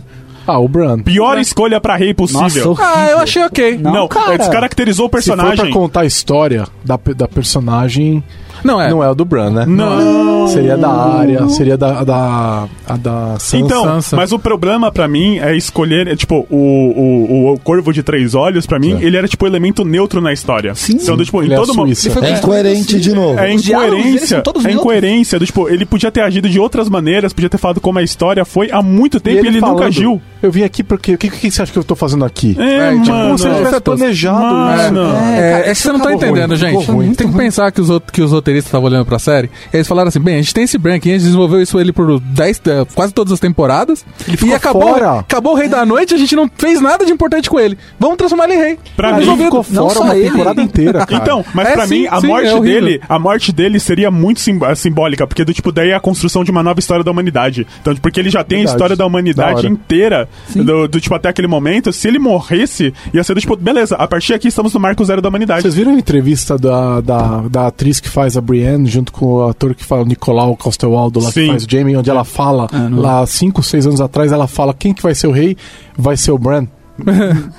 Speaker 4: Ah, o Bran.
Speaker 5: Pior escolha pra rei possível.
Speaker 3: Nossa, horrível.
Speaker 6: Ah, eu achei ok.
Speaker 3: Não.
Speaker 5: não, é,
Speaker 4: cara.
Speaker 5: descaracterizou o
Speaker 4: Se for
Speaker 5: personagem.
Speaker 4: pra contar a história da, pe- da personagem,
Speaker 6: Não é.
Speaker 4: não é o do Bran, né?
Speaker 5: Não.
Speaker 4: Seria da área, seria da. da a da Sansa.
Speaker 5: Então,
Speaker 6: Sansa.
Speaker 5: mas o problema pra mim é escolher, é, tipo, o, o, o, o Corvo de Três Olhos, pra mim, ele era, tipo, elemento neutro na história. Sim. Então, tipo, em
Speaker 4: Ele é
Speaker 5: todo
Speaker 4: a
Speaker 5: momento.
Speaker 4: Suíça.
Speaker 6: Ele foi
Speaker 7: é
Speaker 6: construído
Speaker 7: incoerente de novo.
Speaker 5: É
Speaker 3: Os diálogos deles
Speaker 5: incoerência.
Speaker 3: são todos
Speaker 5: É
Speaker 3: neutros.
Speaker 5: incoerência. Do, tipo, ele podia ter agido de outras maneiras, podia ter falado como a história foi há muito tempo e ele,
Speaker 4: falando,
Speaker 5: nunca agiu.
Speaker 4: Eu vim aqui porque. O que, que você acha que eu tô fazendo aqui?
Speaker 5: É,
Speaker 6: tipo,
Speaker 5: mano.
Speaker 4: Como se ele tivesse planejado.
Speaker 5: Mano.
Speaker 4: né?
Speaker 6: É,
Speaker 4: cara,
Speaker 6: é que
Speaker 4: isso
Speaker 6: você não tá
Speaker 4: acabou
Speaker 6: entendendo,
Speaker 4: ruim,
Speaker 6: gente.
Speaker 4: ficou ruim.
Speaker 6: Tem que pensar que os, outros- que os roteiristas estavam olhando pra série. Eles falaram assim: bem, a gente tem esse Bran aqui, a gente desenvolveu isso ele por 10, eh, quase todas as temporadas.
Speaker 4: ficou
Speaker 6: e acabou,
Speaker 4: fora.
Speaker 6: acabou o Rei da Noite, a gente não fez nada de importante com ele. Vamos transformar ele em rei.
Speaker 5: Pra mim,
Speaker 4: Ele
Speaker 6: Resolvido.
Speaker 4: ficou
Speaker 6: Não
Speaker 4: fora
Speaker 6: só
Speaker 4: uma
Speaker 6: ele.
Speaker 4: temporada inteira, cara.
Speaker 5: Então, mas
Speaker 6: É,
Speaker 5: pra
Speaker 6: sim,
Speaker 5: mim, a
Speaker 6: sim,
Speaker 5: morte
Speaker 6: é horrível.
Speaker 5: dele, a morte dele seria muito sim- ah, simbólica, porque do tipo, daí é a construção de uma nova história da humanidade. Então, porque ele já tem a
Speaker 4: Verdade.
Speaker 5: história da
Speaker 4: Da
Speaker 5: humanidade
Speaker 4: hora.
Speaker 5: inteira, do, do, tipo, até aquele momento, se ele morresse, ia ser do tipo, beleza, a partir aqui estamos no marco zero da humanidade.
Speaker 4: Vocês viram a entrevista da, da, da atriz que faz a Brienne, junto com o ator que faz o Nicolau Castelwaldo, lá
Speaker 5: Sim.
Speaker 4: que faz o Jamie, onde ela fala,
Speaker 6: É,
Speaker 4: lá 5, 6 anos atrás, ela fala quem que vai ser o rei? Vai ser o Bran.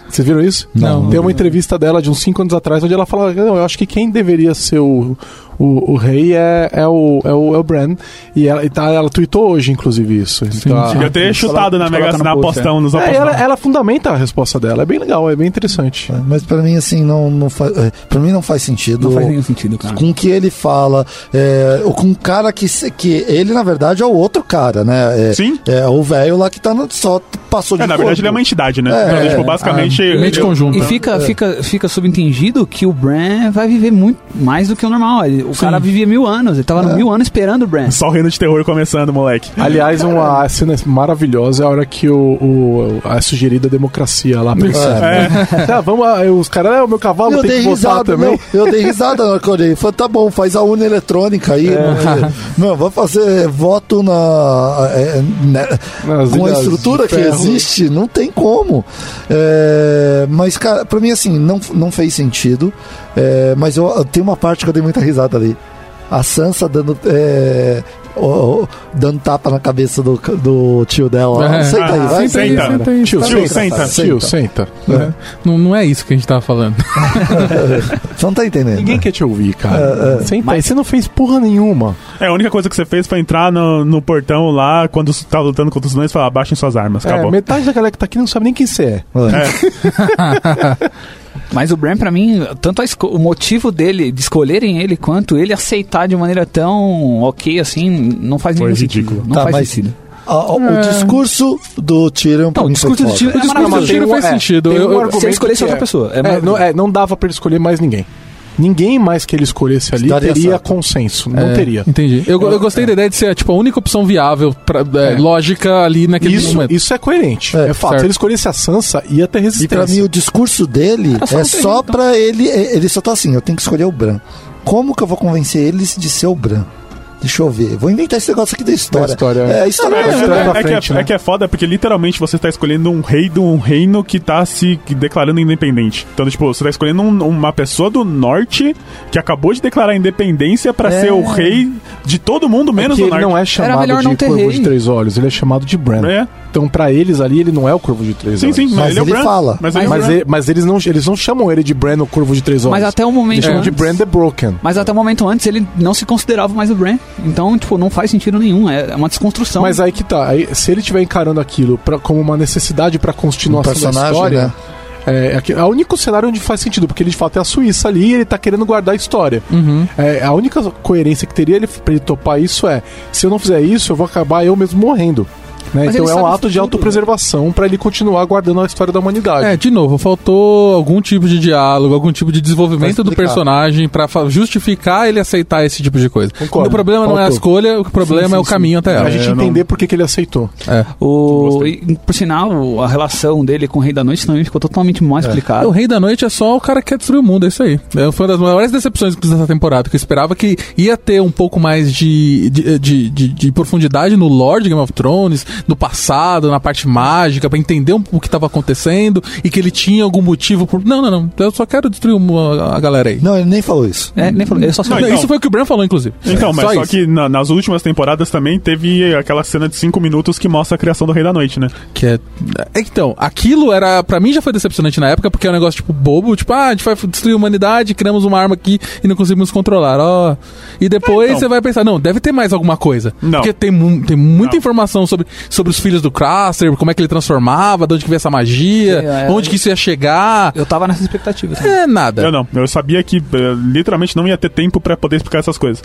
Speaker 4: Vocês viram isso?
Speaker 6: Não.
Speaker 4: Tem uma entrevista dela de uns 5 anos atrás, onde ela fala, não, eu acho que quem deveria ser o, o, o rei é, é, o, é, o, é o Bran. E ela, e tá, ela tweetou hoje, inclusive, isso. Então,
Speaker 6: sim.
Speaker 4: ela-
Speaker 5: Eu teria chutado na
Speaker 6: coloca
Speaker 5: Mega
Speaker 6: no
Speaker 5: na
Speaker 6: post,
Speaker 5: apostão, nos
Speaker 4: É,
Speaker 5: apostão.
Speaker 4: ela, ela fundamenta a resposta dela. É bem legal, é bem interessante.
Speaker 7: Mas pra mim, assim, não, não faz. Pra mim não faz sentido.
Speaker 3: Não faz nenhum sentido, cara.
Speaker 7: Com o que ele fala, é, ou com o cara que, se- que. Ele, na verdade, é o outro cara, né? É,
Speaker 5: Sim.
Speaker 7: É o velho lá que tá no, só passou de
Speaker 5: É, na
Speaker 7: corpo.
Speaker 5: verdade, ele é uma entidade, né?
Speaker 7: É,
Speaker 5: então, do, tipo,
Speaker 7: é,
Speaker 5: basicamente.
Speaker 6: ah, mente
Speaker 5: eu-
Speaker 6: conjunta.
Speaker 3: E fica,
Speaker 4: É.
Speaker 3: fica, fica subentendido que o Bran vai viver muito mais do que o normal. Ele- O cara vivia mil anos, ele
Speaker 4: É.
Speaker 3: tava no mil anos esperando o Bran.
Speaker 5: Só o reino de terror começando, moleque.
Speaker 4: Aliás, uma cena maravilhosa é a hora que o, o- a sugerida democracia lá percebe.
Speaker 7: É,
Speaker 5: é.
Speaker 4: né? Tá, vamos, ah, os caras, é, o meu cavalo
Speaker 7: Eu
Speaker 4: tem
Speaker 7: dei
Speaker 4: que votar
Speaker 7: risada,
Speaker 4: também.
Speaker 7: não, eu dei risada na hora que eu olhei. Falei, tá bom, faz a urna eletrônica aí. Não, não, vou fazer voto na. é, né,
Speaker 4: Nas
Speaker 7: com a
Speaker 4: ilhas
Speaker 7: estrutura
Speaker 4: de
Speaker 7: que
Speaker 4: ferro.
Speaker 7: existe, não tem como. É, mas, cara, pra mim, assim, não, não fez sentido. É, mas eu, tem uma parte que eu dei muita risada ali. A Sansa dando. é, ó, ó, dando tapa na cabeça do, do tio dela.
Speaker 6: É.
Speaker 7: Senta aí,
Speaker 5: Ah,
Speaker 7: vai.
Speaker 5: senta aí,
Speaker 7: cara.
Speaker 5: senta
Speaker 6: aí.
Speaker 9: Tio,
Speaker 7: Tá
Speaker 5: Tio,
Speaker 7: bem,
Speaker 5: senta.
Speaker 7: engraçado.
Speaker 9: Tio, senta. né?
Speaker 6: Não, não é isso que a gente tava falando.
Speaker 7: Você não tá entendendo.
Speaker 9: Ninguém quer te ouvir,
Speaker 7: É,
Speaker 9: cara. Senta.
Speaker 4: Mas você não fez porra nenhuma.
Speaker 5: É, a única coisa que você fez foi entrar no, no portão lá, quando você tava lutando contra os anões, e falar, abaixem suas armas,
Speaker 4: É,
Speaker 5: acabou.
Speaker 4: metade da galera que tá aqui não sabe nem quem você é.
Speaker 3: Mas o Bran, pra mim, tanto a esco- o motivo dele, de escolherem ele, quanto ele aceitar de maneira tão ok assim, não faz
Speaker 5: Foi
Speaker 3: nenhum
Speaker 5: ridículo.
Speaker 3: sentido. Não
Speaker 7: Tá,
Speaker 3: faz
Speaker 7: mas-
Speaker 3: sentido.
Speaker 7: Ó, ó, ah, O discurso do Tyrion
Speaker 4: então
Speaker 7: pra
Speaker 6: Não, o
Speaker 7: mim foi
Speaker 6: discurso do
Speaker 7: foda.
Speaker 6: tiro, o discurso
Speaker 3: maravilhoso.
Speaker 6: do tiro
Speaker 4: Tem um-
Speaker 6: faz
Speaker 4: é,
Speaker 6: sentido.
Speaker 4: tem
Speaker 6: Eu-
Speaker 4: um
Speaker 6: eu-
Speaker 4: argumento
Speaker 3: se ele escolhesse
Speaker 4: que
Speaker 3: outra
Speaker 4: é-
Speaker 3: pessoa, é
Speaker 4: É, não,
Speaker 3: maravilhoso.
Speaker 4: é, não dava pra ele escolher mais ninguém. Ninguém mais que ele escolhesse ali
Speaker 7: Estaria
Speaker 4: teria
Speaker 7: certo.
Speaker 4: consenso. Não
Speaker 6: É,
Speaker 4: teria.
Speaker 6: Entendi. Eu, eu gostei da ideia de ser tipo, a única opção viável, pra, é, lógica ali naquele
Speaker 4: Isso,
Speaker 6: momento.
Speaker 4: isso é coerente.
Speaker 7: É,
Speaker 4: É, fato.
Speaker 6: certo.
Speaker 4: Se ele escolhesse a Sansa, ia ter
Speaker 7: E pra mim
Speaker 4: resistência.
Speaker 7: o discurso dele
Speaker 6: só um
Speaker 7: é só
Speaker 6: terreno, então.
Speaker 7: pra ele. é- Ele só tá assim, eu tenho que escolher o Bran. Como que eu vou convencer eles de ser o Bran? Deixa eu ver. Vou inventar esse negócio aqui da história.
Speaker 4: Da história, é.
Speaker 7: é, a história
Speaker 5: É,
Speaker 7: vai
Speaker 4: mas
Speaker 7: virar-
Speaker 4: pra
Speaker 5: é, é
Speaker 4: frente,
Speaker 5: que é,
Speaker 4: né?
Speaker 5: é que é foda porque literalmente você tá escolhendo um rei de um reino que tá se declarando independente. Então, tipo, você tá escolhendo um- uma pessoa do norte que acabou de declarar independência pra ser o rei de todo mundo, menos
Speaker 4: Porque
Speaker 5: do
Speaker 4: ele
Speaker 5: norte.
Speaker 4: não é chamado
Speaker 3: melhor
Speaker 4: de
Speaker 3: não ter
Speaker 4: Corvo
Speaker 3: rei.
Speaker 4: de Três Olhos, ele é chamado de Bran.
Speaker 5: É.
Speaker 4: Então, pra eles ali, ele não é o Corvo de Três
Speaker 5: Sim,
Speaker 4: Olhos.
Speaker 5: sim, mas,
Speaker 7: Mas
Speaker 5: ele é o
Speaker 7: ele
Speaker 5: Bran.
Speaker 7: fala.
Speaker 5: Mas, ele é o
Speaker 4: Mas,
Speaker 5: Bran.
Speaker 4: ele- mas eles, não, eles não chamam ele de Bran o Corvo de Três Olhos.
Speaker 3: Mas até o momento
Speaker 4: Eles chamam É, de
Speaker 3: antes,
Speaker 4: Bran the Broken.
Speaker 3: mas até o momento antes ele não se considerava mais o Bran. Então, tipo, não faz sentido nenhum, é é uma desconstrução.
Speaker 4: Mas aí que tá. Aí, se ele estiver encarando aquilo pra- como uma necessidade pra continuação
Speaker 7: Um personagem,
Speaker 4: da história.
Speaker 7: né?
Speaker 4: É, aqui- é o único cenário onde faz sentido, porque ele de fato é a Suíça ali e ele tá querendo guardar a história. É, a única coerência que teria ele, pra ele topar isso é: se eu não fizer isso, eu vou acabar eu mesmo morrendo. né?
Speaker 3: Mas
Speaker 4: Então
Speaker 3: ele
Speaker 4: é um
Speaker 3: sabe
Speaker 4: ato de
Speaker 3: tudo,
Speaker 4: autopreservação pra ele continuar guardando a história da humanidade.
Speaker 6: É, de novo, faltou algum tipo de diálogo, algum tipo de desenvolvimento
Speaker 7: Pra
Speaker 6: do
Speaker 7: explicar.
Speaker 6: personagem pra fa- justificar ele aceitar esse tipo de coisa.
Speaker 4: Concordo.
Speaker 6: O problema não é a
Speaker 4: Faltou.
Speaker 6: escolha, o problema
Speaker 4: Sim,
Speaker 6: é o
Speaker 4: sim, sim.
Speaker 6: caminho até ela. É.
Speaker 4: A gente
Speaker 5: É, não-
Speaker 4: entender por que, que ele aceitou.
Speaker 3: O, e, por sinal, a relação dele com o Rei da Noite também ficou totalmente mal explicada.
Speaker 6: O Rei da Noite é só o cara que quer destruir o mundo, é isso aí. É, foi uma das maiores decepções dessa temporada, que eu esperava que ia ter um pouco mais de, de, de, de- de profundidade no lore de Game of Thrones, no passado, na parte mágica, pra entender um- o que tava acontecendo e que ele tinha algum motivo por... Não, não, não, eu só quero destruir o- a, a galera aí.
Speaker 7: Não, ele nem falou isso.
Speaker 3: É, nem falou, eu só sei-
Speaker 5: Não,
Speaker 6: Não,
Speaker 5: então-
Speaker 6: isso foi o que o Bran falou, inclusive.
Speaker 5: Então, mas só,
Speaker 6: isso.
Speaker 5: que na- nas últimas temporadas também teve aquela cena de 5 minutos que mostra a criação do Rei da Noite, né?
Speaker 6: Que é... é, Então, aquilo era. Pra mim já foi decepcionante na época, porque é um negócio, tipo, bobo, tipo, ah, a gente vai destruir a humanidade, criamos uma arma aqui e não conseguimos controlar. Ó. E depois
Speaker 5: É, então.
Speaker 6: você vai pensar, não, deve ter mais alguma coisa.
Speaker 5: Não.
Speaker 6: Porque tem, mu- tem muita
Speaker 5: Não.
Speaker 6: informação sobre, sobre os filhos do Craster, como é que ele transformava, de onde que veio essa magia,
Speaker 3: É, é.
Speaker 6: onde que isso ia chegar.
Speaker 3: Eu tava nessa expectativa. também.
Speaker 6: É nada.
Speaker 5: Eu não, eu sabia que eh, literalmente não ia ter tempo pra poder explicar essas coisas.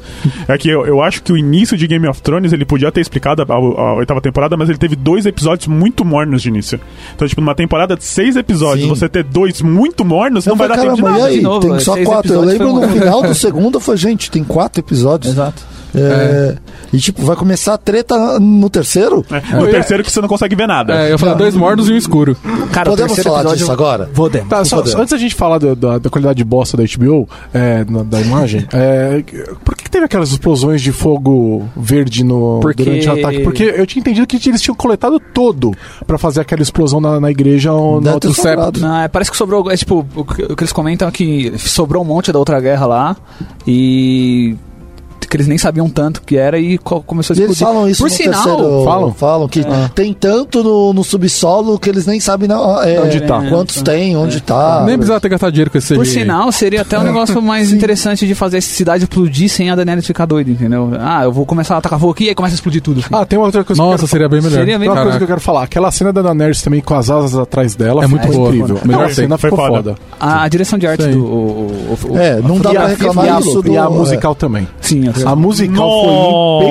Speaker 5: É que eu, eu acho que o início de Game of Thrones ele podia ter explicado a, a- a oitava temporada, mas ele teve dois episódios muito mornos de início. Então, tipo, numa temporada de seis episódios,
Speaker 7: Sim.
Speaker 5: você ter dois muito mornos, não
Speaker 7: Eu
Speaker 5: vai dar
Speaker 7: falei,
Speaker 5: tempo de
Speaker 7: "Caramba,
Speaker 5: nada.
Speaker 7: E aí,
Speaker 3: De novo,
Speaker 7: tem só
Speaker 3: seis
Speaker 7: quatro. Eu
Speaker 3: episódios
Speaker 7: lembro
Speaker 3: foi
Speaker 7: no
Speaker 3: um-
Speaker 7: final do segundo foi, gente, tem quatro episódios.
Speaker 3: Exato.
Speaker 7: É, E tipo, vai começar a treta no terceiro?
Speaker 5: É, No terceiro que você não consegue ver nada.
Speaker 6: É, eu falei dois mornos e um escuro.
Speaker 3: Cara, o
Speaker 7: Podemos
Speaker 3: terceiro
Speaker 7: falar
Speaker 3: episódio...
Speaker 7: disso agora?
Speaker 3: Podemos.
Speaker 4: Tá, só-
Speaker 7: Podemos.
Speaker 4: só antes da gente falar do- da, da qualidade de bosta da HBO, é, na- da imagem, é, por que, que teve aquelas explosões de fogo verde no,
Speaker 3: Porque-
Speaker 4: durante o ataque? Porque eu tinha entendido que eles tinham coletado todo pra fazer aquela explosão na, na igreja ou na
Speaker 7: Deve
Speaker 4: outra
Speaker 7: ter sobrado.
Speaker 3: Não, é, parece que sobrou. É tipo, o que o que eles comentam é que sobrou um monte da outra guerra lá e. que eles nem sabiam tanto que era e co- começou a
Speaker 7: E eles
Speaker 3: explodir.
Speaker 7: falam isso
Speaker 3: Por
Speaker 7: no
Speaker 3: sinal, É.
Speaker 7: terceiro.
Speaker 4: falam?
Speaker 7: Falam que tem tanto no, no subsolo que eles nem sabem na- é,
Speaker 4: Onde tá.
Speaker 7: quantos tem, onde tá.
Speaker 6: Nem precisava ter gastado dinheiro com esse
Speaker 3: Por
Speaker 6: CGI.
Speaker 3: sinal, seria até um
Speaker 7: É.
Speaker 3: negócio mais interessante de fazer a cidade explodir sem a Daenerys ficar doida, entendeu? Ah, eu vou começar a atacar fogo aqui e aí começa a explodir tudo. assim.
Speaker 4: Ah, tem uma outra coisa que eu
Speaker 6: Nossa,
Speaker 4: quero
Speaker 6: seria bem melhor.
Speaker 3: Seria bem
Speaker 4: Tem uma
Speaker 6: Caraca.
Speaker 4: coisa que eu quero falar, aquela cena da Daenerys também com as asas atrás dela
Speaker 6: É muito
Speaker 4: ficou
Speaker 6: boa,
Speaker 4: incrível.
Speaker 6: mano. Melhor
Speaker 4: Aquela
Speaker 5: cena.
Speaker 4: cena ficou
Speaker 5: Foi
Speaker 4: foda.
Speaker 3: A, a direção de arte
Speaker 6: Sim.
Speaker 3: do. o- o- o-
Speaker 7: É, não dá
Speaker 4: E
Speaker 7: pra
Speaker 4: a,
Speaker 7: reclamar
Speaker 4: e a-
Speaker 7: isso do.
Speaker 4: e a musical
Speaker 6: é.
Speaker 4: também.
Speaker 3: sim, assim.
Speaker 4: A musical
Speaker 5: Nossa,
Speaker 4: foi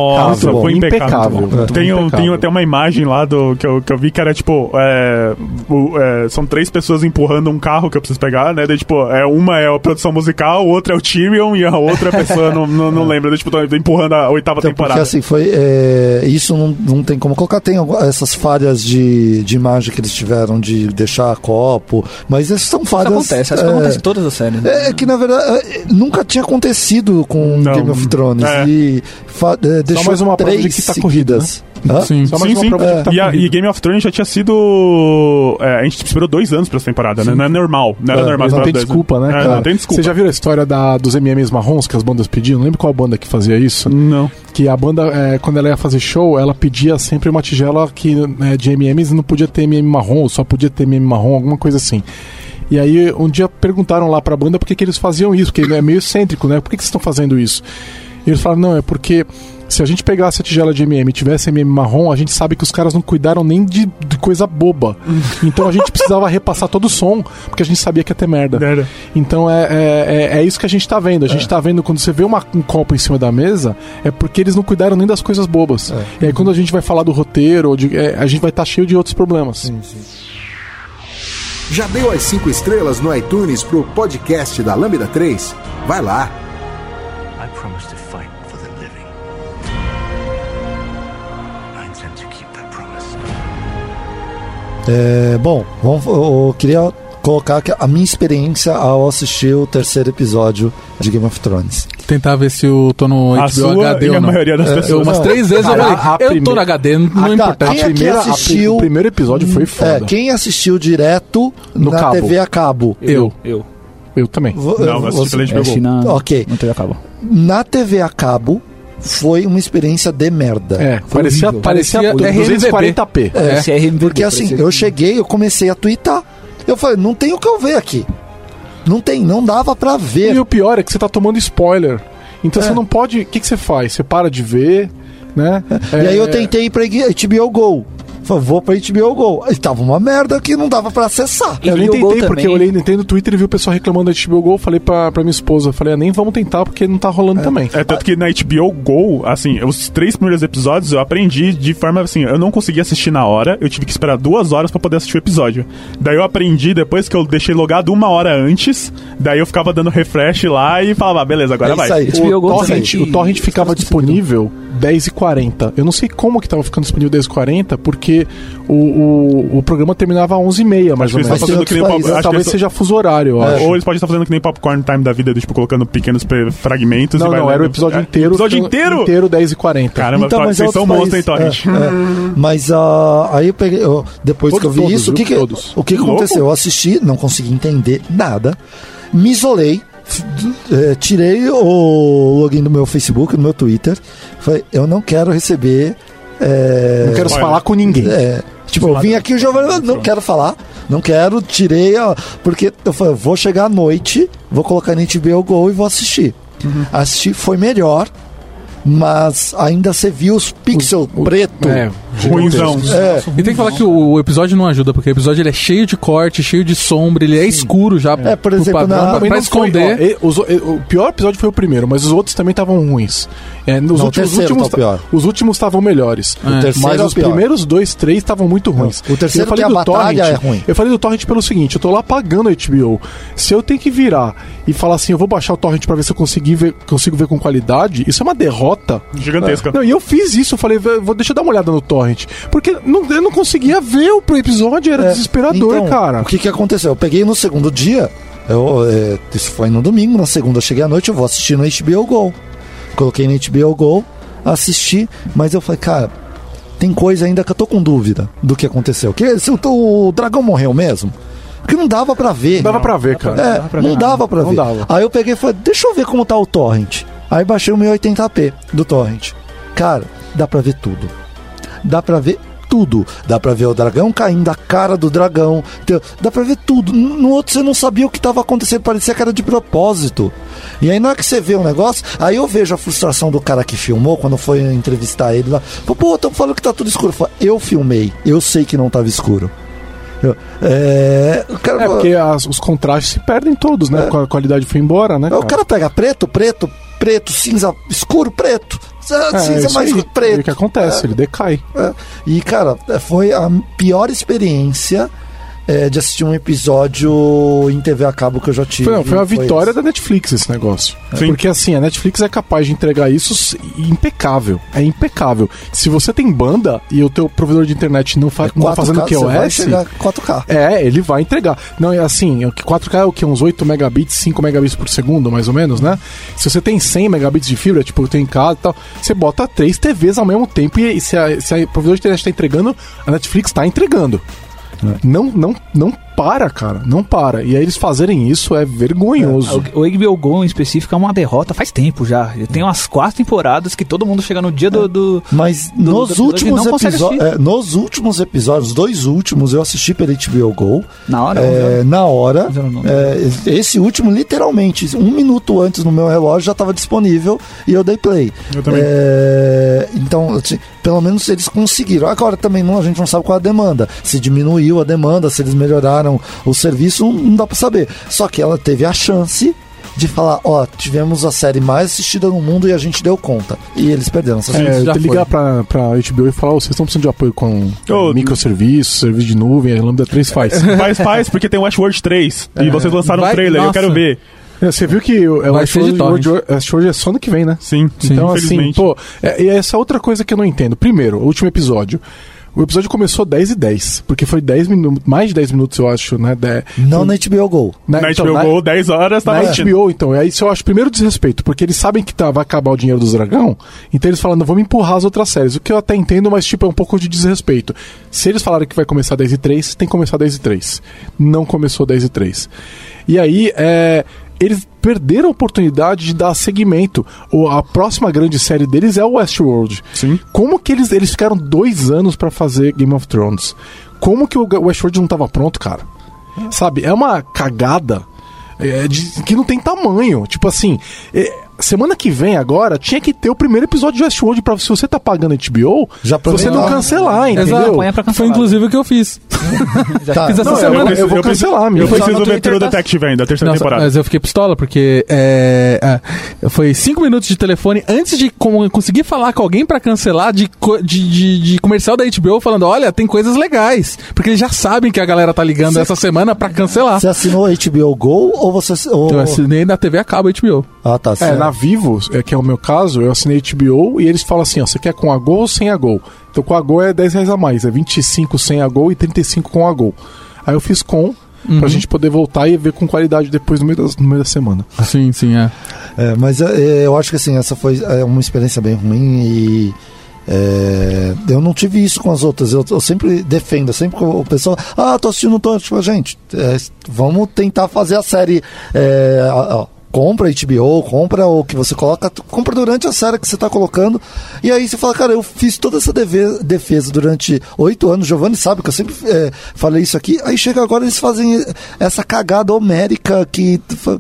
Speaker 4: impecável.
Speaker 5: foi impecável.
Speaker 4: impecável. Muito
Speaker 5: Tem, um-
Speaker 4: impecável.
Speaker 5: tem até uma imagem lá do, que, eu, que eu vi que era tipo: é, o- é, são três pessoas empurrando um carro que eu preciso pegar, né? Daí, tipo, é, uma é a produção musical, outra é o Tyrion e a outra pessoa, não, não, não lembro. Daí, tipo, tô empurrando a oitava
Speaker 7: Então, porque
Speaker 5: temporada.
Speaker 7: assim, foi. é, isso não, não tem como colocar. Tem algu- essas falhas de, de imagem que eles tiveram de deixar copo, mas essas são
Speaker 3: isso
Speaker 7: falhas.
Speaker 3: acontece, acho que
Speaker 7: é,
Speaker 3: acontece em todas as séries. né?
Speaker 7: É que na verdade é, nunca tinha acontecido com
Speaker 5: Não.
Speaker 7: Game of Thrones
Speaker 5: É.
Speaker 7: e fa- é, deixou
Speaker 4: mais uma prova de
Speaker 7: três
Speaker 4: que tá
Speaker 7: seguidas. Hã?
Speaker 6: Sim.
Speaker 4: Só mais
Speaker 5: um- Sim,
Speaker 4: uma
Speaker 5: sim.
Speaker 4: prova de que tá
Speaker 5: e, a,
Speaker 4: corrida.
Speaker 5: e Game of Thrones já tinha sido. é, a gente esperou dois anos pra essa temporada, né? Não é normal. Não era
Speaker 4: É,
Speaker 5: normal
Speaker 4: mas não
Speaker 5: esperar
Speaker 4: tem
Speaker 5: dois
Speaker 4: desculpa, né,
Speaker 5: anos. É,
Speaker 4: cara?
Speaker 5: não tem desculpa.
Speaker 4: Você já viu a história da, dos MMs marrons que as bandas pediam? Não lembro qual banda que fazia isso.
Speaker 5: Não.
Speaker 4: Que a banda, é, quando ela ia fazer show, ela pedia sempre uma tigela que, né, de MMs e não podia ter MM marrom, ou só podia ter MM marrom, alguma coisa assim. E aí, um dia perguntaram lá pra banda por que, que eles faziam isso, porque é meio excêntrico, né? Por que, que vocês estão fazendo isso? E eles falaram, não, é porque se a gente pegasse a tigela de MM e tivesse MM marrom, a gente sabe que os caras não cuidaram nem de, de coisa boba. Então a gente precisava repassar todo o som, porque a gente sabia que ia ter merda.
Speaker 5: Merda.
Speaker 4: Então é, é, é- é isso que a gente tá vendo. A gente tá vendo quando você vê uma- um copo em cima da mesa, é porque eles não cuidaram nem das coisas bobas. E aí quando a gente vai falar do roteiro, ou de- é, a gente vai estar cheio de outros problemas.
Speaker 1: Já deu as 5 estrelas no iTunes pro podcast da Lambda 3? Vai lá!
Speaker 10: I promise to fight for the living. I intend to keep that promise.
Speaker 7: É, bom, vamos, eu eu queria colocar que a minha experiência ao assistir o terceiro episódio de Game of Thrones.
Speaker 6: Tentar ver se eu tô no
Speaker 5: A
Speaker 6: HBO
Speaker 5: sua
Speaker 6: HD
Speaker 5: e
Speaker 6: ou
Speaker 5: a
Speaker 6: não. É,
Speaker 5: maioria das
Speaker 6: Eu,
Speaker 5: pessoas.
Speaker 6: umas
Speaker 7: Não,
Speaker 6: três vezes
Speaker 4: cara,
Speaker 6: eu
Speaker 4: a
Speaker 6: falei, eu tô
Speaker 4: primeira-
Speaker 6: no HD,
Speaker 7: Ah,
Speaker 6: não é Hum,
Speaker 7: tá,
Speaker 6: importante.
Speaker 7: quem aqui
Speaker 4: a pri-
Speaker 7: assistiu-
Speaker 4: o primeiro episódio foi foda.
Speaker 7: É, quem assistiu direto
Speaker 4: No
Speaker 7: na
Speaker 4: cabo.
Speaker 7: TV a cabo.
Speaker 6: Eu.
Speaker 3: Eu.
Speaker 4: Eu também.
Speaker 7: Vo-
Speaker 5: Não, mas
Speaker 7: você-
Speaker 5: simplesmente
Speaker 3: Eu assisti
Speaker 5: pegou.
Speaker 3: na,
Speaker 7: Ok.
Speaker 3: na TV a cabo.
Speaker 7: Na TV a cabo foi uma experiência de merda.
Speaker 4: É, parecia,
Speaker 6: horrível.
Speaker 4: parecia
Speaker 6: Parecia RMVB.
Speaker 4: 240p.
Speaker 3: É.
Speaker 7: Porque assim, eu cheguei, eu comecei a twittar. Eu falei, não tem o que eu ver aqui. Não tem, não dava pra ver.
Speaker 4: E o pior é que você tá tomando spoiler. Então você não pode. O que, que você faz? Você para de ver, né?
Speaker 7: E aí eu
Speaker 4: É,
Speaker 7: tentei ir pra HBO Go. Falei, vou pra HBO Go. E tava uma merda que não dava pra acessar.
Speaker 4: Eu nem
Speaker 3: E o gol
Speaker 4: tentei, porque
Speaker 3: também.
Speaker 4: eu olhei, entrei no Twitter e vi o pessoal reclamando da HBO Go. Falei pra, pra minha esposa, falei, ah, nem vamos tentar porque não tá rolando também.
Speaker 5: É, tanto que na HBO Go, assim, os três primeiros episódios eu aprendi de forma assim, eu não consegui assistir na hora, eu tive que esperar duas horas pra poder assistir o episódio. Daí eu aprendi, depois que eu deixei logado uma hora antes, daí eu ficava dando refresh lá e falava, "Ah, beleza, agora
Speaker 7: é
Speaker 5: vai.
Speaker 7: isso aí.
Speaker 3: HBO
Speaker 4: O
Speaker 3: Go
Speaker 4: torrent,
Speaker 3: também.
Speaker 4: o torrent ficava disponível 10h40. Eu não sei como que tava ficando disponível 10h40, porque o, o, o programa terminava às 11h30, mais
Speaker 5: Acho que
Speaker 4: ou menos.
Speaker 5: eles estão
Speaker 7: Mas tem
Speaker 5: fazendo que nem o
Speaker 7: outros
Speaker 5: Pop-
Speaker 7: países,
Speaker 5: acho que
Speaker 4: Talvez
Speaker 5: eles-
Speaker 4: seja fuso horário, eu acho.
Speaker 5: Ou eles podem estar fazendo que nem popcorn time da vida, de, tipo, colocando pequenos pe- fragmentos e
Speaker 4: Não,
Speaker 5: vai
Speaker 4: não, era o
Speaker 5: lendo.
Speaker 4: episódio
Speaker 5: É,
Speaker 4: inteiro.
Speaker 5: Episódio
Speaker 4: ficando-
Speaker 5: inteiro?
Speaker 4: Inteiro 10h40.
Speaker 5: Caramba,
Speaker 7: Então, mas é
Speaker 5: vocês são
Speaker 7: outro
Speaker 5: monstros, hein,
Speaker 7: país.
Speaker 4: É.
Speaker 7: É,
Speaker 5: Torrent?
Speaker 7: Mas ah, aí eu peguei. eu- depois
Speaker 4: Todos,
Speaker 7: que eu vi
Speaker 4: todos,
Speaker 7: isso, o
Speaker 4: viu?
Speaker 7: que, que,
Speaker 4: Todos.
Speaker 7: o que, que
Speaker 5: Que louco.
Speaker 7: aconteceu? Eu assisti, não consegui entender nada. Me isolei, f- d- eh, tirei o login do meu Facebook, do meu Twitter. Falei, eu não quero receber. eh,
Speaker 4: Não quero
Speaker 5: Olha.
Speaker 4: falar com ninguém.
Speaker 7: é, tipo, eu vim aqui o Giovanni, não quero falar, não quero, tirei, ó, porque eu falei, vou chegar à noite, vou colocar no HBO Go e vou assistir. Assistir foi melhor, mas ainda você viu os pixel preto.
Speaker 4: É,
Speaker 5: Ruinzão.
Speaker 7: É,
Speaker 6: E tem que falar que o, o episódio não ajuda, porque o episódio ele é cheio de corte, cheio de sombra, ele é escuro já.
Speaker 7: É, por
Speaker 6: pro
Speaker 7: exemplo, na-
Speaker 4: Mas
Speaker 6: pra, pra
Speaker 4: não foi,
Speaker 6: esconder.
Speaker 4: ó, e- os- e- o pior episódio foi o primeiro, mas os outros também estavam ruins. É, nos
Speaker 7: Não, o
Speaker 4: últimos, os
Speaker 7: terceiro
Speaker 4: últimos
Speaker 7: tá o pior.
Speaker 4: Os últimos estavam melhores.
Speaker 7: O terceiro
Speaker 4: mas
Speaker 7: é o
Speaker 4: os
Speaker 7: pior. É,
Speaker 4: primeiros dois, três estavam muito ruins.
Speaker 7: o terceiro
Speaker 4: Eu falei
Speaker 7: que a
Speaker 4: do Torrent,
Speaker 7: batalha é ruim.
Speaker 4: Eu falei do Torrent pelo seguinte: eu tô lá pagando a HBO. Se eu tenho que virar e falar assim, eu vou baixar o Torrent pra ver se eu consegui ver, consigo ver com qualidade, isso é uma derrota.
Speaker 5: Gigantesca.
Speaker 4: Não, e eu fiz isso, eu falei, "Vé, vou deixa eu dar uma olhada no Torrent. Porque não- eu não conseguia ver o pro episódio, era
Speaker 7: É,
Speaker 4: desesperador,
Speaker 7: então,
Speaker 4: cara.
Speaker 7: O que, que aconteceu? Eu peguei no segundo dia, eu, é, isso foi no domingo, na segunda eu cheguei à noite, eu vou assistir no HBO Go. Coloquei no HBO Go, assisti, mas eu falei, cara, tem coisa ainda que eu tô com dúvida do que aconteceu. Que, se o, o dragão morreu mesmo? Porque não dava pra ver.
Speaker 4: Dava pra ver, cara.
Speaker 7: É, não dava pra
Speaker 4: Não
Speaker 7: ver.
Speaker 4: dava.
Speaker 7: Aí eu peguei e falei, deixa eu ver como tá o torrent. Aí baixei o meu 80p do torrent. Cara, dá pra ver tudo. Dá pra ver tudo. Dá pra ver o dragão caindo, a cara do dragão. Então, Dá pra ver tudo. N- No outro você não sabia o que tava acontecendo, parecia que era de propósito. E aí na hora que você vê o negócio, aí eu vejo a frustração do cara que filmou, quando foi entrevistar ele lá. Falou, Pô, estão falando que tá tudo escuro. Eu, falei, eu filmei, eu sei que não tava escuro. Eu, é, o cara
Speaker 4: É,
Speaker 7: falou-
Speaker 4: porque as- os contrastes se perdem todos, né? A qualidade foi embora, né?
Speaker 7: Aí É. O cara pega preto, preto, preto, cinza escuro, preto,
Speaker 4: É,
Speaker 7: cinza
Speaker 4: isso
Speaker 7: mais
Speaker 4: aí. É o que
Speaker 7: preto.
Speaker 4: acontece, ele decai.
Speaker 7: É. E, cara, foi a pior experiência é, de assistir um episódio em TV a cabo que eu já tive.
Speaker 4: Foi, foi uma vitória
Speaker 7: esse.
Speaker 4: da Netflix esse negócio.
Speaker 5: Sim.
Speaker 4: Porque assim, a Netflix é capaz de entregar isso s- impecável. É impecável. Se você tem banda e o teu provedor de internet não, fa não tá
Speaker 7: 4K,
Speaker 4: fazendo
Speaker 7: É você vai
Speaker 4: QoS,
Speaker 7: chegar 4K.
Speaker 4: é, ele vai entregar. Não, é assim, é que 4K é o que? Uns 8 megabits, 5 megabits por segundo, mais ou menos, né? Se você tem 100 megabits de fibra, tipo, eu tenho em casa e tal, você bota três TVs ao mesmo tempo e, e se a, se a provedor de internet tá entregando, a Netflix tá entregando. Não, não, não para, cara, não para. E aí eles fazerem isso é vergonhoso.
Speaker 3: O o HBO Go em específico é uma derrota faz tempo já. Tem umas quatro temporadas que todo mundo chega no dia do. do-
Speaker 7: Mas
Speaker 3: do- do
Speaker 7: nos
Speaker 3: episódio
Speaker 7: últimos,
Speaker 3: não consegue
Speaker 7: episo-
Speaker 3: assistir.
Speaker 7: é, nos últimos episódios, os dois últimos, eu assisti pela HBO Go.
Speaker 3: Na hora?
Speaker 7: É, na hora.
Speaker 3: Mas eu não-
Speaker 7: é, esse último, literalmente, um minuto antes no meu relógio já estava disponível e eu dei play.
Speaker 5: Eu também.
Speaker 7: É, então, assim, pelo menos eles conseguiram. Agora também não, a gente não sabe qual é a demanda. Se diminuiu a demanda, se eles melhoraram o serviço, não- não dá pra saber. Só que ela teve a chance de falar, ó, tivemos a série mais assistida no mundo e a gente deu conta. E eles perderam essa série.
Speaker 4: É,
Speaker 6: já
Speaker 4: te ligar pra, pra HBO e falar, "Ô, vocês estão precisando de apoio com
Speaker 5: Ô,
Speaker 4: microserviços, microserviço, serviço de nuvem, a Lambda 3 faz.
Speaker 5: Faz, faz, porque tem Westworld 3 e vocês lançaram um
Speaker 6: Vai-
Speaker 5: trailer,
Speaker 6: nossa.
Speaker 5: eu quero ver.
Speaker 4: É, Você viu que o- é, o
Speaker 6: Vai ser de
Speaker 4: Westworld
Speaker 6: torrent.
Speaker 4: Westworld- Westworld é só ano que vem, né?
Speaker 5: Sim,
Speaker 4: Então, assim,
Speaker 5: infelizmente.
Speaker 4: pô, é- e essa é outra coisa que eu não entendo. Primeiro, o último episódio. O episódio começou 10 e 10, porque foi 10 minutos, mais de 10 minutos, eu acho, né? De,
Speaker 7: Não na HBO Go.
Speaker 4: na,
Speaker 5: Night
Speaker 4: então,
Speaker 5: Will
Speaker 4: na-
Speaker 5: Go, 10 horas, tá
Speaker 4: na
Speaker 5: assistindo.
Speaker 4: HBO, então, é isso eu acho primeiro desrespeito, porque eles sabem que tá, vai acabar o dinheiro dos dragão, então eles falam, não, vamos empurrar as outras séries, o que eu até entendo, mas tipo, é um pouco de desrespeito. Se eles falaram que vai começar 10 e 3, tem que começar 10 e 3. Não começou 10 e 3. E aí, é, eles perderam a oportunidade de dar seguimento. O, a próxima grande série deles é o Westworld.
Speaker 5: Sim.
Speaker 4: Como que eles, eles ficaram dois anos pra fazer Game of Thrones? Como que o Ga- Westworld não tava pronto, cara? Sabe, é uma cagada é, de- que não tem tamanho. Tipo assim, é, semana que vem agora tinha que ter o primeiro episódio de Westworld pra se você tá pagando HBO,
Speaker 7: Já
Speaker 4: você não
Speaker 7: aproveitar.
Speaker 4: cancelar,
Speaker 6: Exato.
Speaker 4: entendeu?
Speaker 3: Põe pra
Speaker 6: Foi
Speaker 3: cancelar.
Speaker 6: inclusive o que eu fiz.
Speaker 7: Tá.
Speaker 6: Fiz essa
Speaker 4: Não,
Speaker 6: semana.
Speaker 4: eu, preciso, eu vou
Speaker 5: eu preciso-
Speaker 4: cancelar, amigo.
Speaker 5: Eu preciso
Speaker 3: Só no
Speaker 5: ver
Speaker 3: Twitter
Speaker 5: True
Speaker 3: tá-
Speaker 5: Detective ainda, a terceira
Speaker 6: Nossa,
Speaker 5: temporada.
Speaker 6: mas eu fiquei pistola porque é, é, foi cinco minutos de telefone antes de com- conseguir falar com alguém pra cancelar de, co- de, de- de comercial da HBO falando, olha, tem coisas legais. Porque eles já sabem que a galera tá ligando essa semana pra cancelar.
Speaker 7: Você assinou HBO Go ou você. Ou...
Speaker 6: Então, Eu assinei na TV a cabo HBO.
Speaker 7: Ah, tá.
Speaker 4: É,
Speaker 7: certo.
Speaker 4: na Vivo, é, que é o meu caso, eu assinei HBO e eles falam assim, ó, você quer com a Gol ou sem a Gol? Então com a Gol é 10 reais a mais, é 25 sem a Gol e 35 com a Gol. Aí eu fiz com, pra gente poder voltar e ver com qualidade depois no meio, das- no meio da semana.
Speaker 6: Sim, sim, é.
Speaker 7: É, mas é, eu acho que assim, essa foi é, uma experiência bem ruim e. é, eu não tive isso com as outras. Eu, eu sempre defendo, sempre que o pessoal. Ah, tô assistindo Tom. Tipo, gente, é, vamos tentar fazer a série. É, a- a- compra HBO, compra o que você coloca, tu- compra durante a série que você tá colocando. E aí você fala, cara, eu fiz toda essa deve- defesa durante oito anos. Giovanni sabe que eu sempre é, falei isso aqui. Aí chega agora eles fazem essa cagada homérica que. tu fa-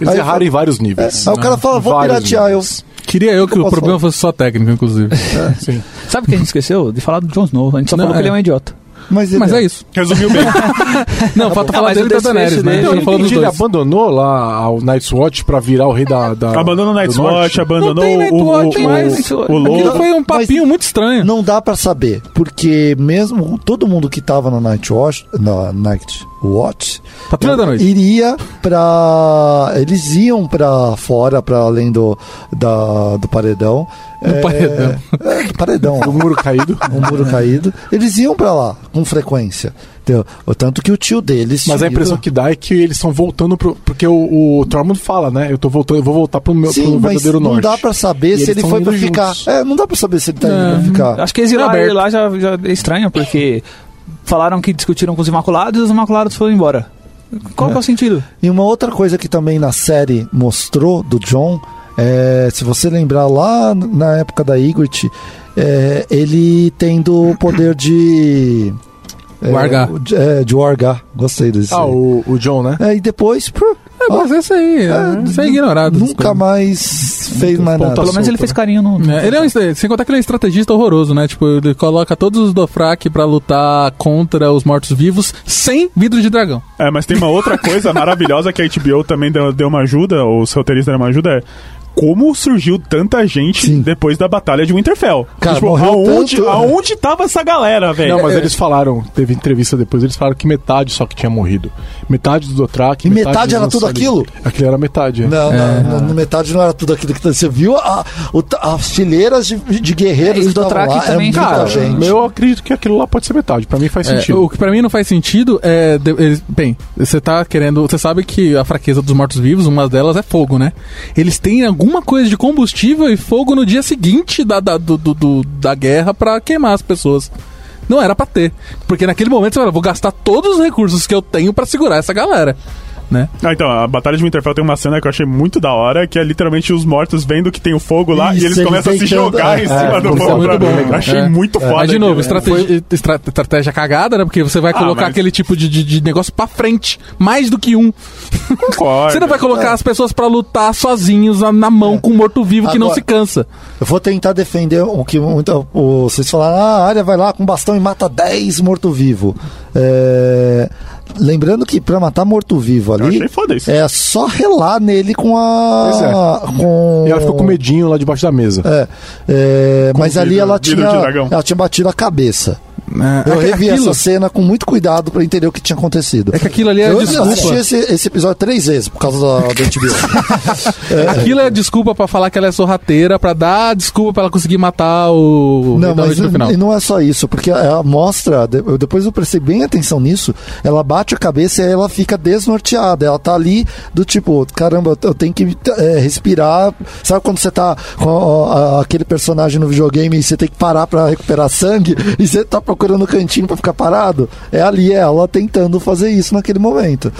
Speaker 4: Eles
Speaker 7: Aí eu
Speaker 4: erraram
Speaker 7: falo-
Speaker 4: em vários
Speaker 7: é,
Speaker 4: níveis.
Speaker 7: aí o cara fala, vou
Speaker 4: Vários
Speaker 7: piratear. Eu,
Speaker 4: níveis.
Speaker 6: Queria eu que,
Speaker 7: que eu
Speaker 6: o
Speaker 7: posso
Speaker 6: problema fosse só técnico, inclusive.
Speaker 7: É,
Speaker 3: Sabe o que a gente esqueceu? De falar do Jon Snow. A gente só
Speaker 6: Não,
Speaker 3: falou que ele é
Speaker 6: é.
Speaker 3: um idiota.
Speaker 7: mas ele
Speaker 6: Mas é isso.
Speaker 5: Resumiu bem.
Speaker 6: Não, falta falar
Speaker 3: mas tá
Speaker 6: dele e
Speaker 3: o
Speaker 6: da
Speaker 3: desfecho
Speaker 6: Daenerys,
Speaker 3: dele,
Speaker 6: né? A gente
Speaker 3: eu
Speaker 6: não falou dos
Speaker 4: Ele
Speaker 6: dois.
Speaker 4: abandonou lá o Night's Watch pra virar o rei da... da
Speaker 5: Abandonou o Night's
Speaker 4: do norte?
Speaker 5: Watch, abandonou
Speaker 6: tem Night's
Speaker 5: o, o,
Speaker 6: Watch né, mais.
Speaker 5: o, o,
Speaker 6: Aquilo
Speaker 5: Lobo.
Speaker 6: foi um papinho muito estranho.
Speaker 7: Não dá pra saber, porque mesmo todo mundo que tava na Night Watch, na Night Watch, eh,
Speaker 6: Patrulha da noite.
Speaker 7: iria pra eles iam pra fora, pra além do da, do paredão,
Speaker 6: Do paredão.
Speaker 7: é, do paredão,
Speaker 4: O muro caído.
Speaker 7: um muro caído, eles iam pra lá com frequência. Entendeu? O tanto que o tio deles
Speaker 4: Mas a
Speaker 7: tinha ido-
Speaker 4: impressão que dá é que eles estão voltando pro. Porque o, o Tormund fala, né? Eu tô voltando, eu vou voltar pro meu
Speaker 7: Sim,
Speaker 4: pro
Speaker 7: mas
Speaker 4: verdadeiro
Speaker 7: não
Speaker 4: norte.
Speaker 7: dá pra saber
Speaker 4: E
Speaker 7: se
Speaker 4: eles
Speaker 7: ele
Speaker 4: tão
Speaker 7: foi pra
Speaker 4: indo
Speaker 7: ficar.
Speaker 4: juntos.
Speaker 7: É, não dá pra saber se ele tá indo
Speaker 4: É.
Speaker 7: pra ficar.
Speaker 3: Acho que exilaram
Speaker 6: Aberto.
Speaker 3: Ah. ele lá já, já é estranho, porque falaram que discutiram com os Imaculados e os Imaculados foram embora. Qual que é o sentido?
Speaker 7: E uma outra coisa que também na série mostrou do John, é, se você lembrar lá na época da Ygritte, é, ele tendo o poder de... é,
Speaker 6: Wargar.
Speaker 7: de- É, de Wargar. Gostei desse.
Speaker 4: Ah, o, o John, né?
Speaker 7: É, e depois, pô,
Speaker 6: É, mas isso aí, é, isso aí é ignorado.
Speaker 7: nunca mais fez mais
Speaker 4: ponta
Speaker 7: nada.
Speaker 3: Pelo menos ele fez carinho no.
Speaker 6: É, ele é um, sem contar que ele é um estrategista horroroso, né? Tipo, ele coloca todos os Dofrak pra lutar contra os mortos-vivos sem vidro de dragão.
Speaker 5: É, mas tem uma outra coisa maravilhosa que a HBO também deu, deu uma ajuda, ou os roteiristas deram uma ajuda, é como surgiu tanta gente
Speaker 7: Sim.
Speaker 5: depois da Batalha de Winterfell. Tipo,
Speaker 7: Cara, morreu
Speaker 5: aonde,
Speaker 7: tanto.
Speaker 5: aonde tava essa galera, velho?
Speaker 4: Não,
Speaker 6: É,
Speaker 4: mas é eles falaram, teve entrevista depois, eles falaram que metade só que tinha morrido. Metade do Dothraki.
Speaker 7: E metade
Speaker 4: dos
Speaker 7: era tudo
Speaker 4: Ansali.
Speaker 7: aquilo?
Speaker 4: Aquilo era metade. é.
Speaker 7: Não, não, no- no metade não era tudo aquilo que você viu. A, o ta- as fileiras de, de
Speaker 3: É,
Speaker 7: guerreiros
Speaker 3: e
Speaker 7: que
Speaker 3: do
Speaker 7: estavam
Speaker 3: Dothraki
Speaker 7: lá, é
Speaker 3: também,
Speaker 7: muita
Speaker 3: cara.
Speaker 7: gente.
Speaker 4: Eu acredito que aquilo lá pode ser metade. Pra mim faz
Speaker 6: É,
Speaker 4: sentido.
Speaker 6: o que pra mim não faz sentido é. de- eles- bem, você tá querendo. Você sabe que a fraqueza dos mortos-vivos, uma delas é fogo, né? Eles têm alguma coisa de combustível e fogo no dia seguinte da, da, do- do- do- da guerra pra queimar as pessoas. Não era pra ter. Porque naquele momento você fala, vou gastar todos os recursos que eu tenho pra segurar essa galera. Né?
Speaker 5: Ah, então, a Batalha de Winterfell tem uma cena que eu achei muito da hora, que é literalmente os mortos vendo que tem o fogo lá
Speaker 7: Isso,
Speaker 5: e eles
Speaker 7: eles
Speaker 5: começam a se
Speaker 7: deitando-
Speaker 5: jogar
Speaker 7: é,
Speaker 5: em cima
Speaker 7: é,
Speaker 5: do
Speaker 7: isso
Speaker 6: é
Speaker 5: fogo.
Speaker 6: muito
Speaker 5: pra-
Speaker 6: bom.
Speaker 5: Achei
Speaker 6: É.
Speaker 5: muito foda.
Speaker 6: Mas, de novo,
Speaker 5: aquilo, né? Ah,
Speaker 6: estratégia, estra- estratégia cagada, né? Porque você vai colocar
Speaker 5: mas-
Speaker 6: aquele tipo de, de- de negócio pra frente, mais do que um.
Speaker 5: Concordo.
Speaker 6: Você
Speaker 5: é.
Speaker 6: não vai colocar as pessoas pra lutar sozinhos na, na mão com um morto-vivo que não
Speaker 7: Agora-
Speaker 6: se cansa.
Speaker 7: Eu vou tentar defender o que muito, o- vocês falaram. Ah, a área vai lá com bastão e mata 10 morto-vivo. É, lembrando que pra matar morto-vivo
Speaker 5: Eu
Speaker 7: ali,
Speaker 5: achei foda isso. é.
Speaker 7: é só relar nele com
Speaker 4: Pois
Speaker 7: a. Com...
Speaker 4: E ela ficou com medinho lá debaixo da mesa.
Speaker 7: É, é, mas ali
Speaker 5: vidro-
Speaker 7: ela
Speaker 5: vidro
Speaker 7: tinha,
Speaker 5: de dragão.
Speaker 7: ela tinha batido a cabeça.
Speaker 6: É,
Speaker 7: Eu
Speaker 6: aque-
Speaker 7: revi
Speaker 6: aquilo-
Speaker 7: essa cena com muito cuidado pra entender o que tinha acontecido.
Speaker 6: É que aquilo ali é
Speaker 7: eu assisti
Speaker 6: desculpa.
Speaker 7: esse, esse episódio três vezes por causa da, da HBO.
Speaker 6: Aquilo é desculpa pra falar que ela é sorrateira, pra dar desculpa pra ela conseguir matar o.
Speaker 7: não,
Speaker 6: Reinaldo
Speaker 7: mas
Speaker 6: no final.
Speaker 7: e não é só isso, porque ela mostra, de- eu- depois eu prestei bem atenção nisso, ela bate a cabeça e aí ela fica desnorteada. Ela tá ali do tipo, caramba, eu- eu tenho que é, respirar. Sabe quando você tá com ó, a- aquele personagem no videogame e você tem que parar pra recuperar sangue e você tá procurando o cantinho pra ficar parado? É ali, é ela tentando fazer isso naquele momento.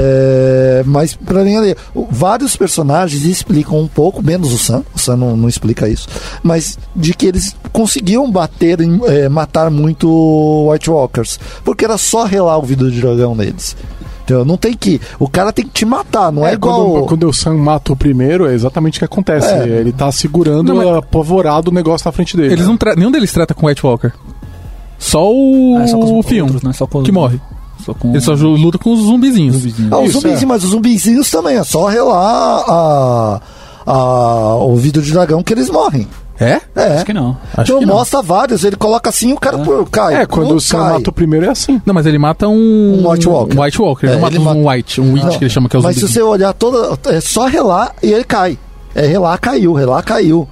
Speaker 7: É, mas pra mim ali, o- vários personagens explicam um pouco, menos o Sam, o Sam não, não explica isso, mas de que eles conseguiam bater, em, é, matar muito White Walkers, porque era só relar o vidro de dragão neles. Então, não tem que. O cara tem que te matar, não é, igual.
Speaker 4: Quando, um quando o Sam mata o primeiro, é exatamente o que acontece.
Speaker 7: É.
Speaker 4: Ele tá segurando,
Speaker 6: Não, mas-
Speaker 4: apavorado o negócio na frente dele.
Speaker 6: Eles não tra- Nenhum deles trata com o White Walker. Só o.
Speaker 3: Ah, é só com
Speaker 6: o
Speaker 3: os
Speaker 6: Fion,
Speaker 3: outros, né? Só com os-
Speaker 6: que morre.
Speaker 3: Só com
Speaker 6: Ele só ju- luta com os zumbizinhos.
Speaker 3: zumbizinho.
Speaker 7: Ah, os
Speaker 4: Isso,
Speaker 7: zumbizinhos,
Speaker 4: é.
Speaker 7: mas os zumbizinhos também, é só relar a, a- o vidro de dragão que eles morrem.
Speaker 6: É?
Speaker 7: É.
Speaker 3: Acho que não.
Speaker 7: então
Speaker 6: que não.
Speaker 7: mostra vários, ele coloca assim e o cara pô, cai.
Speaker 4: É, quando
Speaker 7: Não
Speaker 4: o Sam
Speaker 7: cai.
Speaker 4: mata o primeiro é assim.
Speaker 6: Não, mas ele mata um.
Speaker 7: Um White Walker.
Speaker 6: Um White Walker. Ele
Speaker 7: É,
Speaker 6: não mata
Speaker 7: ele
Speaker 6: um White. Um Witch
Speaker 7: Não,
Speaker 6: que ele chama que é o
Speaker 7: Mas se
Speaker 6: zumbizinho.
Speaker 7: você olhar toda. É só relar e ele cai. É relar, caiu, relar, caiu.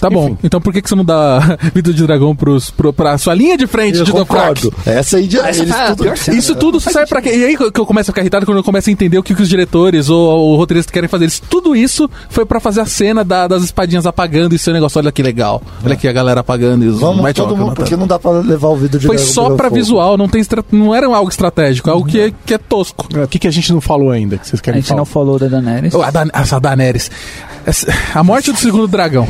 Speaker 6: Tá bom.
Speaker 4: Enfim.
Speaker 6: Então por que, que você não dá vidro de dragão pros, pro, pra sua linha de frente de é Dofrak?
Speaker 7: Essa aí de, eles
Speaker 3: foi a
Speaker 7: tudo.
Speaker 3: pior cena.
Speaker 6: Isso tudo sai pra quê? E aí que eu começo a ficar irritado quando eu começo a entender o que, que os diretores ou o roteirista querem fazer. Isso, tudo isso foi pra fazer a cena da- das espadinhas apagando e seu negócio. Olha que legal. Olha aqui a galera apagando e os
Speaker 7: Vamos
Speaker 6: White
Speaker 7: todo
Speaker 6: Walker
Speaker 7: mundo,
Speaker 6: matando.
Speaker 7: porque não dá pra levar o vidro de
Speaker 6: tá. Foi
Speaker 7: dragão
Speaker 6: só
Speaker 7: pelo
Speaker 6: pra
Speaker 7: fogo.
Speaker 6: visual, não, tem estra- não era algo estratégico, é algo que é, que é tosco.
Speaker 4: É, O que, que a gente não falou ainda que vocês
Speaker 3: A
Speaker 4: querem
Speaker 3: gente
Speaker 4: falar?
Speaker 3: não falou da Daenerys.
Speaker 6: Oh, a Dan- essa Daenerys. Essa- A morte do segundo dragão.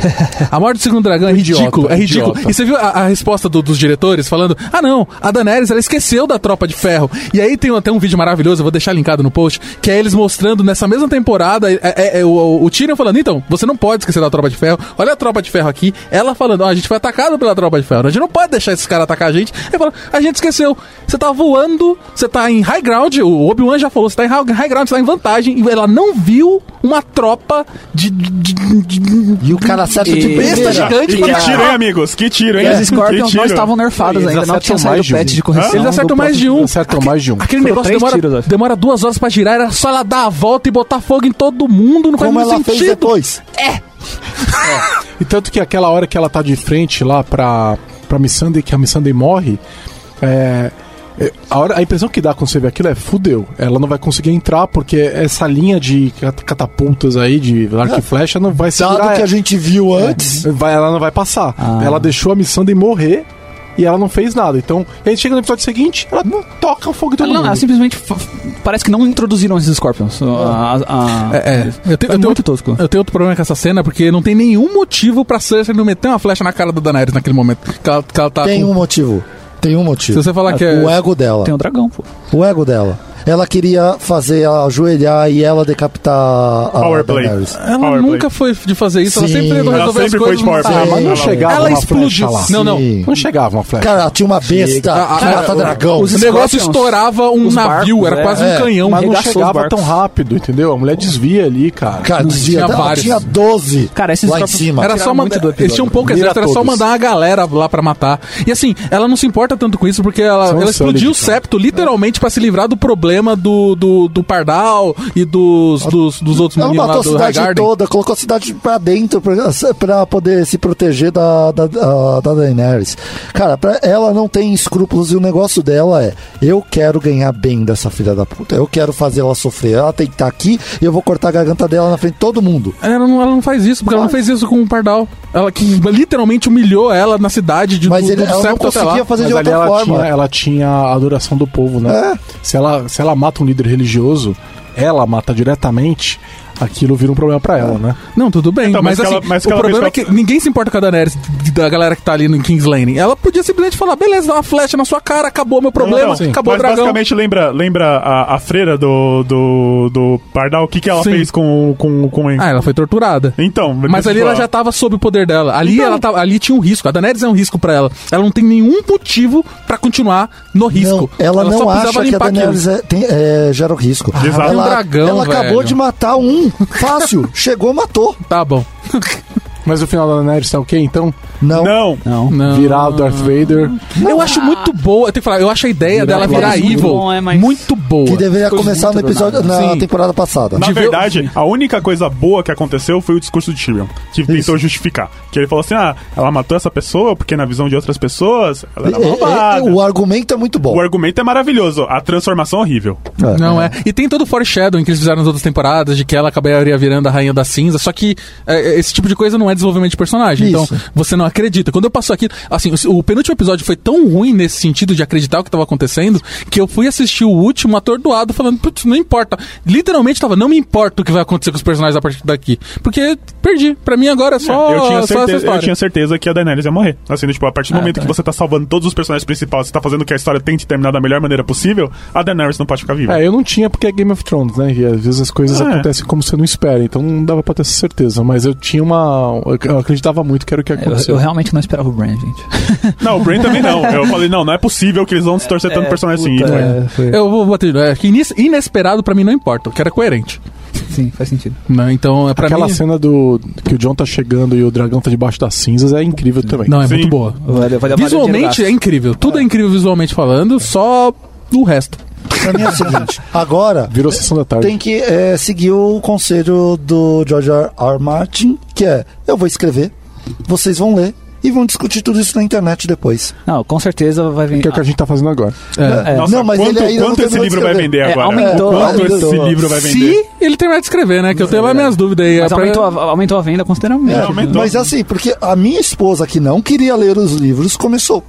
Speaker 6: A morte do segundo dragão é
Speaker 4: Idiota,
Speaker 6: ridículo. É ridículo.
Speaker 4: idiota.
Speaker 6: E você viu a, a resposta do- dos diretores falando: ah, não, a Daenerys ela esqueceu da tropa de ferro. E aí tem até um vídeo maravilhoso, eu vou deixar linkado no post, que é eles mostrando nessa mesma temporada é- é- é o, o, o Tyrion falando: então, você não pode esquecer da tropa de ferro. Olha a tropa de ferro aqui. Ela falando: ó, a gente foi atacado pela tropa de ferro. A gente não pode deixar esses caras atacar a gente. Ele fala: a gente esqueceu. Você tá voando, você tá em high ground. O Obi-Wan já falou: você tá em high high ground, você tá em vantagem. E ela não viu uma tropa de- de- de- de
Speaker 7: E o cara acerta de
Speaker 3: E-
Speaker 7: besta
Speaker 3: Besta
Speaker 7: gigante.
Speaker 3: gigante
Speaker 5: Que
Speaker 3: pra
Speaker 5: tiro, hein, amigos? Que é. tiro, hein?
Speaker 3: E as
Speaker 5: que
Speaker 3: Scorpions
Speaker 5: tiro.
Speaker 3: não estavam nerfadas
Speaker 4: Eles
Speaker 3: ainda, não
Speaker 4: acertam
Speaker 3: tinha saído
Speaker 4: mais
Speaker 3: o
Speaker 4: de um.
Speaker 3: patch de correção.
Speaker 6: Eles acertam
Speaker 3: do
Speaker 6: mais de um.
Speaker 4: acertam
Speaker 6: Aquele-
Speaker 4: mais de um.
Speaker 6: Aquele
Speaker 3: Foram
Speaker 6: negócio
Speaker 3: três
Speaker 6: demora,
Speaker 3: tiros, acho.
Speaker 6: demora duas horas pra girar, era só ela dar a volta e botar fogo em todo mundo, não faz
Speaker 7: Como
Speaker 6: muito
Speaker 7: ela fez
Speaker 6: sentido.
Speaker 7: depois.
Speaker 4: E tanto que aquela hora que ela tá de frente lá pra, pra Missandei, que a Missandei morre, é, é, a, hora- a impressão que dá quando você vê aquilo é fudeu. Ela não vai conseguir entrar porque essa linha de cat- catapultas aí, de arco e flecha, não vai segurar
Speaker 7: É.
Speaker 4: é. Uhum.
Speaker 7: Dado que a
Speaker 4: ela.
Speaker 7: gente viu antes.
Speaker 4: Vai, ela não vai passar.
Speaker 3: Ah.
Speaker 4: Ela deixou a Missandei morrer e ela não fez nada. Então, e aí chega no episódio seguinte, ela toca o
Speaker 6: um.
Speaker 4: fogo em todo
Speaker 3: Ah, Não,
Speaker 4: mundo.
Speaker 3: ela simplesmente f- f- parece que não introduziram esses Scorpions. A- a- a-
Speaker 6: É, é. Eu tenho,
Speaker 3: É
Speaker 6: eu tenho
Speaker 3: muito
Speaker 6: outro,
Speaker 3: tosco.
Speaker 6: eu tenho outro problema com essa cena, porque não tem nenhum motivo pra Cersei não meter uma flecha na cara da Daenerys naquele momento. Que ela, que ela tá
Speaker 7: Tem
Speaker 6: com-
Speaker 7: um motivo. Tem um
Speaker 6: Se
Speaker 7: motivo.
Speaker 6: você falar que é.
Speaker 3: um-
Speaker 7: O ego dela.
Speaker 3: Tem o dragão, pô.
Speaker 7: O ego dela. Ela queria fazer a ajoelhar e ela decapitar a
Speaker 5: Power play.
Speaker 7: Daenerys.
Speaker 6: Ela
Speaker 5: Power play.
Speaker 6: nunca foi de fazer isso, ela
Speaker 7: Sim.
Speaker 6: sempre tentou
Speaker 7: Ela
Speaker 6: resolver
Speaker 5: sempre foi
Speaker 6: as coisas.
Speaker 5: de power play.
Speaker 6: Ah,
Speaker 5: Ah,
Speaker 6: mas não
Speaker 5: ela-
Speaker 6: chegava
Speaker 7: ela
Speaker 6: uma
Speaker 7: explodiu.
Speaker 6: flecha lá. Não, não.
Speaker 7: Sim.
Speaker 6: Não chegava uma flecha.
Speaker 7: Cara, tinha uma Ah, besta
Speaker 6: Chega.
Speaker 7: que mata dragão.
Speaker 6: o negócio
Speaker 3: Scorpions,
Speaker 6: estourava um
Speaker 3: os
Speaker 6: navio,
Speaker 3: barcos,
Speaker 6: era
Speaker 3: é.
Speaker 6: quase um
Speaker 7: É,
Speaker 6: canhão.
Speaker 4: Mas não
Speaker 3: Regaçou os
Speaker 4: chegava
Speaker 3: barcos.
Speaker 4: tão rápido, entendeu? A mulher desvia ali, cara.
Speaker 7: Cara, desvia,
Speaker 6: tinha
Speaker 7: tinha,
Speaker 6: vários.
Speaker 7: tinha 12
Speaker 3: Cara, esses
Speaker 7: lá em
Speaker 3: corpos-
Speaker 7: cima.
Speaker 6: Era só uma.
Speaker 3: muito do episódio.
Speaker 6: Eles tinham um pouco
Speaker 4: Mira
Speaker 6: exército, era só
Speaker 4: todos.
Speaker 6: mandar a galera lá pra matar. E assim, ela não se importa tanto com isso, porque ela,
Speaker 4: São
Speaker 6: ela
Speaker 4: sólidos,
Speaker 6: explodiu o
Speaker 4: cara.
Speaker 6: septo, literalmente, pra se livrar do problema do, do, do Pardal e dos, dos, dos outros
Speaker 7: Ela
Speaker 6: meninos lá
Speaker 7: matou a
Speaker 6: do
Speaker 7: cidade
Speaker 6: Highgarden.
Speaker 7: toda, colocou a cidade pra dentro pra, pra poder se proteger da, da, da- da Daenerys. Cara, pra, ela não tem escrúpulos e o negócio dela é: eu quero ganhar bem dessa filha da puta. Eu quero fazer ela sofrer. Ela tem que estar aqui e eu vou cortar a garganta dela na frente de todo mundo.
Speaker 6: É, Ela não, ela não faz isso, porque ela não fez isso com o Pardal. Ela que literalmente humilhou ela na cidade de
Speaker 7: Mas
Speaker 6: do,
Speaker 7: ele,
Speaker 6: do
Speaker 7: ela não
Speaker 6: septo até lá.
Speaker 7: conseguia fazer
Speaker 4: Mas
Speaker 7: é de
Speaker 4: ali ela
Speaker 7: outra forma. É.
Speaker 4: tinha, ela tinha a adoração do povo, né? Se, ela, se ela mata um líder religioso, ela mata diretamente, aquilo vira um problema pra
Speaker 7: É.
Speaker 4: ela, né?
Speaker 6: Não, tudo bem.
Speaker 5: Então,
Speaker 6: mas,
Speaker 5: mas que
Speaker 6: assim,
Speaker 5: ela- mas que
Speaker 6: o
Speaker 5: ela
Speaker 6: problema é
Speaker 5: fez
Speaker 6: que ninguém se importa com a Daenerys, d- da galera que tá ali no King's Landing. Ela podia simplesmente falar, beleza, dá uma flecha na sua cara, acabou meu problema, assim.
Speaker 5: Então,
Speaker 6: acabou o
Speaker 5: mas
Speaker 6: dragão.
Speaker 5: basicamente lembra, lembra a, a freira do, do, do Pardal, o que, que ela
Speaker 6: Sim.
Speaker 5: fez com o com, com...
Speaker 6: Ah, ela foi torturada.
Speaker 5: Então,
Speaker 6: Mas ali ela já tava sob o poder dela. Ali ela tava, ali tinha um risco. A Daenerys é um risco pra ela. Ela não tem nenhum motivo pra continuar no risco.
Speaker 7: Não, ela,
Speaker 6: só
Speaker 7: não
Speaker 6: precisava
Speaker 7: acha que a
Speaker 6: limpar aquilo.
Speaker 7: Daenerys é, tem, é, gera o risco.
Speaker 5: Exato.
Speaker 7: Ela,
Speaker 6: É um dragão,
Speaker 7: ela acabou
Speaker 6: velho.
Speaker 7: de matar um. Fácil. Chegou, matou.
Speaker 6: Tá bom.
Speaker 4: Mas o final da Daenerys tá o quê, então?
Speaker 7: Não.
Speaker 5: Não,
Speaker 6: Não.
Speaker 4: Virar o Darth Vader.
Speaker 3: Ah.
Speaker 6: Eu acho muito boa, eu tenho que falar, eu acho a ideia dela
Speaker 3: Clone
Speaker 6: virar
Speaker 3: Wars muito
Speaker 6: evil muito,
Speaker 3: bom, é, mas-
Speaker 6: boa.
Speaker 7: Que deveria
Speaker 6: Ficou
Speaker 7: começar no
Speaker 6: muito
Speaker 7: episódio,
Speaker 6: do nada.
Speaker 7: na
Speaker 6: Sim.
Speaker 7: temporada passada.
Speaker 5: Na
Speaker 6: De ver-
Speaker 5: verdade, a única coisa boa que aconteceu foi o discurso de Tyrion, que tentou justificar. Que ele falou assim: ah, ela matou essa pessoa porque, na visão de outras pessoas, ela era
Speaker 7: É, é,
Speaker 5: malvada.
Speaker 7: é, o argumento é muito bom.
Speaker 5: O argumento é maravilhoso, a transformação é horrível.
Speaker 6: Não é. E tem todo o foreshadowing que eles fizeram nas outras temporadas, de que ela acabaria virando a rainha da cinza, só que é, esse tipo de coisa não é desenvolvimento de personagem.
Speaker 7: Isso.
Speaker 6: Então, você não acredita. Quando eu passo aqui, assim, o, o penúltimo episódio foi tão ruim nesse sentido de acreditar o que estava acontecendo, que eu fui assistir o último atordoado, falando, putz, não importa. Literalmente tava, não me importa o que vai acontecer com os personagens a partir daqui. Porque perdi. Pra mim agora é só,
Speaker 5: eu, tinha
Speaker 6: só essa
Speaker 5: certeza, eu
Speaker 6: história.
Speaker 5: tinha certeza que a Daenerys ia morrer. Assim, tipo, a partir do
Speaker 6: Ah,
Speaker 5: momento
Speaker 6: tá.
Speaker 5: que você tá salvando todos os personagens principais, você tá fazendo que a história tente terminar da melhor maneira possível, a Daenerys não pode ficar viva.
Speaker 4: É, eu não tinha porque é Game of Thrones, né? E às vezes as coisas
Speaker 5: Ah, é.
Speaker 4: acontecem como você não espera, então não dava pra ter essa certeza. Mas eu tinha uma. Eu acreditava muito que era o que
Speaker 3: É, Eu,
Speaker 4: aconteceu.
Speaker 3: eu realmente não esperava o Bran, gente.
Speaker 5: Não, o Bran também não. Eu falei, não, não é possível que eles vão se torcer
Speaker 6: um
Speaker 5: tanto personagem assim. E foi.
Speaker 3: é, foi.
Speaker 6: Eu vou bater. É, que inis- inesperado pra mim não importa, que era coerente.
Speaker 3: Sim, faz sentido.
Speaker 6: Não, então é pra
Speaker 4: Aquela
Speaker 6: mim.
Speaker 4: cena do que o John tá chegando e o dragão tá debaixo das cinzas é incrível também.
Speaker 6: Não, é
Speaker 5: Sim.
Speaker 6: muito boa.
Speaker 3: Vale- vale a
Speaker 6: Visualmente é incrível. Tudo é incrível visualmente falando, só o resto.
Speaker 7: Pra mim é o seguinte: agora
Speaker 4: Virou sessão da tarde.
Speaker 7: tem que é, seguir o conselho do George R. R. Martin, que é: eu vou escrever, vocês vão ler e vão discutir tudo isso na internet depois.
Speaker 3: Não, com certeza vai vir.
Speaker 4: Que é o que a gente tá fazendo agora.
Speaker 6: É.
Speaker 3: É.
Speaker 5: Nossa,
Speaker 7: Não, mas
Speaker 5: quanto,
Speaker 7: ele ainda não
Speaker 5: quanto esse
Speaker 7: terminou de
Speaker 5: livro vai
Speaker 7: escrever.
Speaker 5: vender
Speaker 3: É,
Speaker 5: agora?
Speaker 3: aumentou,
Speaker 5: quanto esse
Speaker 7: aumentou.
Speaker 5: livro vai vender?
Speaker 6: Se ele terminar de escrever, né? Que eu tenho lá minhas dúvidas aí. É
Speaker 3: Mas
Speaker 6: pra-
Speaker 3: aumentou, a, aumentou a venda consideravelmente.
Speaker 5: É, aumentou.
Speaker 7: Mas assim, porque a minha esposa, que não queria ler os livros, começou.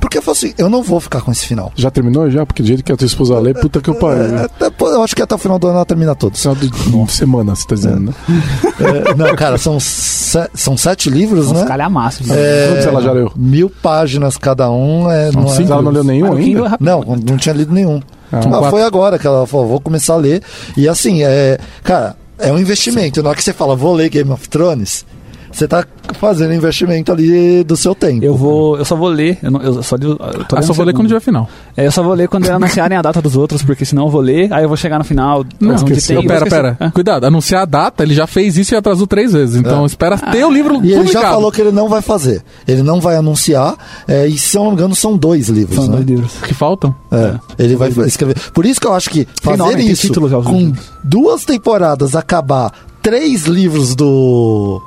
Speaker 7: Porque eu falei assim: eu não vou ficar com esse final.
Speaker 4: Já terminou já? Porque do jeito que a tua esposa lê, puta que eu pariu.
Speaker 7: É,
Speaker 4: né?
Speaker 7: até- eu acho que até o final do ano ela termina todos.
Speaker 4: Final de de semana, você tá dizendo, né?
Speaker 7: É, não, cara, são, se- são sete livros,
Speaker 3: Uns
Speaker 7: né?
Speaker 3: calhamaços.
Speaker 7: É,
Speaker 4: Quantos ela já leu?
Speaker 7: Mil páginas cada um. É, não, é-
Speaker 4: Mas ela não leu nenhum
Speaker 3: Mas no Kindle
Speaker 4: um ainda?
Speaker 3: é rápido.
Speaker 7: não, não tinha lido nenhum. Ah,
Speaker 4: quatro.
Speaker 7: foi agora que ela falou, vou começar a ler. E assim, é, cara, é um investimento. Na hora que você fala, vou ler Game of Thrones, você tá fazendo investimento ali do seu tempo.
Speaker 3: Eu vou. Eu só vou ler. Eu, não- eu só, li- eu tô
Speaker 6: Ah,
Speaker 3: lendo
Speaker 6: só vou ler
Speaker 3: segundo.
Speaker 6: quando tiver final.
Speaker 3: É, eu só vou ler quando anunciarem a data dos outros, porque senão eu vou ler, aí eu vou chegar no final.
Speaker 6: Não,
Speaker 3: onde
Speaker 6: esqueceu.
Speaker 3: tem- Ah.
Speaker 6: Pera,
Speaker 3: vou esquecer.
Speaker 6: pera. Cuidado, anunciar a data, ele já fez isso e atrasou três vezes. Então espera ter o livro
Speaker 7: E
Speaker 6: publicado.
Speaker 7: ele já falou que ele não vai fazer. Ele não vai anunciar. é, e se eu não me engano, são dois livros.
Speaker 3: São
Speaker 7: né?
Speaker 3: dois livros.
Speaker 6: que faltam.
Speaker 7: É, ele vai escrever. Por isso que eu acho que fazer
Speaker 3: nome, tem
Speaker 7: isso
Speaker 3: título já os
Speaker 7: com
Speaker 3: livros.
Speaker 7: duas temporadas acabar três livros do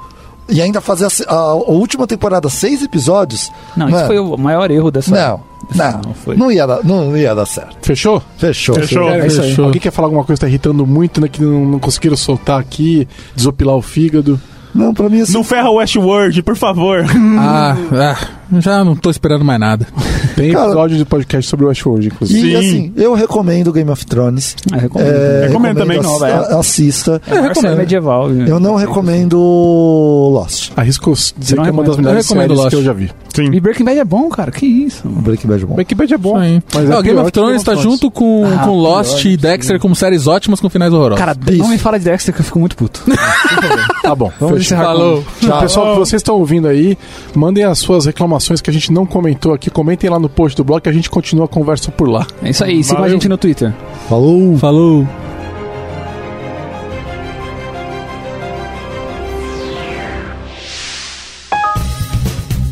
Speaker 7: e ainda fazer a, se- a- a última temporada seis episódios.
Speaker 3: Não,
Speaker 7: mano,
Speaker 3: isso foi o maior erro dessa.
Speaker 7: não, não,
Speaker 3: Não, foi.
Speaker 7: não ia dar, não ia dar certo.
Speaker 4: Fechou?
Speaker 7: Fechou.
Speaker 5: Fechou.
Speaker 4: É,
Speaker 6: isso aí.
Speaker 4: fechou. Alguém quer falar alguma coisa que tá irritando muito, né? Que não, não conseguiram soltar aqui, desopilar o fígado.
Speaker 7: Não, pra mim assim,
Speaker 5: Não ferra o Westworld, por favor.
Speaker 6: Ah, ah. Já não tô esperando mais nada.
Speaker 11: Tem
Speaker 7: Cara-
Speaker 11: episódio de podcast sobre Westworld, inclusive.
Speaker 7: E
Speaker 5: Sim.
Speaker 7: assim, eu recomendo Game of Thrones.
Speaker 3: Ah, recomendo.
Speaker 7: É,
Speaker 5: Recomendo também, não,
Speaker 7: assi-
Speaker 5: velho.
Speaker 7: Assista.
Speaker 3: É, uma série medieval. né?
Speaker 7: Eu não recomendo Lost.
Speaker 11: Arrisco dizer
Speaker 3: não
Speaker 11: que é uma
Speaker 3: recomendo.
Speaker 11: das melhores
Speaker 6: Eu recomendo
Speaker 11: séries
Speaker 6: Lost.
Speaker 11: que eu já vi.
Speaker 5: Sim.
Speaker 3: E Breaking Bad é bom, cara. Que isso? mano.
Speaker 7: Breaking Bad é bom.
Speaker 11: Breaking Bad é bom.
Speaker 6: Isso aí.
Speaker 11: Mas é
Speaker 6: Ó, Game
Speaker 11: pior que Game
Speaker 6: of Thrones
Speaker 11: of
Speaker 6: tá
Speaker 11: Thrones.
Speaker 6: junto com,
Speaker 3: Ah,
Speaker 6: com Lost
Speaker 7: pior,
Speaker 6: e Dexter como séries ótimas com finais horrorosos.
Speaker 3: Cara,
Speaker 7: Isso.
Speaker 3: não me fala de Dexter que eu fico muito puto.
Speaker 11: Tá bom.
Speaker 3: Vamos encerrar com-
Speaker 6: Falou.
Speaker 11: Tchau. Pessoal que vocês estão ouvindo aí, mandem as suas reclamações que a gente não comentou aqui, comentem lá no post do blog que a gente continua a conversa por lá.
Speaker 3: É isso aí. Siga a
Speaker 5: Valeu.
Speaker 3: gente no Twitter.
Speaker 7: Falou!
Speaker 6: Falou.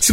Speaker 1: Se